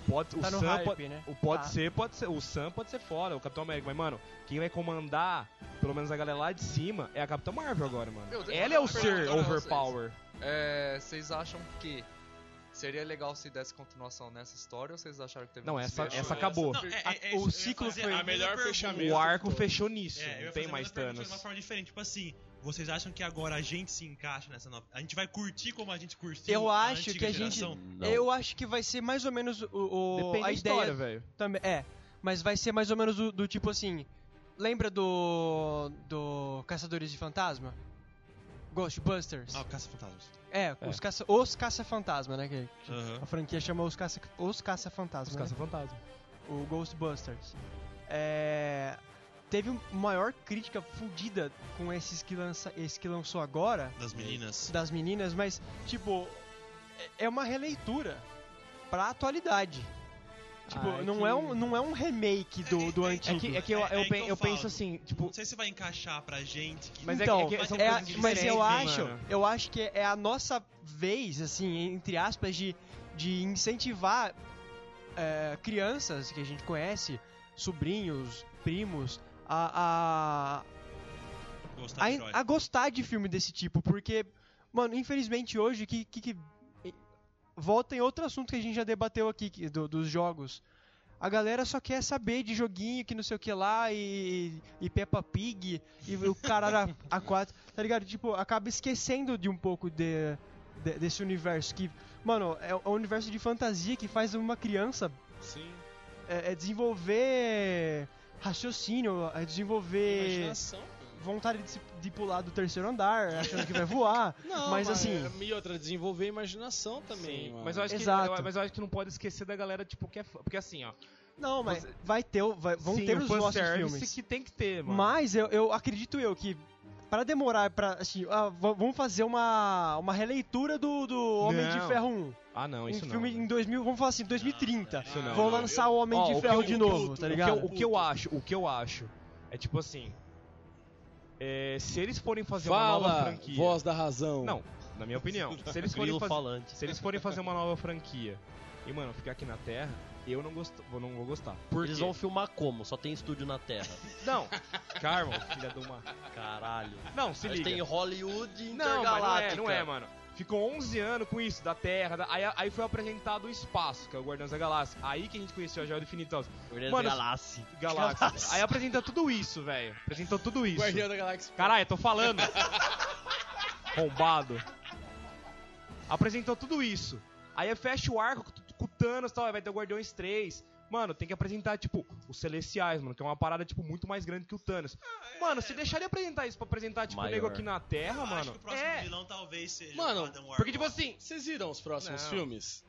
Speaker 6: pode,
Speaker 7: Tá
Speaker 6: o
Speaker 7: no
Speaker 6: Sam
Speaker 7: hype,
Speaker 6: pode,
Speaker 7: né?
Speaker 6: o pode
Speaker 7: Tá.
Speaker 6: ser, pode ser, o Sam pode ser fora, o Capitão América, mas, mano, quem vai comandar, pelo menos a galera lá de cima, é a Capitão Marvel agora, mano.
Speaker 2: Meu, deixa eu
Speaker 6: Ela é o
Speaker 2: fazer uma
Speaker 6: ser
Speaker 2: pergunta pra vocês.
Speaker 6: overpower.
Speaker 2: É, vocês acham que seria legal se desse continuação nessa história ou vocês acharam que teve
Speaker 6: Não,
Speaker 2: um
Speaker 6: essa,
Speaker 2: desfecho?
Speaker 6: essa acabou.
Speaker 1: Não, é- é- é
Speaker 7: o
Speaker 1: isso, eu ia
Speaker 7: ciclo
Speaker 1: fazer
Speaker 7: foi-
Speaker 1: a melhor
Speaker 5: O
Speaker 1: fechamento.
Speaker 6: O arco fechou nisso,
Speaker 1: É, eu ia
Speaker 6: não
Speaker 1: fazer
Speaker 6: tem
Speaker 1: a
Speaker 6: mais
Speaker 1: mesma pergunta De uma
Speaker 6: Thanos.
Speaker 1: forma diferente, tipo assim, vocês acham que agora a gente se encaixa nessa nova. A gente vai curtir como a gente curtiu
Speaker 7: Eu
Speaker 1: a
Speaker 7: acho
Speaker 1: antiga
Speaker 7: que a gente-
Speaker 1: geração?
Speaker 3: Não.
Speaker 7: Eu acho que vai ser mais ou menos o, o-
Speaker 6: Depende
Speaker 7: a
Speaker 6: da história,
Speaker 7: ideia
Speaker 6: velho.
Speaker 7: também. É, mas vai ser mais ou menos do, do tipo assim. Lembra do do Caçadores de Fantasma? Ghostbusters.
Speaker 1: Ah, o Caça-Fantasmas.
Speaker 7: é, os caça os caça-fantasma, né? Que
Speaker 1: Aham.
Speaker 7: a franquia chama os caça os caça-fantasma.
Speaker 6: Os
Speaker 7: né?
Speaker 6: caça-fantasma.
Speaker 7: o Ghostbusters. É, teve uma maior crítica fudida com esses que lança, esse que lançou agora
Speaker 1: Das meninas.
Speaker 7: das meninas, mas tipo é é uma releitura pra atualidade. Tipo,
Speaker 6: Ah, é
Speaker 7: não,
Speaker 6: que-
Speaker 7: é um, não é um remake do, do
Speaker 1: É- é-
Speaker 7: antigo.
Speaker 8: É que, é que eu,
Speaker 1: É- é
Speaker 8: eu,
Speaker 1: que
Speaker 8: pen-
Speaker 1: eu
Speaker 8: eu penso
Speaker 1: falo.
Speaker 8: assim, tipo,
Speaker 1: Não sei se vai encaixar pra gente. que-
Speaker 6: Mas é
Speaker 7: Então,
Speaker 6: que- é que são
Speaker 7: é a-
Speaker 6: coisas diferentes,
Speaker 7: mas eu
Speaker 6: né,
Speaker 7: acho,
Speaker 6: mano?
Speaker 7: eu acho que é a nossa vez, assim, entre aspas, de, de incentivar é, crianças que a gente conhece, sobrinhos, primos, a, a,
Speaker 1: Gostar
Speaker 7: a,
Speaker 1: de
Speaker 7: in-
Speaker 1: herói.
Speaker 7: a gostar de filme desse tipo, porque, mano, infelizmente hoje, que, que, que- e- volta em outro assunto que a gente já debateu aqui, que- do- dos jogos. A galera só quer saber de joguinho que não sei o que lá, e, e Peppa Pig, e o caralho a 4, tá ligado? Tipo, acaba esquecendo de um pouco de, de- desse universo que, mano, é um universo de fantasia que faz uma criança
Speaker 5: Sim.
Speaker 7: é, é, desenvolver raciocínio, é desenvolver
Speaker 5: Imaginação, cara.
Speaker 7: vontade de, se- de pular do terceiro andar, <laughs> achando que vai voar.
Speaker 5: Não, é,
Speaker 7: mas, assim.
Speaker 5: E outra, desenvolver a imaginação também.
Speaker 6: Sim,
Speaker 5: mano.
Speaker 6: mas eu, acho que,
Speaker 7: Exato.
Speaker 6: eu- mas eu acho que não pode esquecer da galera, tipo, que é fã. Porque assim, ó.
Speaker 7: Não, mas vai ter, o- vai, vão
Speaker 6: sim,
Speaker 7: ter
Speaker 6: o
Speaker 7: os nossos
Speaker 6: fanservice
Speaker 7: filmes.
Speaker 6: que tem que ter, mano.
Speaker 7: Mas eu, eu acredito eu que para demorar para assim, ah, va- vamos fazer uma uma releitura do, do Homem de
Speaker 6: Não.
Speaker 7: Ferro 1.
Speaker 6: Ah, não,
Speaker 7: Um
Speaker 6: isso
Speaker 7: filme
Speaker 6: não.
Speaker 7: em 2000, vamos falar assim, 2030.
Speaker 6: Isso não.
Speaker 7: Vão
Speaker 6: não.
Speaker 7: lançar o Homem
Speaker 6: Ó, o
Speaker 7: de
Speaker 6: que
Speaker 7: Ferro
Speaker 6: eu-
Speaker 7: de
Speaker 6: o
Speaker 7: novo, tá
Speaker 6: O que,
Speaker 7: ligado?
Speaker 6: eu, o que eu acho, o que eu acho é tipo assim. é, se eles forem fazer uma nova
Speaker 5: Fala,
Speaker 6: franquia.
Speaker 5: voz da razão.
Speaker 6: Não, na minha opinião. Se
Speaker 7: <laughs>
Speaker 6: eles forem
Speaker 3: Grilo
Speaker 6: fazer
Speaker 3: falante.
Speaker 6: Se eles forem fazer uma nova franquia e, mano, ficar aqui na Terra, eu não, gosto, vou- não vou gostar. Por
Speaker 3: Eles
Speaker 6: quê?
Speaker 3: vão filmar como? Só tem estúdio na
Speaker 6: <laughs>
Speaker 3: Terra.
Speaker 6: Não! Carmo, filha de uma.
Speaker 3: Caralho.
Speaker 6: Não, se
Speaker 3: Mas
Speaker 6: liga.
Speaker 3: tem Hollywood
Speaker 6: Não, mas não é,
Speaker 3: intergaláctica.
Speaker 6: não é, mano. Ficou 11 anos com isso, da Terra. da- Aí, aí foi apresentado o espaço, que é o Guardiões da Galáxia. Aí que a gente conheceu a Joia do Infinito. e tal.
Speaker 3: Guardiões
Speaker 6: Mano,
Speaker 3: da
Speaker 6: tipo,
Speaker 3: Galáxia.
Speaker 6: Galáxia. Aí apresenta tudo isso, velho. Apresentou tudo isso.
Speaker 5: Guardião da Galáxia.
Speaker 6: Caralho, eu tô falando. Rombado. Apresentou tudo isso. Aí fecha o arco com- com o Thanos e tal, aí vai ter o Guardiões 3. Mano, tem que apresentar, tipo, os Celestiais, mano, que é uma parada, tipo, muito mais grande que o Thanos. Mano, se deixar ele apresentar isso pra apresentar, tipo, o
Speaker 3: Maior.
Speaker 6: nego aqui na Terra,
Speaker 1: Eu acho
Speaker 6: mano.
Speaker 1: que o próximo
Speaker 6: é.
Speaker 1: vilão talvez seja
Speaker 5: Mano,
Speaker 1: o Adam Warlock.
Speaker 6: Porque, tipo assim.
Speaker 5: Vocês viram os próximos
Speaker 6: Não.
Speaker 5: filmes?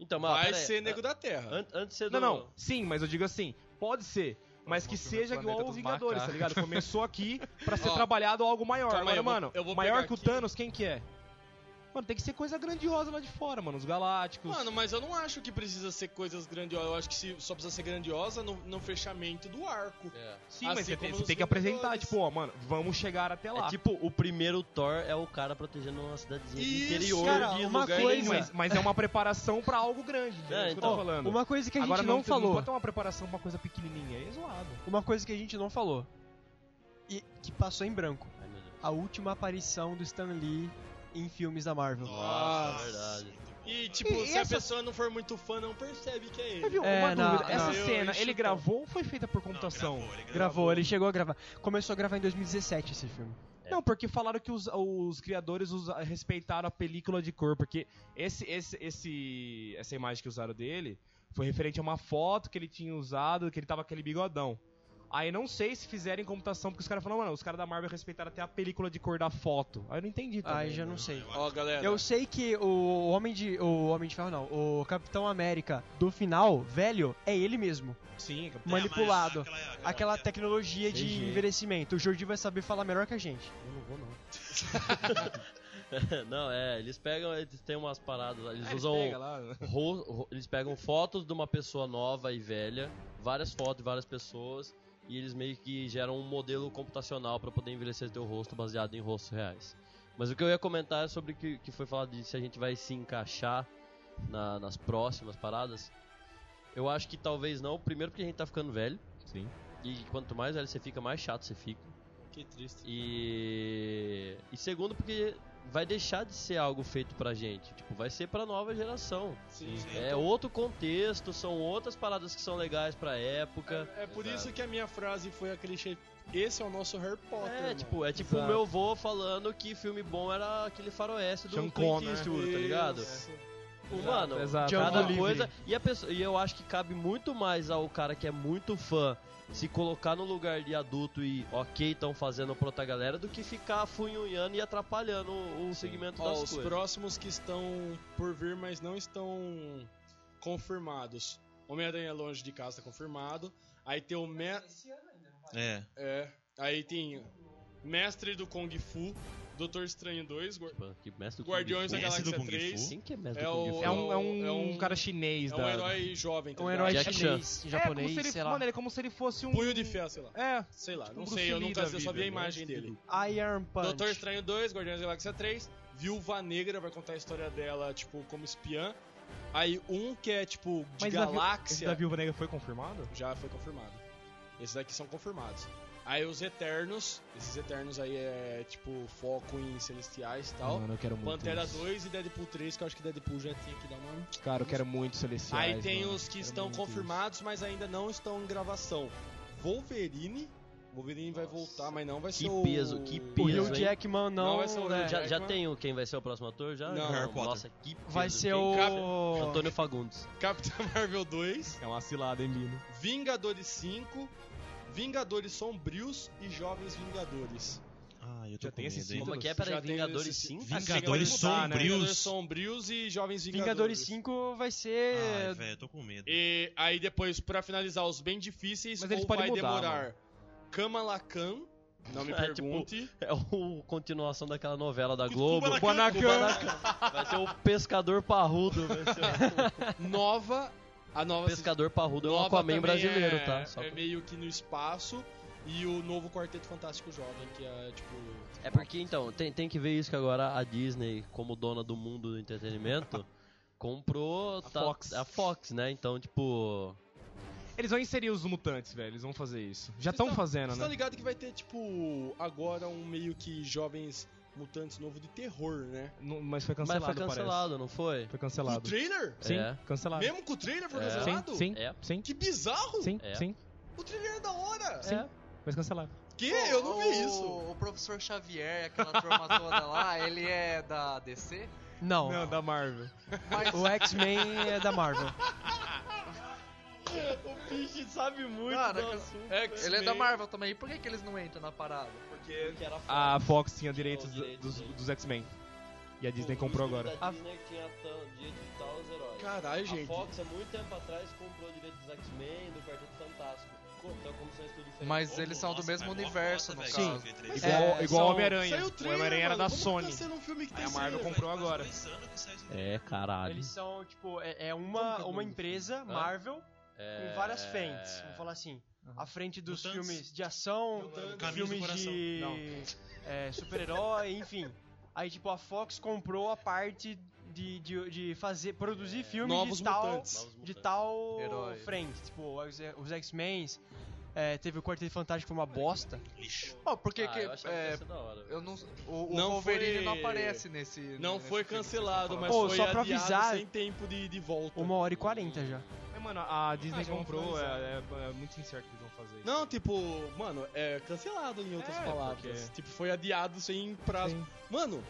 Speaker 3: Então, mas,
Speaker 5: Vai
Speaker 3: pera aí,
Speaker 5: ser Nego
Speaker 3: an-
Speaker 5: da Terra.
Speaker 3: an- Antes de ser
Speaker 6: Não,
Speaker 3: do-
Speaker 6: não. Sim, mas eu digo assim, pode ser. Mas que
Speaker 2: filme do
Speaker 6: seja
Speaker 2: planeta
Speaker 6: igual o
Speaker 2: dos
Speaker 6: Vingadores, tá
Speaker 2: macacos.
Speaker 6: <laughs> ligado? Começou aqui pra ser
Speaker 5: Ó,
Speaker 6: trabalhado algo maior.
Speaker 5: calma aí,
Speaker 6: Agora,
Speaker 5: eu vou-
Speaker 6: mano,
Speaker 5: eu vou
Speaker 6: maior
Speaker 5: pegar
Speaker 6: que o
Speaker 5: aqui.
Speaker 6: Thanos, quem que é? Mano, tem que ser coisa grandiosa lá de fora, mano. Os Galácticos.
Speaker 5: Mano, mas eu não acho que precisa ser coisas grandiosas. Eu acho que se- só precisa ser grandiosa no, no fechamento do arco.
Speaker 3: É
Speaker 5: Assim
Speaker 6: Sim, mas você
Speaker 5: como
Speaker 6: tem,
Speaker 5: nos
Speaker 6: você tem que
Speaker 5: Vingadores.
Speaker 6: apresentar, tipo, ó, mano, vamos chegar até lá.
Speaker 3: É tipo, o primeiro Thor é o cara protegendo uma cidadezinha do
Speaker 5: Isso,
Speaker 3: interior
Speaker 7: cara,
Speaker 3: de
Speaker 7: uma
Speaker 3: lugar
Speaker 7: coisa-
Speaker 3: nenhum.
Speaker 6: mas, mas é uma preparação pra algo grande, entendeu?
Speaker 3: É,
Speaker 6: É, isso que eu
Speaker 3: então.
Speaker 6: tô falando.
Speaker 7: Uma coisa que a gente
Speaker 6: Agora
Speaker 7: não,
Speaker 6: não
Speaker 7: falou.
Speaker 6: Não pode ter uma preparação pra uma coisa pequenininha, é zoado.
Speaker 7: Uma coisa que a gente não falou. E que passou em branco.
Speaker 3: Ai, meu Deus.
Speaker 7: A última aparição do Stan Lee em filmes da Marvel.
Speaker 5: Nossa.
Speaker 3: é Verdade. <laughs>
Speaker 5: E, tipo,
Speaker 6: E
Speaker 5: se a
Speaker 6: essa-
Speaker 5: pessoa não for muito fã, não percebe que é ele.
Speaker 6: Teve um-
Speaker 7: É,
Speaker 6: uma
Speaker 7: não,
Speaker 6: dúvida.
Speaker 7: não.
Speaker 6: Essa
Speaker 5: Eu-
Speaker 6: cena,
Speaker 5: isso
Speaker 6: ele
Speaker 5: tá.
Speaker 6: gravou ou foi feita
Speaker 1: Não,
Speaker 6: por computação?
Speaker 1: gravou, ele gravou.
Speaker 7: Gravou, ele chegou a gravar. Começou a gravar em 2017 esse filme.
Speaker 3: É.
Speaker 6: Não, porque falaram que os, os criadores usa- respeitaram a película de cor, porque esse, esse, esse, essa imagem que usaram dele foi referente a uma foto que ele tinha usado, que ele tava com aquele bigodão. Aí não sei se fizerem computação, porque os caras falaram, mano, os caras da Marvel respeitaram até a película de cor da foto. Aí eu não entendi também. né?
Speaker 7: Aí já não sei.
Speaker 5: Ó,
Speaker 6: tá.
Speaker 5: galera.
Speaker 7: Eu sei que o Homem de. O Homem de Ferro não. O Capitão América do final, velho, é ele mesmo.
Speaker 6: Sim,
Speaker 1: É,
Speaker 5: <laughs>
Speaker 7: manipulado.
Speaker 1: mas
Speaker 6: É,
Speaker 1: aquela- aquela- é
Speaker 7: Aquela tecnologia de
Speaker 3: CG.
Speaker 7: envelhecimento. O Jordi vai saber falar melhor que a gente.
Speaker 6: eu não vou não.
Speaker 3: não, é, eles pegam, eles têm umas paradas, lá, eles
Speaker 2: Eles
Speaker 3: usam.
Speaker 2: pega lá.
Speaker 6: né?
Speaker 3: ro- ro- eles pegam fotos de uma pessoa nova e velha, várias fotos de várias pessoas, e eles meio que geram um modelo computacional pra poder envelhecer teu rosto baseado em rostos reais. Mas o que eu ia comentar é sobre que, que foi falado de se a gente vai se encaixar na- nas próximas paradas. Eu acho que talvez não, primeiro porque a gente tá ficando velho.
Speaker 6: Sim.
Speaker 3: E quanto mais velho você fica, mais chato você fica.
Speaker 5: Que triste.
Speaker 3: E, e segundo, porque vai deixar de ser algo feito pra gente. Tipo, vai ser pra nova geração.
Speaker 5: Sim.
Speaker 3: É outro contexto, são outras paradas que são legais pra época.
Speaker 5: É por
Speaker 3: Exato.
Speaker 5: isso que a minha frase foi a clichê. Esse é o nosso Harry Potter.
Speaker 3: É,
Speaker 5: mano.
Speaker 3: tipo, é tipo o meu avô falando que filme bom era aquele faroeste do
Speaker 6: Sean
Speaker 3: Clint
Speaker 6: Connor.
Speaker 3: Eastwood, tá ligado?
Speaker 5: Isso.
Speaker 3: Tipo, mano,
Speaker 6: né? Exato.
Speaker 7: Django
Speaker 3: cada
Speaker 7: Livre.
Speaker 3: coisa. E, a pessoa, e eu acho que cabe muito mais ao cara que é muito fã se colocar no lugar de adulto e ok, estão fazendo pra outra galera, do que ficar funhunhando e atrapalhando o, o segmento
Speaker 5: Ó,
Speaker 3: das
Speaker 5: os
Speaker 3: coisas.
Speaker 5: próximos que estão por vir, mas não estão confirmados. Homem-Aranha Longe de Casa tá confirmado. Aí tem o Me-
Speaker 1: É.
Speaker 5: é, aí tem Mestre do Kung Fu, Doutor Estranho 2, Guar-
Speaker 3: Pô, Que Tipo, mestre do
Speaker 5: Guardiões da
Speaker 3: Kung Fu.
Speaker 1: Mestre do
Speaker 5: Galáxia
Speaker 1: Kung Fu?
Speaker 5: 3.
Speaker 3: Quem que é mestre
Speaker 5: É
Speaker 3: do Kung
Speaker 5: o-
Speaker 3: Fu?
Speaker 6: É um, é um,
Speaker 5: É um-
Speaker 6: cara chinês
Speaker 5: É
Speaker 6: da...
Speaker 5: um herói jovem, tá
Speaker 7: Um
Speaker 5: ligado?
Speaker 7: herói
Speaker 3: Jack
Speaker 6: É,
Speaker 7: chinês,
Speaker 6: como
Speaker 7: japonês,
Speaker 6: se ele,
Speaker 7: sei lá.
Speaker 6: Mano, ele é como se ele fosse um...
Speaker 5: Punho de Ferro, sei lá.
Speaker 6: É,
Speaker 5: Sei lá, não
Speaker 6: Bruce
Speaker 5: sei, eu
Speaker 6: Lee
Speaker 5: nunca
Speaker 6: da
Speaker 5: eu só vi a
Speaker 6: vida, né?
Speaker 5: imagem dele.
Speaker 7: Iron Punch.
Speaker 5: Doutor Estranho 2, Guardiões da Galáxia 3, Viúva Negra vai contar a história dela, tipo, como espiã. Aí um que é, tipo, de
Speaker 6: Mas da vi- esse
Speaker 5: galáxia.
Speaker 6: da Viúva Negra foi confirmado?
Speaker 5: já foi confirmado. Esses daqui são confirmados. Aí os Eternos, esses Eternos aí é tipo foco em celestiais e tal.
Speaker 6: eu quero
Speaker 5: Pantera 2 e Deadpool 3, que eu acho que Deadpool já tinha que dar uma.
Speaker 6: Cara, eu quero muito Celestiais.
Speaker 5: aí tem
Speaker 6: é, mano.
Speaker 5: os que
Speaker 6: Quero
Speaker 5: estão
Speaker 6: muito
Speaker 5: confirmados, mas ainda não estão em gravação. Wolverine, Wolverine vai voltar, mas não vai
Speaker 3: que
Speaker 5: ser o
Speaker 3: peso, que
Speaker 7: O
Speaker 3: peso,
Speaker 7: Hugh
Speaker 3: hein?
Speaker 7: Jackman não.
Speaker 5: Não vai ser o Hugh
Speaker 6: É,
Speaker 7: né,
Speaker 3: Já, já
Speaker 5: Jackman.
Speaker 3: tem o quem vai ser o próximo ator? Já?
Speaker 5: Não.
Speaker 1: Harry Potter.
Speaker 3: Nossa, que peso,
Speaker 7: Vai ser
Speaker 3: quem?
Speaker 7: o.
Speaker 3: Antônio Fagundes.
Speaker 5: Capitão Marvel 2,
Speaker 6: isso. É uma cilada, hein, Lino?
Speaker 5: Vingadores 5, Vingadores Sombrios e Jovens Vingadores.
Speaker 1: Ah, eu tô
Speaker 6: Já
Speaker 1: com
Speaker 6: tem esse
Speaker 1: medo, hein?
Speaker 6: símbolo.
Speaker 3: Como é que é? Peraí,
Speaker 5: Já tem
Speaker 3: Vingadores
Speaker 5: esse-
Speaker 3: 5?
Speaker 1: Vingadores
Speaker 5: Vingadores
Speaker 1: Sombrios.
Speaker 5: né? Vingadores Sombrios e Jovens
Speaker 7: Vingadores 5 vai
Speaker 1: Ai,
Speaker 7: ser.
Speaker 1: velho, eu tô com medo.
Speaker 5: E aí depois, pra finalizar, os bem difíceis,
Speaker 6: Mas eles
Speaker 5: ou vai
Speaker 6: podem mudar,
Speaker 5: demorar. Kama Lacan, não me
Speaker 3: <laughs> É, tipo,
Speaker 5: pergunte.
Speaker 3: É o continuação daquela novela da
Speaker 1: Desculpa,
Speaker 3: Globo.
Speaker 1: Lacan.
Speaker 3: Vai ser o Pescador
Speaker 5: <laughs>
Speaker 3: Parrudo. vai ser
Speaker 5: Nova, a
Speaker 3: o
Speaker 5: nova
Speaker 3: Pescador Parrudo é o
Speaker 5: nova
Speaker 3: Aquaman
Speaker 5: também
Speaker 3: brasileiro,
Speaker 5: é,
Speaker 3: tá? Só
Speaker 5: É
Speaker 3: pra-
Speaker 5: meio que no espaço. E o novo Quarteto Fantástico Jovem, que é tipo.
Speaker 3: É porque, então, tem, tem que ver isso que agora a Disney, como dona do mundo do
Speaker 5: <laughs>
Speaker 3: entretenimento, comprou
Speaker 6: A Fox.
Speaker 3: a Fox, né? Então, tipo...
Speaker 6: Eles vão inserir os mutantes, velho. Eles vão fazer isso. Já
Speaker 5: Vocês
Speaker 6: estão
Speaker 5: tão-
Speaker 6: fazendo,
Speaker 5: Você tá
Speaker 6: né?
Speaker 5: ligado que vai ter, tipo, agora um meio que jovens mutantes novo de terror, né?
Speaker 6: Não- mas foi
Speaker 3: Mas
Speaker 6: cancelado,
Speaker 3: foi cancelado, não foi?
Speaker 6: parece. Foi
Speaker 5: Com o
Speaker 6: cancelado.
Speaker 5: trailer?
Speaker 6: Sim,
Speaker 3: É.
Speaker 6: cancelado.
Speaker 5: Mesmo com o trailer foi
Speaker 3: É.
Speaker 5: cancelado?
Speaker 6: Sim, sim,
Speaker 3: É.
Speaker 6: sim,
Speaker 5: Que bizarro!
Speaker 6: sim,
Speaker 3: É.
Speaker 6: sim.
Speaker 5: O trailer é da hora!
Speaker 6: Sim.
Speaker 3: É.
Speaker 6: Mas cancelado.
Speaker 5: Que?
Speaker 8: Pô,
Speaker 5: Eu não vi
Speaker 8: o-
Speaker 5: isso!
Speaker 8: O professor Xavier, aquela turma toda lá, ele é da DC?
Speaker 7: Não.
Speaker 6: da Marvel.
Speaker 8: Mas
Speaker 7: O X-Men é da Marvel.
Speaker 5: O Piche sabe muito
Speaker 8: Cara,
Speaker 5: do
Speaker 8: cara,
Speaker 5: assunto.
Speaker 8: ele é da Marvel também. Por que, que eles não entram na parada?
Speaker 5: Porque...
Speaker 6: A Fox tinha direitos
Speaker 3: Os direitos
Speaker 6: dos,
Speaker 3: dele.
Speaker 6: dos X-Men. E a Disney comprou agora.
Speaker 3: A Disney tinha direito de tal os heróis.
Speaker 5: Caralho, gente.
Speaker 3: há muito tempo atrás comprou direito dos X-Men, do Quarteto Fantástico. Então, como são estudos
Speaker 8: Mas eles são do mesmo universo, no caso.
Speaker 6: Igual,
Speaker 7: É,
Speaker 6: igual
Speaker 7: são-
Speaker 6: Homem-Aranha.
Speaker 5: Saiu
Speaker 6: O
Speaker 5: o trailer,
Speaker 6: Homem-Aranha era
Speaker 5: mano.
Speaker 6: da
Speaker 5: Como
Speaker 6: Sony.
Speaker 5: Que tá sendo um filme que tem
Speaker 6: Aí a Marvel
Speaker 5: trailer?
Speaker 6: comprou agora.
Speaker 3: É, caralho.
Speaker 7: Eles são, tipo, é, é uma, uma empresa, Marvel,
Speaker 3: É,
Speaker 7: com várias frentes. Vamos falar assim. A frente dos
Speaker 1: Mutantes.
Speaker 7: filmes de ação,
Speaker 1: Caminhos do
Speaker 7: filmes
Speaker 1: Coração.
Speaker 7: de é, super-herói, enfim. Aí, tipo, a Fox comprou a parte de, de, de fazer, produzir filmes
Speaker 5: Novos
Speaker 7: de tal,
Speaker 5: Mutantes.
Speaker 7: de tal
Speaker 8: Herói.
Speaker 7: frente. Tipo, os, os X-Men, é, teve o Quarteto Fantástico, que foi uma bosta.
Speaker 8: Pô, porque
Speaker 3: Ah,
Speaker 8: que,
Speaker 3: eu achava que
Speaker 8: é,
Speaker 3: ia ser da hora. velho.
Speaker 8: eu não, o, o
Speaker 5: Não
Speaker 8: Wolverine
Speaker 5: foi-
Speaker 8: não aparece nesse.
Speaker 5: Não
Speaker 8: nesse
Speaker 5: foi
Speaker 8: filme né? tá que vocês
Speaker 5: cancelado,
Speaker 8: estão
Speaker 5: mas
Speaker 7: Pô,
Speaker 5: foi
Speaker 7: só pra
Speaker 5: adiado
Speaker 7: avisar-
Speaker 5: sem tempo de, de volta.
Speaker 7: Uma hora e quarenta já.
Speaker 6: Mas, É, mano, a Disney
Speaker 5: Ah, já
Speaker 6: comprou.
Speaker 5: foi,
Speaker 6: É, é- é muito incerto o que eles vão fazer.
Speaker 5: Não, tipo, mano, é cancelado em outras
Speaker 6: É,
Speaker 5: palavras.
Speaker 6: porque-
Speaker 5: Tipo, foi adiado sem prazo.
Speaker 6: Sim.
Speaker 5: Mano,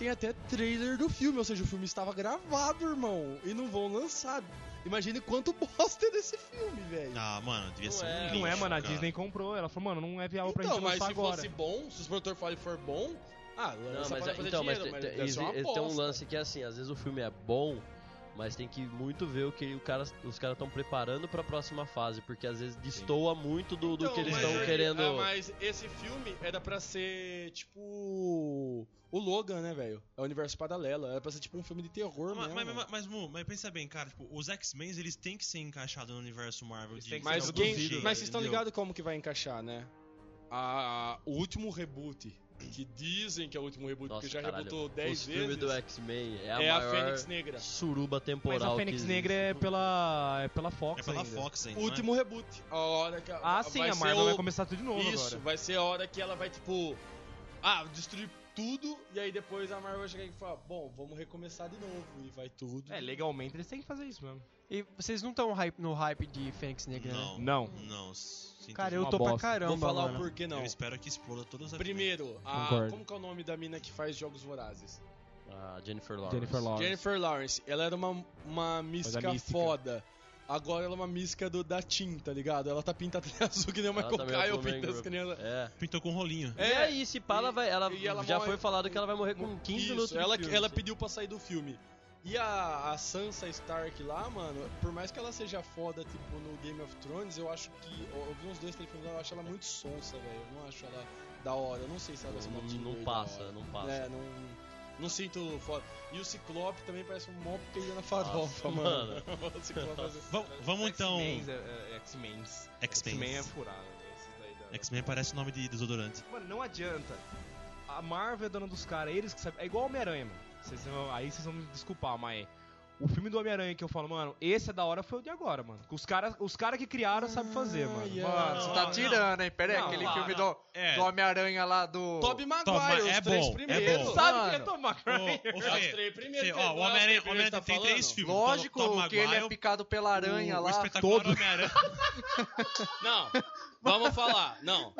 Speaker 5: tem até trailer do filme, ou seja, o filme estava gravado, irmão, e não vão lançar. Imagine quanto <laughs> bosta é desse filme, velho. velho.
Speaker 1: Ah, mano, devia
Speaker 3: Não
Speaker 1: ser um
Speaker 3: é,
Speaker 1: lixo,
Speaker 6: Não é, mano, a
Speaker 1: cara.
Speaker 6: Disney comprou. Ela falou, mano, não é viável pra
Speaker 5: Então,
Speaker 6: gente
Speaker 5: mas
Speaker 6: lançar
Speaker 5: se
Speaker 6: agora.
Speaker 5: fosse bom, se os produtores falam que for bom, ah,
Speaker 3: Não,
Speaker 5: lança
Speaker 3: mas,
Speaker 5: pra
Speaker 3: é-
Speaker 5: fazer
Speaker 3: então, mas
Speaker 5: dinheiro,
Speaker 3: tem,
Speaker 5: mas
Speaker 3: tem-
Speaker 5: deve ser uma
Speaker 3: exi- tem um
Speaker 5: aposta.
Speaker 3: lance que é assim, às vezes o filme é bom, mas tem que muito ver o que o cara, os caras estão preparando pra próxima fase, porque às vezes destoa muito do, do
Speaker 5: Então,
Speaker 3: que eles
Speaker 5: mas
Speaker 3: estão
Speaker 5: aí-
Speaker 3: querendo.
Speaker 5: Ah, mas esse filme era pra ser, tipo, o Logan, né, velho? É o universo paralelo. Era pra ser, tipo, um filme de terror
Speaker 1: Mas,
Speaker 5: mesmo.
Speaker 1: mas, mas, mas, Mu, mas pensa bem, cara, tipo, os X-Men eles têm que ser encaixados no universo Marvel. De,
Speaker 6: têm que
Speaker 1: de
Speaker 5: Mas
Speaker 1: algum
Speaker 5: quem-
Speaker 1: jeito,
Speaker 5: mas vocês estão
Speaker 1: entendeu?
Speaker 5: ligados como que vai encaixar, né? A, o último reboot, que dizem que é o último reboot,
Speaker 3: Nossa,
Speaker 5: porque já
Speaker 3: caralho,
Speaker 5: rebootou 10
Speaker 3: os
Speaker 5: vezes,
Speaker 3: filmes do X-Men é a
Speaker 5: é
Speaker 3: maior
Speaker 5: a Fênix Negra.
Speaker 3: suruba temporal
Speaker 6: Mas a Fênix
Speaker 3: que
Speaker 6: Negra é pela, é pela Fox
Speaker 1: É pela
Speaker 6: ainda.
Speaker 1: Fox ainda.
Speaker 5: O
Speaker 1: não é?
Speaker 5: último reboot. A hora que
Speaker 6: Ah, sim,
Speaker 5: vai
Speaker 6: a
Speaker 5: ser
Speaker 6: Marvel
Speaker 5: o-
Speaker 6: vai começar tudo de novo
Speaker 5: Isso,
Speaker 6: agora.
Speaker 5: vai ser a hora que ela vai, tipo... Ah, destruir tudo, e aí depois a Marvel vai chegar e falar, bom, vamos recomeçar de novo, e vai tudo.
Speaker 6: É, legalmente eles têm que fazer isso mesmo.
Speaker 7: E vocês não estão no hype de Fênix Negra, né?
Speaker 1: Não.
Speaker 6: Não.
Speaker 1: Não. sinto
Speaker 7: Cara,
Speaker 1: muito.
Speaker 7: eu
Speaker 6: Uma
Speaker 7: tô pra
Speaker 6: bosta.
Speaker 7: caramba,
Speaker 5: Vou falar o
Speaker 7: mano.
Speaker 5: porquê não.
Speaker 1: né? Eu espero que exploda todas as
Speaker 5: Primeiro, a,
Speaker 6: Concordo.
Speaker 5: como que é o nome da mina que faz Jogos Vorazes?
Speaker 3: A Jennifer Lawrence.
Speaker 6: Jennifer Lawrence.
Speaker 5: Jennifer Lawrence. Ela era uma, uma mística
Speaker 6: mística.
Speaker 5: foda. Agora ela é uma mística do, da Tim, tá ligado? Ela tá pintada de <laughs> azul que nem uma
Speaker 3: Ela também é
Speaker 5: cocaia ou
Speaker 3: Flamingo.
Speaker 5: pinta as crianças.
Speaker 3: É.
Speaker 1: Pintou com um rolinho.
Speaker 3: É, e aí, se pá, ela, vai, ela,
Speaker 5: e ela
Speaker 3: já
Speaker 5: morre-
Speaker 3: foi falado que ela vai morrer com 15
Speaker 5: Isso,
Speaker 3: minutos de
Speaker 5: ela,
Speaker 3: filme,
Speaker 5: ela
Speaker 3: assim.
Speaker 5: pediu pra sair do filme. E a, a Sansa Stark lá, mano, por mais que ela seja foda, tipo, no Game of Thrones, eu acho que. Eu, eu vi uns dois, três filmes lá, eu acho ela muito sonsa, velho. Eu não acho ela da hora. Eu não sei se ela vai ser uma
Speaker 3: Não-
Speaker 5: Jean
Speaker 3: Não
Speaker 5: Grey da hora.
Speaker 3: passa, não passa.
Speaker 5: É, não. Não sinto foda. E o Ciclope também parece um mó peidando farofa,
Speaker 3: Nossa,
Speaker 5: mano. <laughs> o
Speaker 3: <laughs>
Speaker 5: Ciclope parece-
Speaker 1: Va- vamos então.
Speaker 6: X-Men é- é- X-Men. X-Men é
Speaker 1: X-Men.
Speaker 6: furado. né? Esses daí da-
Speaker 1: X-Men parece nome de desodorante.
Speaker 6: Mano, não adianta. A Marvel é dona dos caras, eles que sabem. É igual Homem-Aranha, mano. Vocês vão- aí vocês vão me desculpar, mas. O filme do Homem-Aranha que eu falo, mano, esse é da hora foi o de agora, mano. Os caras os cara que criaram sabem fazer, mano.
Speaker 5: yeah.
Speaker 1: Não,
Speaker 8: Mano, você tá
Speaker 1: não.
Speaker 8: tirando, hein? Pera aí,
Speaker 6: Não,
Speaker 8: aquele
Speaker 6: não,
Speaker 8: filme
Speaker 6: não.
Speaker 8: do,
Speaker 1: É.
Speaker 8: do Homem-Aranha lá do.
Speaker 5: Tobey
Speaker 1: Toma,
Speaker 5: Maguire, os
Speaker 1: é
Speaker 5: três
Speaker 1: bom, é
Speaker 5: primeiros.
Speaker 1: bom.
Speaker 6: Sabe
Speaker 8: Mano.
Speaker 6: quem é Tom McCray?
Speaker 1: Ô, ô,
Speaker 5: Os
Speaker 1: Fê,
Speaker 5: três primeiros.
Speaker 1: Fê, ó, o
Speaker 5: não é os três
Speaker 1: Homem-Aranha
Speaker 5: primeiros
Speaker 1: Homem-Aranha
Speaker 5: tá
Speaker 1: tem
Speaker 5: falando?
Speaker 1: três filmes.
Speaker 8: Lógico
Speaker 1: Tom
Speaker 8: que ele
Speaker 1: Maguire, um
Speaker 8: é picado pela aranha
Speaker 1: O
Speaker 8: lá. <laughs>
Speaker 1: espetacular Homem-Aranha.
Speaker 5: Não,
Speaker 3: <laughs>
Speaker 5: vamos falar, não.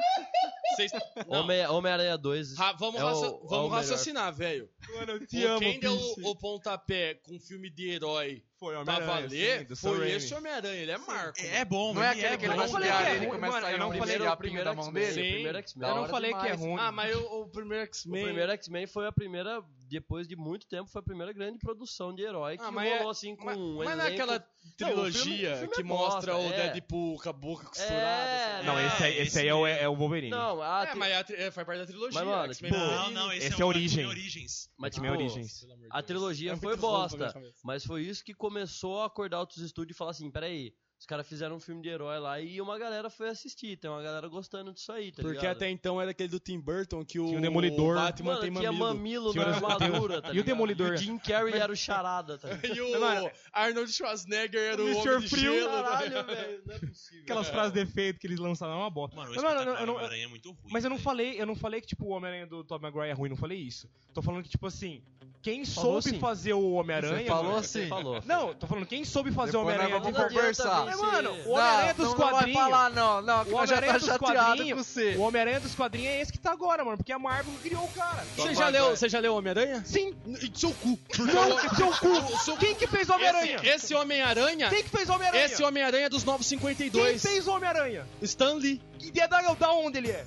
Speaker 5: Vocês. não.
Speaker 3: Homem- Homem-Aranha 2.
Speaker 5: Ra- vamos
Speaker 3: É o-
Speaker 5: raci-
Speaker 3: é o
Speaker 5: vamos
Speaker 3: melhor.
Speaker 5: raciocinar, velho.
Speaker 6: Mano, eu te
Speaker 5: O
Speaker 6: amo,
Speaker 5: Quem deu
Speaker 6: bicho.
Speaker 5: o, o pontapé com filme de herói
Speaker 6: Foi
Speaker 5: pra valer
Speaker 6: sim, do Sam
Speaker 5: foi
Speaker 6: Raimi.
Speaker 5: esse Homem-Aranha. Ele é marco.
Speaker 1: É bom,
Speaker 8: Não é
Speaker 1: ele
Speaker 8: aquele que ele
Speaker 1: bom,
Speaker 8: vai
Speaker 6: Eu falei
Speaker 8: espiar
Speaker 6: que é
Speaker 8: ele
Speaker 6: ruim,
Speaker 8: começa a
Speaker 6: mano,
Speaker 8: sair
Speaker 6: eu não
Speaker 8: um
Speaker 6: falei
Speaker 8: primeiro
Speaker 6: que é
Speaker 8: a pinga da mão
Speaker 3: X-Men,
Speaker 8: dele.
Speaker 5: Sim.
Speaker 3: O primeiro X-Men.
Speaker 6: Eu
Speaker 8: Da
Speaker 6: não
Speaker 8: hora
Speaker 6: falei que é
Speaker 8: demais.
Speaker 6: ruim.
Speaker 5: Ah, mas eu- o primeiro
Speaker 3: O
Speaker 5: X-Men.
Speaker 3: primeiro X-Men foi a primeira, depois de muito tempo, foi a primeira grande produção de herói que
Speaker 5: Ah, mas
Speaker 3: rolou
Speaker 5: é-
Speaker 3: assim com
Speaker 5: Mas,
Speaker 3: um
Speaker 5: mas não é
Speaker 3: elenco-
Speaker 5: aquela trilogia
Speaker 3: o filme é
Speaker 5: que
Speaker 3: bosta,
Speaker 5: mostra o
Speaker 3: é.
Speaker 5: Deadpool com a boca costurada.
Speaker 3: É,
Speaker 5: sabe?
Speaker 6: Não, esse aí,
Speaker 1: Ah,
Speaker 6: esse aí
Speaker 1: esse
Speaker 6: é, o,
Speaker 1: mesmo.
Speaker 6: é o Wolverine.
Speaker 3: Não, ah,
Speaker 5: É,
Speaker 3: tem-
Speaker 5: mas é a tri- é, faz parte da trilogia.
Speaker 3: Mas, mano,
Speaker 5: X-Men
Speaker 6: tipo,
Speaker 5: Wolverine.
Speaker 1: Não, não, esse,
Speaker 6: Esse é
Speaker 1: o
Speaker 6: Origem.
Speaker 1: X-Men Origins.
Speaker 3: mas,
Speaker 6: X-Men
Speaker 3: tipo,
Speaker 6: Origins.
Speaker 5: Pelo amor de
Speaker 3: a
Speaker 5: Deus.
Speaker 3: trilogia
Speaker 5: É um
Speaker 3: foi
Speaker 5: microfone pra minha
Speaker 3: bosta,
Speaker 5: cabeça.
Speaker 3: mas foi isso que começou a acordar outros estúdios e falar assim, peraí, os caras fizeram um filme de herói lá e uma galera foi assistir, tem uma galera gostando disso aí, tá
Speaker 5: Porque
Speaker 3: ligado?
Speaker 5: até então era aquele do Tim Burton que o,
Speaker 6: Tinha o Demolidor.
Speaker 5: Batman
Speaker 3: Mano,
Speaker 5: tem
Speaker 3: tinha
Speaker 5: mamilo.
Speaker 3: mamilo
Speaker 6: Tinha
Speaker 3: na
Speaker 6: o-
Speaker 3: armadura, tá
Speaker 6: E o
Speaker 3: ligado?
Speaker 6: Demolidor?
Speaker 3: E o Jim Carrey era o charada, tá ligado?
Speaker 5: E o Arnold Schwarzenegger era o
Speaker 6: Mr.
Speaker 5: Homem de
Speaker 6: Frio,
Speaker 5: Gelo.
Speaker 3: <laughs>
Speaker 5: tá
Speaker 3: Caralho, velho, não é possível.
Speaker 6: Aquelas frases de efeito que eles lançaram é uma bosta.
Speaker 1: Mano, o
Speaker 6: Mas, mano, eu não-
Speaker 1: espetacular
Speaker 6: eu não-
Speaker 1: Homem-Aranha é muito ruim.
Speaker 6: Mas eu não
Speaker 1: velho.
Speaker 6: falei, eu não falei que tipo o Homem-Aranha do Tobey Maguire é ruim, não falei isso. Tô falando que tipo assim, quem
Speaker 7: Falou
Speaker 6: soube
Speaker 7: assim.
Speaker 6: fazer o Homem-Aranha?
Speaker 8: Você falou
Speaker 6: mano-
Speaker 8: assim.
Speaker 3: Falou.
Speaker 6: Não, tô falando quem soube fazer o
Speaker 8: Depois nós
Speaker 6: Homem-Aranha.
Speaker 8: vamos
Speaker 6: de-
Speaker 3: Não adianta
Speaker 8: conversar.
Speaker 3: vir se-
Speaker 6: Mas, É, mano, o
Speaker 8: Não,
Speaker 6: Homem-Aranha dos
Speaker 8: não, Não vai
Speaker 6: quadrinhos.
Speaker 8: falar, não, não, que
Speaker 6: O
Speaker 8: nós já
Speaker 6: Homem-Aranha
Speaker 8: tá
Speaker 6: dos
Speaker 8: chateado com
Speaker 6: quadrinhos.
Speaker 8: você.
Speaker 6: O Homem-Aranha dos quadrinhos é esse que tá agora, mano, porque a Marvel criou o cara.
Speaker 5: Você já leu, você já leu Homem-Aranha?
Speaker 6: Sim,
Speaker 5: Seu cu.
Speaker 6: não, é seu cu. Quem que fez o Homem-Aranha?
Speaker 5: Esse, esse Homem-Aranha,
Speaker 6: Quem que fez o Homem-Aranha?
Speaker 5: esse Homem-Aranha é dos Novos
Speaker 6: Quem
Speaker 5: 52.
Speaker 6: fez o Homem-Aranha?
Speaker 5: Stanley.
Speaker 6: E de- da, da onde ele é?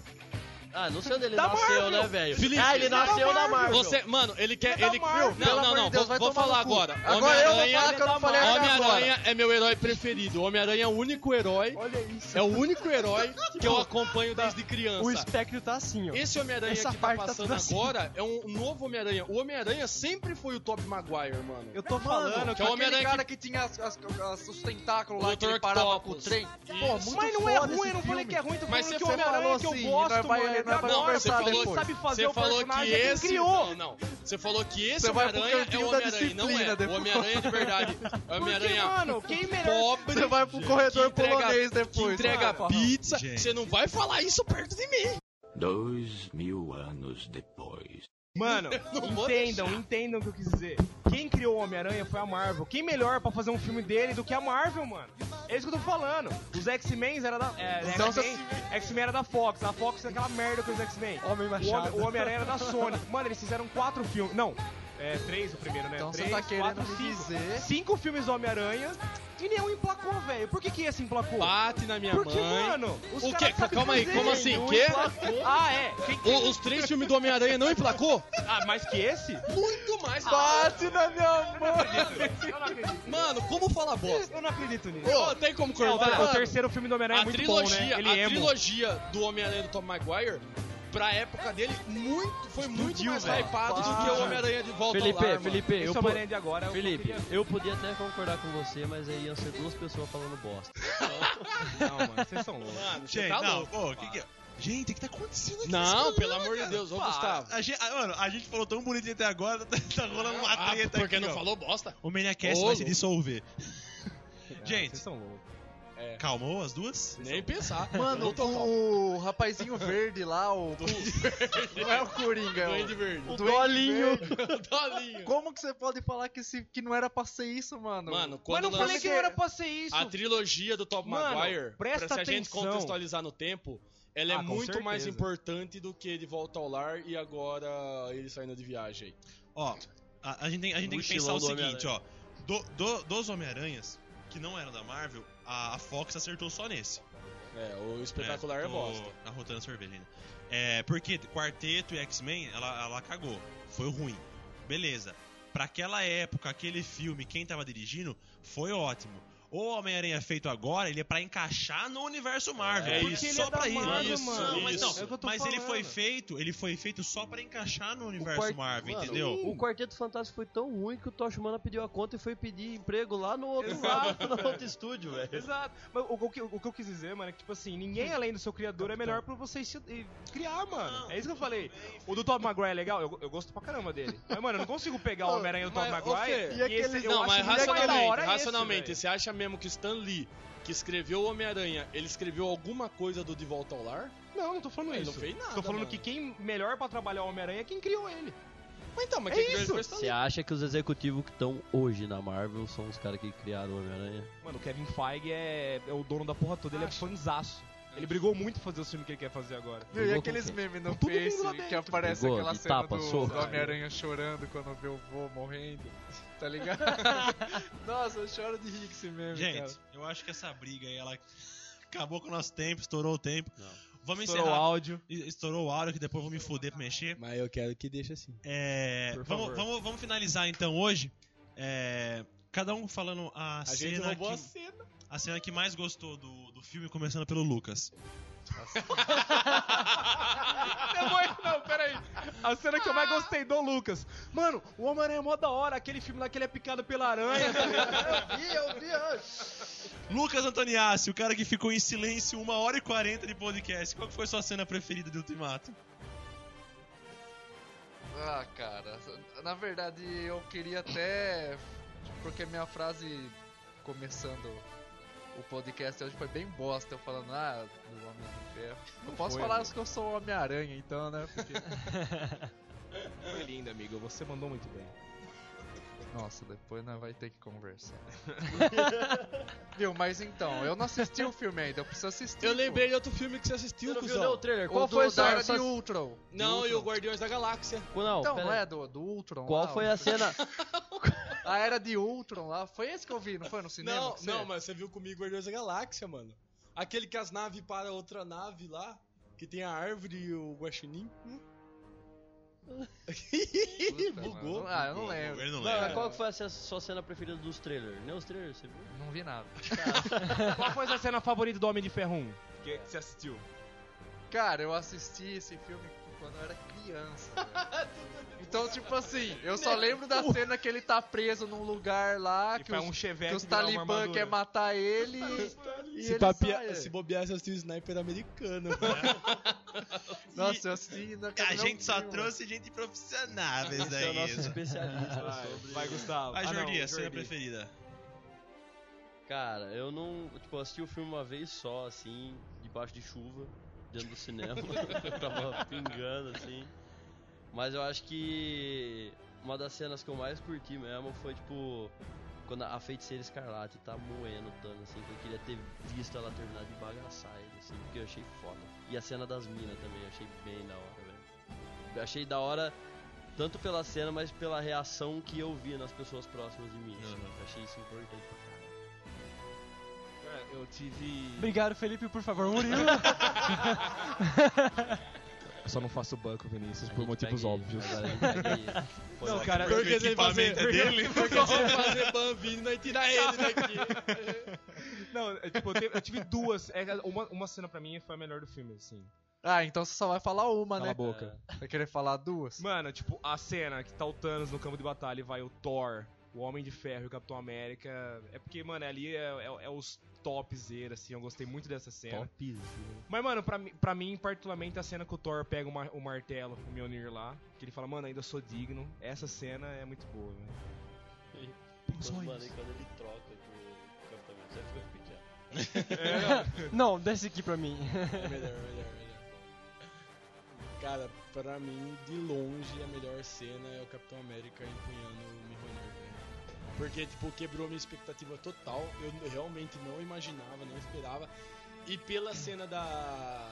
Speaker 3: Ah, não sei onde ele
Speaker 6: Da
Speaker 3: nasceu,
Speaker 6: Marvel.
Speaker 3: né, velho?
Speaker 5: Felipe,
Speaker 3: Ah, ele
Speaker 6: ele é da
Speaker 3: nasceu na
Speaker 6: Marvel.
Speaker 3: Marvel.
Speaker 5: Você, mano, ele quer,
Speaker 6: Ele é da
Speaker 5: ele
Speaker 6: Marvel.
Speaker 5: Não,
Speaker 8: Pelo
Speaker 5: não,
Speaker 8: amor de
Speaker 5: não,
Speaker 8: Deus,
Speaker 5: vou,
Speaker 8: vai
Speaker 5: vou
Speaker 8: tomar no
Speaker 5: falar
Speaker 8: cu.
Speaker 5: agora.
Speaker 8: Agora eu vou falar
Speaker 5: Homem-Aranha,
Speaker 8: que eu não falei até agora.
Speaker 5: Homem-Aranha é meu herói preferido. Homem-Aranha é o único herói.
Speaker 7: Olha isso.
Speaker 5: É o único herói que eu acompanho desde criança.
Speaker 7: O espectro tá assim, ó.
Speaker 5: Esse Homem-Aranha
Speaker 7: Essa
Speaker 5: que tá
Speaker 7: parte tá
Speaker 5: passando
Speaker 7: tudo assim.
Speaker 5: agora é um novo Homem-Aranha. O Homem-Aranha sempre foi o Tobey Maguire, mano.
Speaker 7: Eu tô falando,
Speaker 5: que é o
Speaker 8: Aquele
Speaker 5: Homem-Aranha
Speaker 8: cara que tinha as- as- as- os tentáculos lá um que
Speaker 5: Dr.
Speaker 8: ele parava com o
Speaker 5: Octopus.
Speaker 8: trem.
Speaker 7: pô, muito
Speaker 6: mas não é
Speaker 7: foda
Speaker 6: ruim,
Speaker 7: esse
Speaker 6: eu não falei
Speaker 7: filme.
Speaker 6: que é ruim, tô
Speaker 5: Mas
Speaker 6: falando
Speaker 5: você
Speaker 6: que o Homem-Aranha
Speaker 8: falou
Speaker 6: que eu
Speaker 8: assim,
Speaker 6: gosto,
Speaker 8: nós vai-
Speaker 6: mano, é
Speaker 8: nós
Speaker 6: da
Speaker 8: vamos
Speaker 6: hora,
Speaker 5: conversar
Speaker 6: quem
Speaker 5: depois.
Speaker 6: sabe fazer
Speaker 5: Você
Speaker 6: o
Speaker 5: falou
Speaker 6: personagem
Speaker 5: que
Speaker 6: é quem
Speaker 5: esse.
Speaker 6: criou.
Speaker 5: Não, não. Você falou que esse
Speaker 8: Você vai pro
Speaker 5: Homem-Aranha é o
Speaker 8: cantinho da
Speaker 5: Homem-Aranha. Não é.
Speaker 8: disciplina
Speaker 5: O
Speaker 8: depois.
Speaker 5: Homem-Aranha de verdade. O
Speaker 6: Porque,
Speaker 5: Homem-Aranha é
Speaker 6: mano, quem melhor
Speaker 5: pobre.
Speaker 8: Você vai pro corredor polonês depois.
Speaker 5: Que entrega
Speaker 8: mano.
Speaker 5: pizza.
Speaker 1: Gente.
Speaker 5: Você não vai falar isso perto de mim.
Speaker 9: Dois mil anos depois.
Speaker 6: Mano,
Speaker 5: Não vou
Speaker 6: entendam, entendam o que eu quis dizer. Quem criou o Homem-Aranha foi a Marvel. Quem melhor pra fazer um filme dele do que a Marvel, mano? É isso que eu tô falando. Os X-Men era da. É,
Speaker 8: Então,
Speaker 6: X-Men X-Men era da Fox. A Fox é aquela merda com os X-Men.
Speaker 7: Homem
Speaker 6: O Homem-
Speaker 7: Machado.
Speaker 6: O Homem-Aranha era da Sony. Mano, eles fizeram quatro filmes. Não, é três o primeiro, né?
Speaker 8: Então você
Speaker 6: três,
Speaker 8: tá querendo
Speaker 6: quatro,
Speaker 8: me
Speaker 6: cinco.
Speaker 8: dizer-
Speaker 6: Cinco filmes do Homem-Aranha
Speaker 7: E nenhum emplacou, velho. Por que que esse emplacou?
Speaker 5: Bate na minha
Speaker 7: Porque,
Speaker 5: mãe.
Speaker 7: mano, os
Speaker 5: O
Speaker 7: caras
Speaker 5: quê?
Speaker 7: sabem
Speaker 5: Calma aí,
Speaker 7: fazer.
Speaker 5: como assim?
Speaker 7: Nenhum
Speaker 5: Quê?
Speaker 7: emplacou. Ah, é. Quem-
Speaker 5: O- os três filmes do Homem-Aranha não emplacou?
Speaker 7: Ah, mais que esse?
Speaker 5: Muito mais.
Speaker 10: Bate na minha mão!
Speaker 6: Eu não acredito.
Speaker 5: Mano, como fala bosta?
Speaker 7: Eu não acredito nisso.
Speaker 5: Ô, tem como
Speaker 6: É, o,
Speaker 5: cortar?
Speaker 6: o terceiro filme do Homem-Aranha é
Speaker 5: a
Speaker 6: muito bom,
Speaker 5: trilogia,
Speaker 6: né? Ele
Speaker 5: a
Speaker 6: é
Speaker 5: trilogia do Homem-Aranha do Tom Maguire, pra época dele, muito, foi muito mais
Speaker 7: velho.
Speaker 5: hypado do que o Homem-Aranha de volta ao
Speaker 3: Felipe,
Speaker 5: lar, mano.
Speaker 3: Felipe,
Speaker 7: é
Speaker 3: eu,
Speaker 6: Esse
Speaker 3: po-
Speaker 6: Homem-Aranha de agora... eu
Speaker 3: Felipe,
Speaker 6: queria-
Speaker 3: eu podia até concordar com você, mas aí iam ser duas pessoas falando bosta.
Speaker 6: Não, mano, vocês são loucos.
Speaker 5: Mano, você
Speaker 1: Gente,
Speaker 5: tá
Speaker 1: não,
Speaker 5: louco.
Speaker 1: pô, que que é? Gente, o que tá acontecendo aqui? nesse
Speaker 5: Não,
Speaker 1: programa,
Speaker 5: pelo amor de
Speaker 1: cara?
Speaker 5: Deus, ô
Speaker 1: Para.
Speaker 5: Gustavo.
Speaker 1: A gente, ah, mano, a gente falou tão bonitinho até agora, <laughs> tá, tá rolando uma
Speaker 5: Ah,
Speaker 1: treta
Speaker 5: porque
Speaker 1: aqui,
Speaker 5: não
Speaker 1: ó.
Speaker 5: falou bosta?
Speaker 1: O Maniacast
Speaker 5: Ô,
Speaker 1: vai se
Speaker 5: louco.
Speaker 1: dissolver.
Speaker 6: Ah,
Speaker 1: Gente.
Speaker 6: Vocês são loucos.
Speaker 1: Calmou as duas?
Speaker 5: Nem <laughs> pensar.
Speaker 2: Mano, o rapazinho verde lá, o. Não é o Coringa, é o.
Speaker 5: Duende Verde.
Speaker 2: o Dolinho.
Speaker 5: <laughs> Dolinho.
Speaker 2: Como que você pode falar que, esse, que não era pra ser isso, mano?
Speaker 5: Mano,
Speaker 7: Mas
Speaker 5: quando
Speaker 7: não falei
Speaker 5: lança
Speaker 7: que não era pra ser isso.
Speaker 5: a trilogia do Tom
Speaker 7: Mano,
Speaker 5: Maguire,
Speaker 7: presta
Speaker 5: pra se a gente
Speaker 7: atenção.
Speaker 5: contextualizar no tempo, ela é
Speaker 6: Ah, com
Speaker 5: muito mais
Speaker 6: certeza.
Speaker 5: importante do que De Volta ao Lar e agora ele saindo de viagem.
Speaker 1: Ó, a, a gente tem, a gente tem que pensar
Speaker 3: Mochilão
Speaker 1: o
Speaker 3: do
Speaker 1: seguinte, ó. Do- do- dos Homem-Aranhas, que não eram da Marvel, a, a Fox acertou só nesse.
Speaker 5: É, o espetacular é,
Speaker 1: né? Tô
Speaker 5: bosta.
Speaker 1: Arrotando cerveja ainda. É, porque Quarteto e X-Men, ela, ela cagou. Foi ruim. Beleza. Pra aquela época, aquele filme, quem tava dirigindo, foi ótimo. O Homem-Aranha feito agora, ele é pra encaixar no universo Marvel.
Speaker 5: É
Speaker 1: porque
Speaker 5: isso.
Speaker 1: só
Speaker 7: Ele é da
Speaker 1: pra
Speaker 7: Marvel,
Speaker 1: isso.
Speaker 5: mano.
Speaker 1: Não, mas não.
Speaker 5: Isso.
Speaker 7: É o que eu tô
Speaker 1: mas ele foi
Speaker 7: falando.
Speaker 1: feito, ele foi feito só pra encaixar no universo
Speaker 3: quart-
Speaker 1: Marvel,
Speaker 3: Mano,
Speaker 1: entendeu?
Speaker 3: O Quarteto Fantástico foi tão ruim que o Tosh Humana pediu a conta e foi pedir emprego lá no outro lado, no outro estúdio, velho.
Speaker 6: <laughs> Exato. Mas o, o que, o que eu quis dizer, mano, é que, tipo assim, ninguém além do seu criador é melhor pra você se- e criar, mano. é isso que eu falei. o do Tom Maguire é legal, eu, eu gosto pra caramba dele. Mas, mano, eu não consigo pegar o Homem-Aranha do Tom
Speaker 5: mas, ô,
Speaker 6: Maguire.
Speaker 5: Fê,
Speaker 6: e esse- eu
Speaker 5: não,
Speaker 6: acho
Speaker 5: mas
Speaker 6: muito mais da
Speaker 5: racionalmente,
Speaker 6: hora é esse,
Speaker 5: racionalmente
Speaker 6: velho.
Speaker 5: você acha mesmo que Stan Lee, que escreveu o Homem-Aranha, ele escreveu alguma coisa do De Volta ao Lar?
Speaker 6: Não, não tô falando
Speaker 5: Ele
Speaker 6: isso.
Speaker 5: não fez nada,
Speaker 6: tô falando
Speaker 5: mano.
Speaker 6: que quem melhor pra trabalhar o Homem-Aranha é quem criou ele.
Speaker 5: Mas então, mas
Speaker 6: É
Speaker 5: quem criou
Speaker 6: isso.
Speaker 5: ele foi Stan
Speaker 3: Você
Speaker 5: Lee.
Speaker 3: acha que os executivos que estão hoje na Marvel são os caras que criaram o Homem-Aranha?
Speaker 6: Mano, o Kevin Feige é, é o dono da porra toda, ele é fanzaço. Ele brigou muito pra fazer o filme que ele quer fazer agora.
Speaker 2: Meu, e
Speaker 3: Brigou
Speaker 2: aqueles
Speaker 3: com
Speaker 2: memes no
Speaker 6: todo mundo
Speaker 2: Face
Speaker 6: lá dentro.
Speaker 2: que aparece
Speaker 3: Brigou,
Speaker 2: aquela
Speaker 3: de
Speaker 2: cena
Speaker 3: tapa,
Speaker 2: do,
Speaker 3: soco.
Speaker 2: do Homem-Aranha chorando quando vê o vô morrendo, <laughs> tá ligado? Nossa, eu choro de rir com esse meme, cara.
Speaker 1: Gente, eu acho que essa briga aí, ela acabou com o nosso tempo, estourou o tempo. Vamos
Speaker 6: Estourou o
Speaker 1: encerrar.
Speaker 6: áudio.
Speaker 1: E- Estourou o áudio, que depois eu vou me fuder pra mexer.
Speaker 5: Mas eu quero que deixe assim.
Speaker 1: É,
Speaker 6: Por
Speaker 1: vamos,
Speaker 6: favor.
Speaker 1: vamos, vamos finalizar então hoje. É, cada um falando a,
Speaker 5: A gente
Speaker 1: cena que,
Speaker 5: roubou a
Speaker 1: a...
Speaker 5: cena.
Speaker 1: cena que mais gostou do, do filme, começando pelo Lucas.
Speaker 6: Depois, não, peraí. A cena que eu mais gostei do Lucas. Mano, o Homem-Aranha é mó da hora, aquele filme lá que ele é picado pela aranha.
Speaker 1: Lucas Antoniassi, o cara que ficou em silêncio 1 hora e 40 de podcast. Qual que foi sua cena preferida de Ultimato?
Speaker 2: Ah, cara, na verdade eu queria até. Porque minha frase começando o podcast hoje foi bem bosta, eu falando, ah, do Homem de Ferro. Eu posso
Speaker 6: foi,
Speaker 2: falar
Speaker 3: né?
Speaker 6: amigo.
Speaker 2: que eu sou o Homem-Aranha, então, né? Porque...
Speaker 6: <laughs>
Speaker 2: <laughs>
Speaker 6: Foi lindo, amigo. Você mandou muito bem.
Speaker 2: Nossa, depois nós vai ter que
Speaker 3: <laughs>
Speaker 2: conversar. Viu, mas então, eu não assisti o filme ainda, eu preciso assistir.
Speaker 5: Eu
Speaker 2: pô.
Speaker 5: lembrei de outro filme que você assistiu,
Speaker 3: Você não viu
Speaker 5: cuzão.
Speaker 3: nem o trailer?
Speaker 2: O
Speaker 3: Qual
Speaker 2: do-
Speaker 3: foi
Speaker 2: da
Speaker 3: essa...
Speaker 2: era
Speaker 3: essa...
Speaker 2: de Ultron.
Speaker 5: Não,
Speaker 2: Do
Speaker 5: e o
Speaker 2: Ultron.
Speaker 5: Guardiões da Galáxia.
Speaker 3: Não,
Speaker 2: Então,
Speaker 3: pera
Speaker 2: não
Speaker 3: aí.
Speaker 2: é do, do Ultron.
Speaker 3: Qual
Speaker 2: lá,
Speaker 3: foi
Speaker 2: o-
Speaker 3: a cena...
Speaker 2: A era de Ultron lá. Foi esse que eu vi, não foi no cinema?
Speaker 5: Não,
Speaker 2: que você-
Speaker 5: não, mas você viu comigo Guardiões da Galáxia, mano. Aquele que as naves para outra nave lá, que tem a árvore e o <laughs> guaxinim.
Speaker 6: <laughs>
Speaker 2: Puta,
Speaker 5: Bugou.
Speaker 2: mano. Ah, eu <laughs> não é. lembro.
Speaker 1: Ele não
Speaker 3: Não, é
Speaker 1: lembra.
Speaker 3: mas qual que foi a ce- sua cena preferida dos trailers? Nem os trailers, você viu?
Speaker 2: Não vi nada.
Speaker 6: Qual foi a cena favorita do Homem de Ferro 1? Que que você assistiu?
Speaker 2: Cara, eu assisti esse filme quando eu era criança. velho. então, tipo assim, eu só lembro da cena que ele tá preso num lugar lá,
Speaker 6: Que
Speaker 2: que
Speaker 6: foi um
Speaker 2: os, que
Speaker 6: chevette
Speaker 2: os
Speaker 6: virar uma
Speaker 2: talibã é
Speaker 6: armadura.
Speaker 2: quer matar ele e, e ele sai.
Speaker 5: bobear, você assistiu Sniper americano.
Speaker 1: <laughs>
Speaker 2: Nossa, eu assisti... na-
Speaker 1: A
Speaker 2: não
Speaker 1: gente só
Speaker 2: vi, um mano.
Speaker 1: trouxe gente <laughs> profissional,
Speaker 3: Esse é o
Speaker 1: daí.
Speaker 3: nosso
Speaker 2: <laughs>
Speaker 3: especialista
Speaker 6: Vai,
Speaker 3: sobre...
Speaker 6: vai, Gustavo.
Speaker 1: Vai,
Speaker 6: Ah, não,
Speaker 1: Jordi, a cena
Speaker 6: Jordi.
Speaker 1: preferida.
Speaker 3: Cara, eu não. Tipo, eu assisti o filme uma vez só, assim, debaixo de chuva, dentro do cinema. Tava pingando, assim. Mas eu acho que uma das cenas que eu mais curti mesmo foi, tipo, quando a feiticeira escarlate tá moendo o Thanos, assim, que eu queria ter visto ela terminar de bagaçar ele, assim, porque eu achei foda. E a cena das minas também, eu achei bem da hora, velho. Eu achei da hora. Tanto pela cena, mas pela reação que eu via nas pessoas próximas de mim. assim.
Speaker 1: Uhum.
Speaker 3: Eu achei isso importante pra caralho.
Speaker 6: É, Eu tive.
Speaker 7: Obrigado, Felipe, por favor. Murilo.
Speaker 6: Eu só não faço banco, Vinícius,
Speaker 3: A
Speaker 6: por
Speaker 3: gente
Speaker 6: motivos
Speaker 3: pega
Speaker 6: óbvios.
Speaker 3: isso, agora a gente pega isso. Pô,
Speaker 7: Não, cara,
Speaker 1: Porque o equipamento é dele.
Speaker 5: Porque se eu
Speaker 7: <laughs>
Speaker 5: fazer ban vindo, vai tirar
Speaker 1: né?
Speaker 5: ele daqui.
Speaker 6: <laughs> Não, é, tipo, eu, te- eu tive duas. é, uma, uma cena pra mim foi a melhor do filme, assim.
Speaker 8: Ah, então você só vai falar uma,
Speaker 6: Cala
Speaker 8: né?
Speaker 6: a boca.
Speaker 8: Vai querer falar duas?
Speaker 6: Mano, tipo, a cena que tá o Thanos no campo de batalha e vai o Thor, o Homem de Ferro e o Capitão América. É porque, mano, ali é, é- é os topzera, assim. Eu gostei muito dessa cena.
Speaker 3: Topzera.
Speaker 6: Mas, mano, pra, mi- pra mim, particularmente, a cena que o Thor pega o, mar- o martelo, o Mjolnir lá, que ele fala, mano, ainda sou digno. Essa cena é muito boa, velho.
Speaker 3: Quando, mano, e quando ele troca pro Capitão América, você fica pequeno.
Speaker 7: Não, desce aqui pra mim.
Speaker 5: É melhor, melhor, melhor. Cara, pra mim, de longe, a melhor cena é o Capitão América empunhando o Mjolnir, velho. Porque, tipo, quebrou minha expectativa total. Eu realmente não imaginava, não esperava. E pela cena da...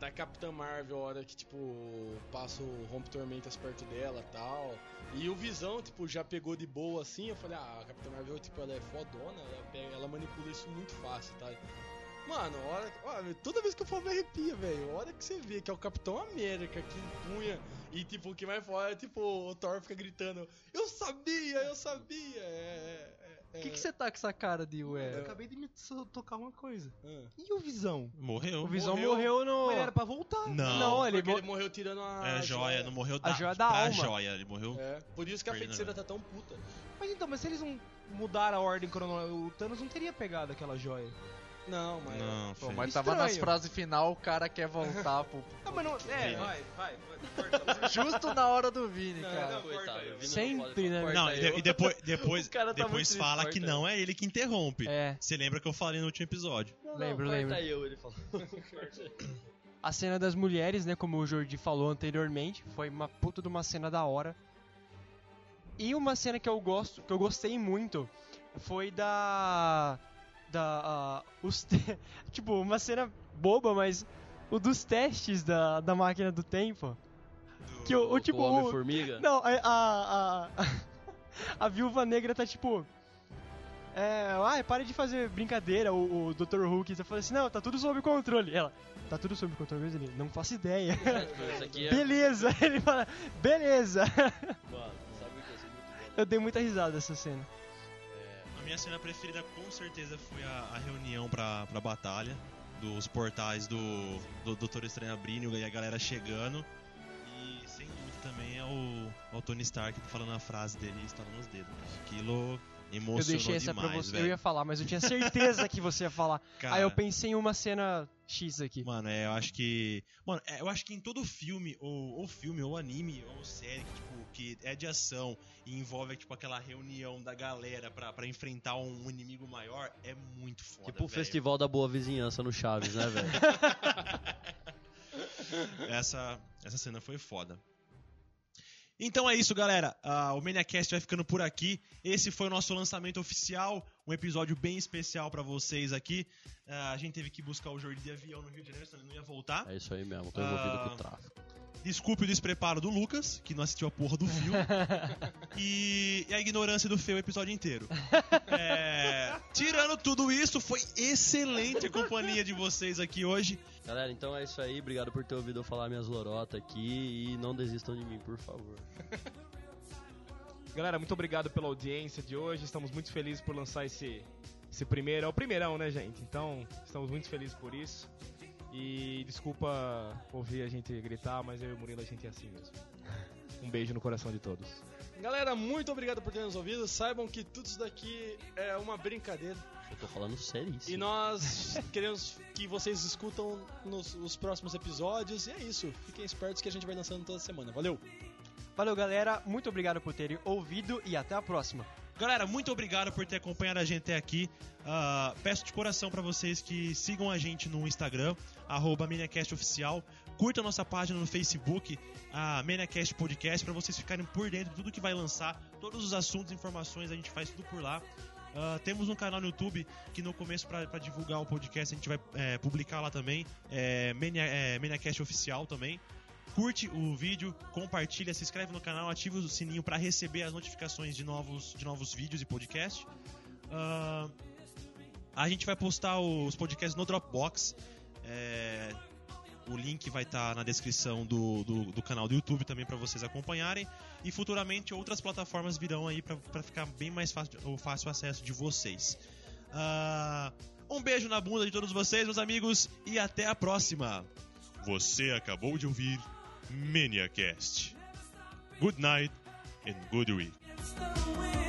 Speaker 5: Da Capitã Marvel, a hora que, tipo, passa o rompe-tormentas perto dela tal. E o Visão, tipo, já pegou de boa assim. Eu falei, ah, a Capitã Marvel, tipo, ela é fodona. Ela, pega- ela manipula isso muito fácil, tá? Mano, a hora, ó, toda vez que eu falo me arrepia, velho. A hora que você vê que é o Capitão América que empunha e, tipo, o que mais fora é, tipo, o Thor fica gritando: Eu sabia, eu sabia. É. é, é,
Speaker 8: O que que você tá com essa cara de
Speaker 5: Eu
Speaker 8: ué?
Speaker 5: acabei
Speaker 7: de me tocar uma coisa.
Speaker 5: Ah.
Speaker 7: E o Visão?
Speaker 1: Morreu.
Speaker 7: O Visão morreu, no...
Speaker 6: Mas era pra voltar.
Speaker 1: Não.
Speaker 7: Não, ele
Speaker 5: Porque ele
Speaker 7: morreu.
Speaker 5: morreu tirando a.
Speaker 1: É joia, não morreu da,
Speaker 7: joia da alma.
Speaker 1: joia, ele morreu.
Speaker 5: É, por isso que a
Speaker 1: Perdão.
Speaker 5: feiticeira tá tão puta.
Speaker 7: Mas então, mas se eles não mudaram a ordem cronológica, o Thanos não teria pegado aquela joia.
Speaker 5: Não, mas.
Speaker 1: Não,
Speaker 8: Pô,
Speaker 1: filho.
Speaker 8: mas tava nas
Speaker 7: Estranho.
Speaker 8: frases final, o cara quer voltar pro.
Speaker 7: Ah, mas não... É, vai.
Speaker 6: vai, corta.
Speaker 8: Justo na hora do Vini,
Speaker 5: Não,
Speaker 8: cara.
Speaker 5: não,
Speaker 3: Coitado,
Speaker 6: eu.
Speaker 3: o Vini não pode
Speaker 7: Sempre, né?
Speaker 3: falar.
Speaker 1: Não, e, de- e <laughs> depois, depois,
Speaker 7: O cara tá muito
Speaker 1: depois
Speaker 7: triste,
Speaker 1: fala que
Speaker 7: corta
Speaker 1: não é ele que interrompe.
Speaker 7: É,
Speaker 1: Você lembra que eu falei no último episódio?
Speaker 3: Não, não,
Speaker 7: lembro,
Speaker 3: corta
Speaker 7: lembro.
Speaker 3: eu, ele
Speaker 7: <laughs>
Speaker 3: falou.
Speaker 7: a cena das mulheres, né, como o Jordi falou anteriormente, foi uma puta de uma cena da hora. E uma cena que eu gosto, que eu gostei muito, foi da da ah, os <laughs> te- tipo, uma cena boba, mas o dos testes da, da máquina do tempo. Que o, o tipo
Speaker 3: o
Speaker 7: o-
Speaker 3: Homem-Formiga?
Speaker 7: Não, a, a, a, a <laughs> viúva negra tá tipo. É, ai, pare de fazer brincadeira, o, o Dr. Hulk. Você fala assim: não, tá tudo sob controle. Ela, tá tudo sob controle, mas ele, não faço ideia.
Speaker 3: Tipo, Isso aqui é...
Speaker 7: <laughs> beleza, ele fala, beleza. <laughs>
Speaker 3: Mano, sabe o que eu sou muito né? bom?
Speaker 7: Eu dei muita risada dessa cena.
Speaker 1: A minha cena preferida com certeza foi a, a reunião pra, pra batalha dos portais do, do Doutor Estranho abrindo e a galera chegando. E sem dúvida também é o, é o Tony Stark falando a frase dele e estalando os dedos. cara. Aquilo emocionou
Speaker 7: eu deixei essa
Speaker 1: demais,
Speaker 7: pra você,
Speaker 1: velho.
Speaker 7: eu ia falar, mas eu tinha certeza que você ia falar.
Speaker 1: Cara,
Speaker 7: Aí eu pensei em uma cena X aqui.
Speaker 1: Mano, é, eu acho que. Mano, é, eu acho que em todo filme, ou, ou filme, ou anime, ou série, que, tipo, que é de ação e envolve, tipo, aquela reunião da galera pra, pra enfrentar um inimigo maior, é muito foda.
Speaker 3: Tipo o
Speaker 1: velho.
Speaker 3: Festival da Boa Vizinhança no Chaves, né,
Speaker 7: <laughs>
Speaker 3: velho?
Speaker 1: Essa, essa cena foi foda. Então é isso, galera. Ah, o Maniacast vai ficando por aqui. Esse foi o nosso lançamento oficial, um episódio bem especial pra vocês aqui. Ah, a gente teve que buscar o Jordi de avião no Rio de Janeiro, senão ele não ia voltar.
Speaker 3: É isso aí mesmo, tô envolvido
Speaker 1: Ah.
Speaker 3: com o tráfico.
Speaker 1: Desculpe o despreparo do Lucas, que não assistiu a porra do filme. e, e a ignorância do Feu o episódio inteiro. É, tirando tudo isso, foi excelente a companhia de vocês aqui hoje.
Speaker 3: Galera, então é isso aí. Obrigado por ter ouvido eu falar minhas lorotas aqui. E não desistam de mim, por favor.
Speaker 6: Galera, muito obrigado pela audiência de hoje. Estamos muito felizes por lançar esse, esse primeiro. É o primeirão, né, gente? Então, estamos muito felizes por isso. E desculpa ouvir a gente gritar, mas eu e o Murilo a gente é assim mesmo. Um beijo no coração de todos.
Speaker 5: Galera, muito obrigado por terem nos ouvido. Saibam que tudo isso daqui é uma brincadeira.
Speaker 3: Eu tô falando
Speaker 5: E
Speaker 3: seríssimo.
Speaker 5: nós queremos que vocês escutam nos os próximos episódios. E é isso. Fiquem espertos que a gente vai lançando toda semana. Valeu!
Speaker 7: Valeu, galera. Muito obrigado por terem ouvido e até a próxima.
Speaker 1: Galera, muito obrigado por ter acompanhado a gente até aqui. Ah, peço de coração pra vocês que sigam a gente no Instagram, arroba Maniacast Oficial. Curta a nossa página no Facebook, a Maniacast Podcast, pra vocês ficarem por dentro de tudo que vai lançar, todos os assuntos, informações, a gente faz tudo por lá. Ah, temos um canal no YouTube que no começo pra pra divulgar o podcast a gente vai eh, publicar lá também, é, Mania, é, Maniacast Oficial também. Curte o vídeo, compartilha, se inscreve no canal, ativa o sininho pra receber as notificações de novos, de novos vídeos e podcast. Ah, A gente vai postar os podcasts no Dropbox. É, o link vai estar na descrição do, do, do canal do YouTube também para vocês acompanharem. E futuramente outras plataformas virão aí para ficar bem mais fácil, o fácil acesso de vocês. Ah, um beijo na bunda de todos vocês, meus amigos, e até a próxima! Você acabou de ouvir Maniacast. Good night and good week.
Speaker 4: It's the wind.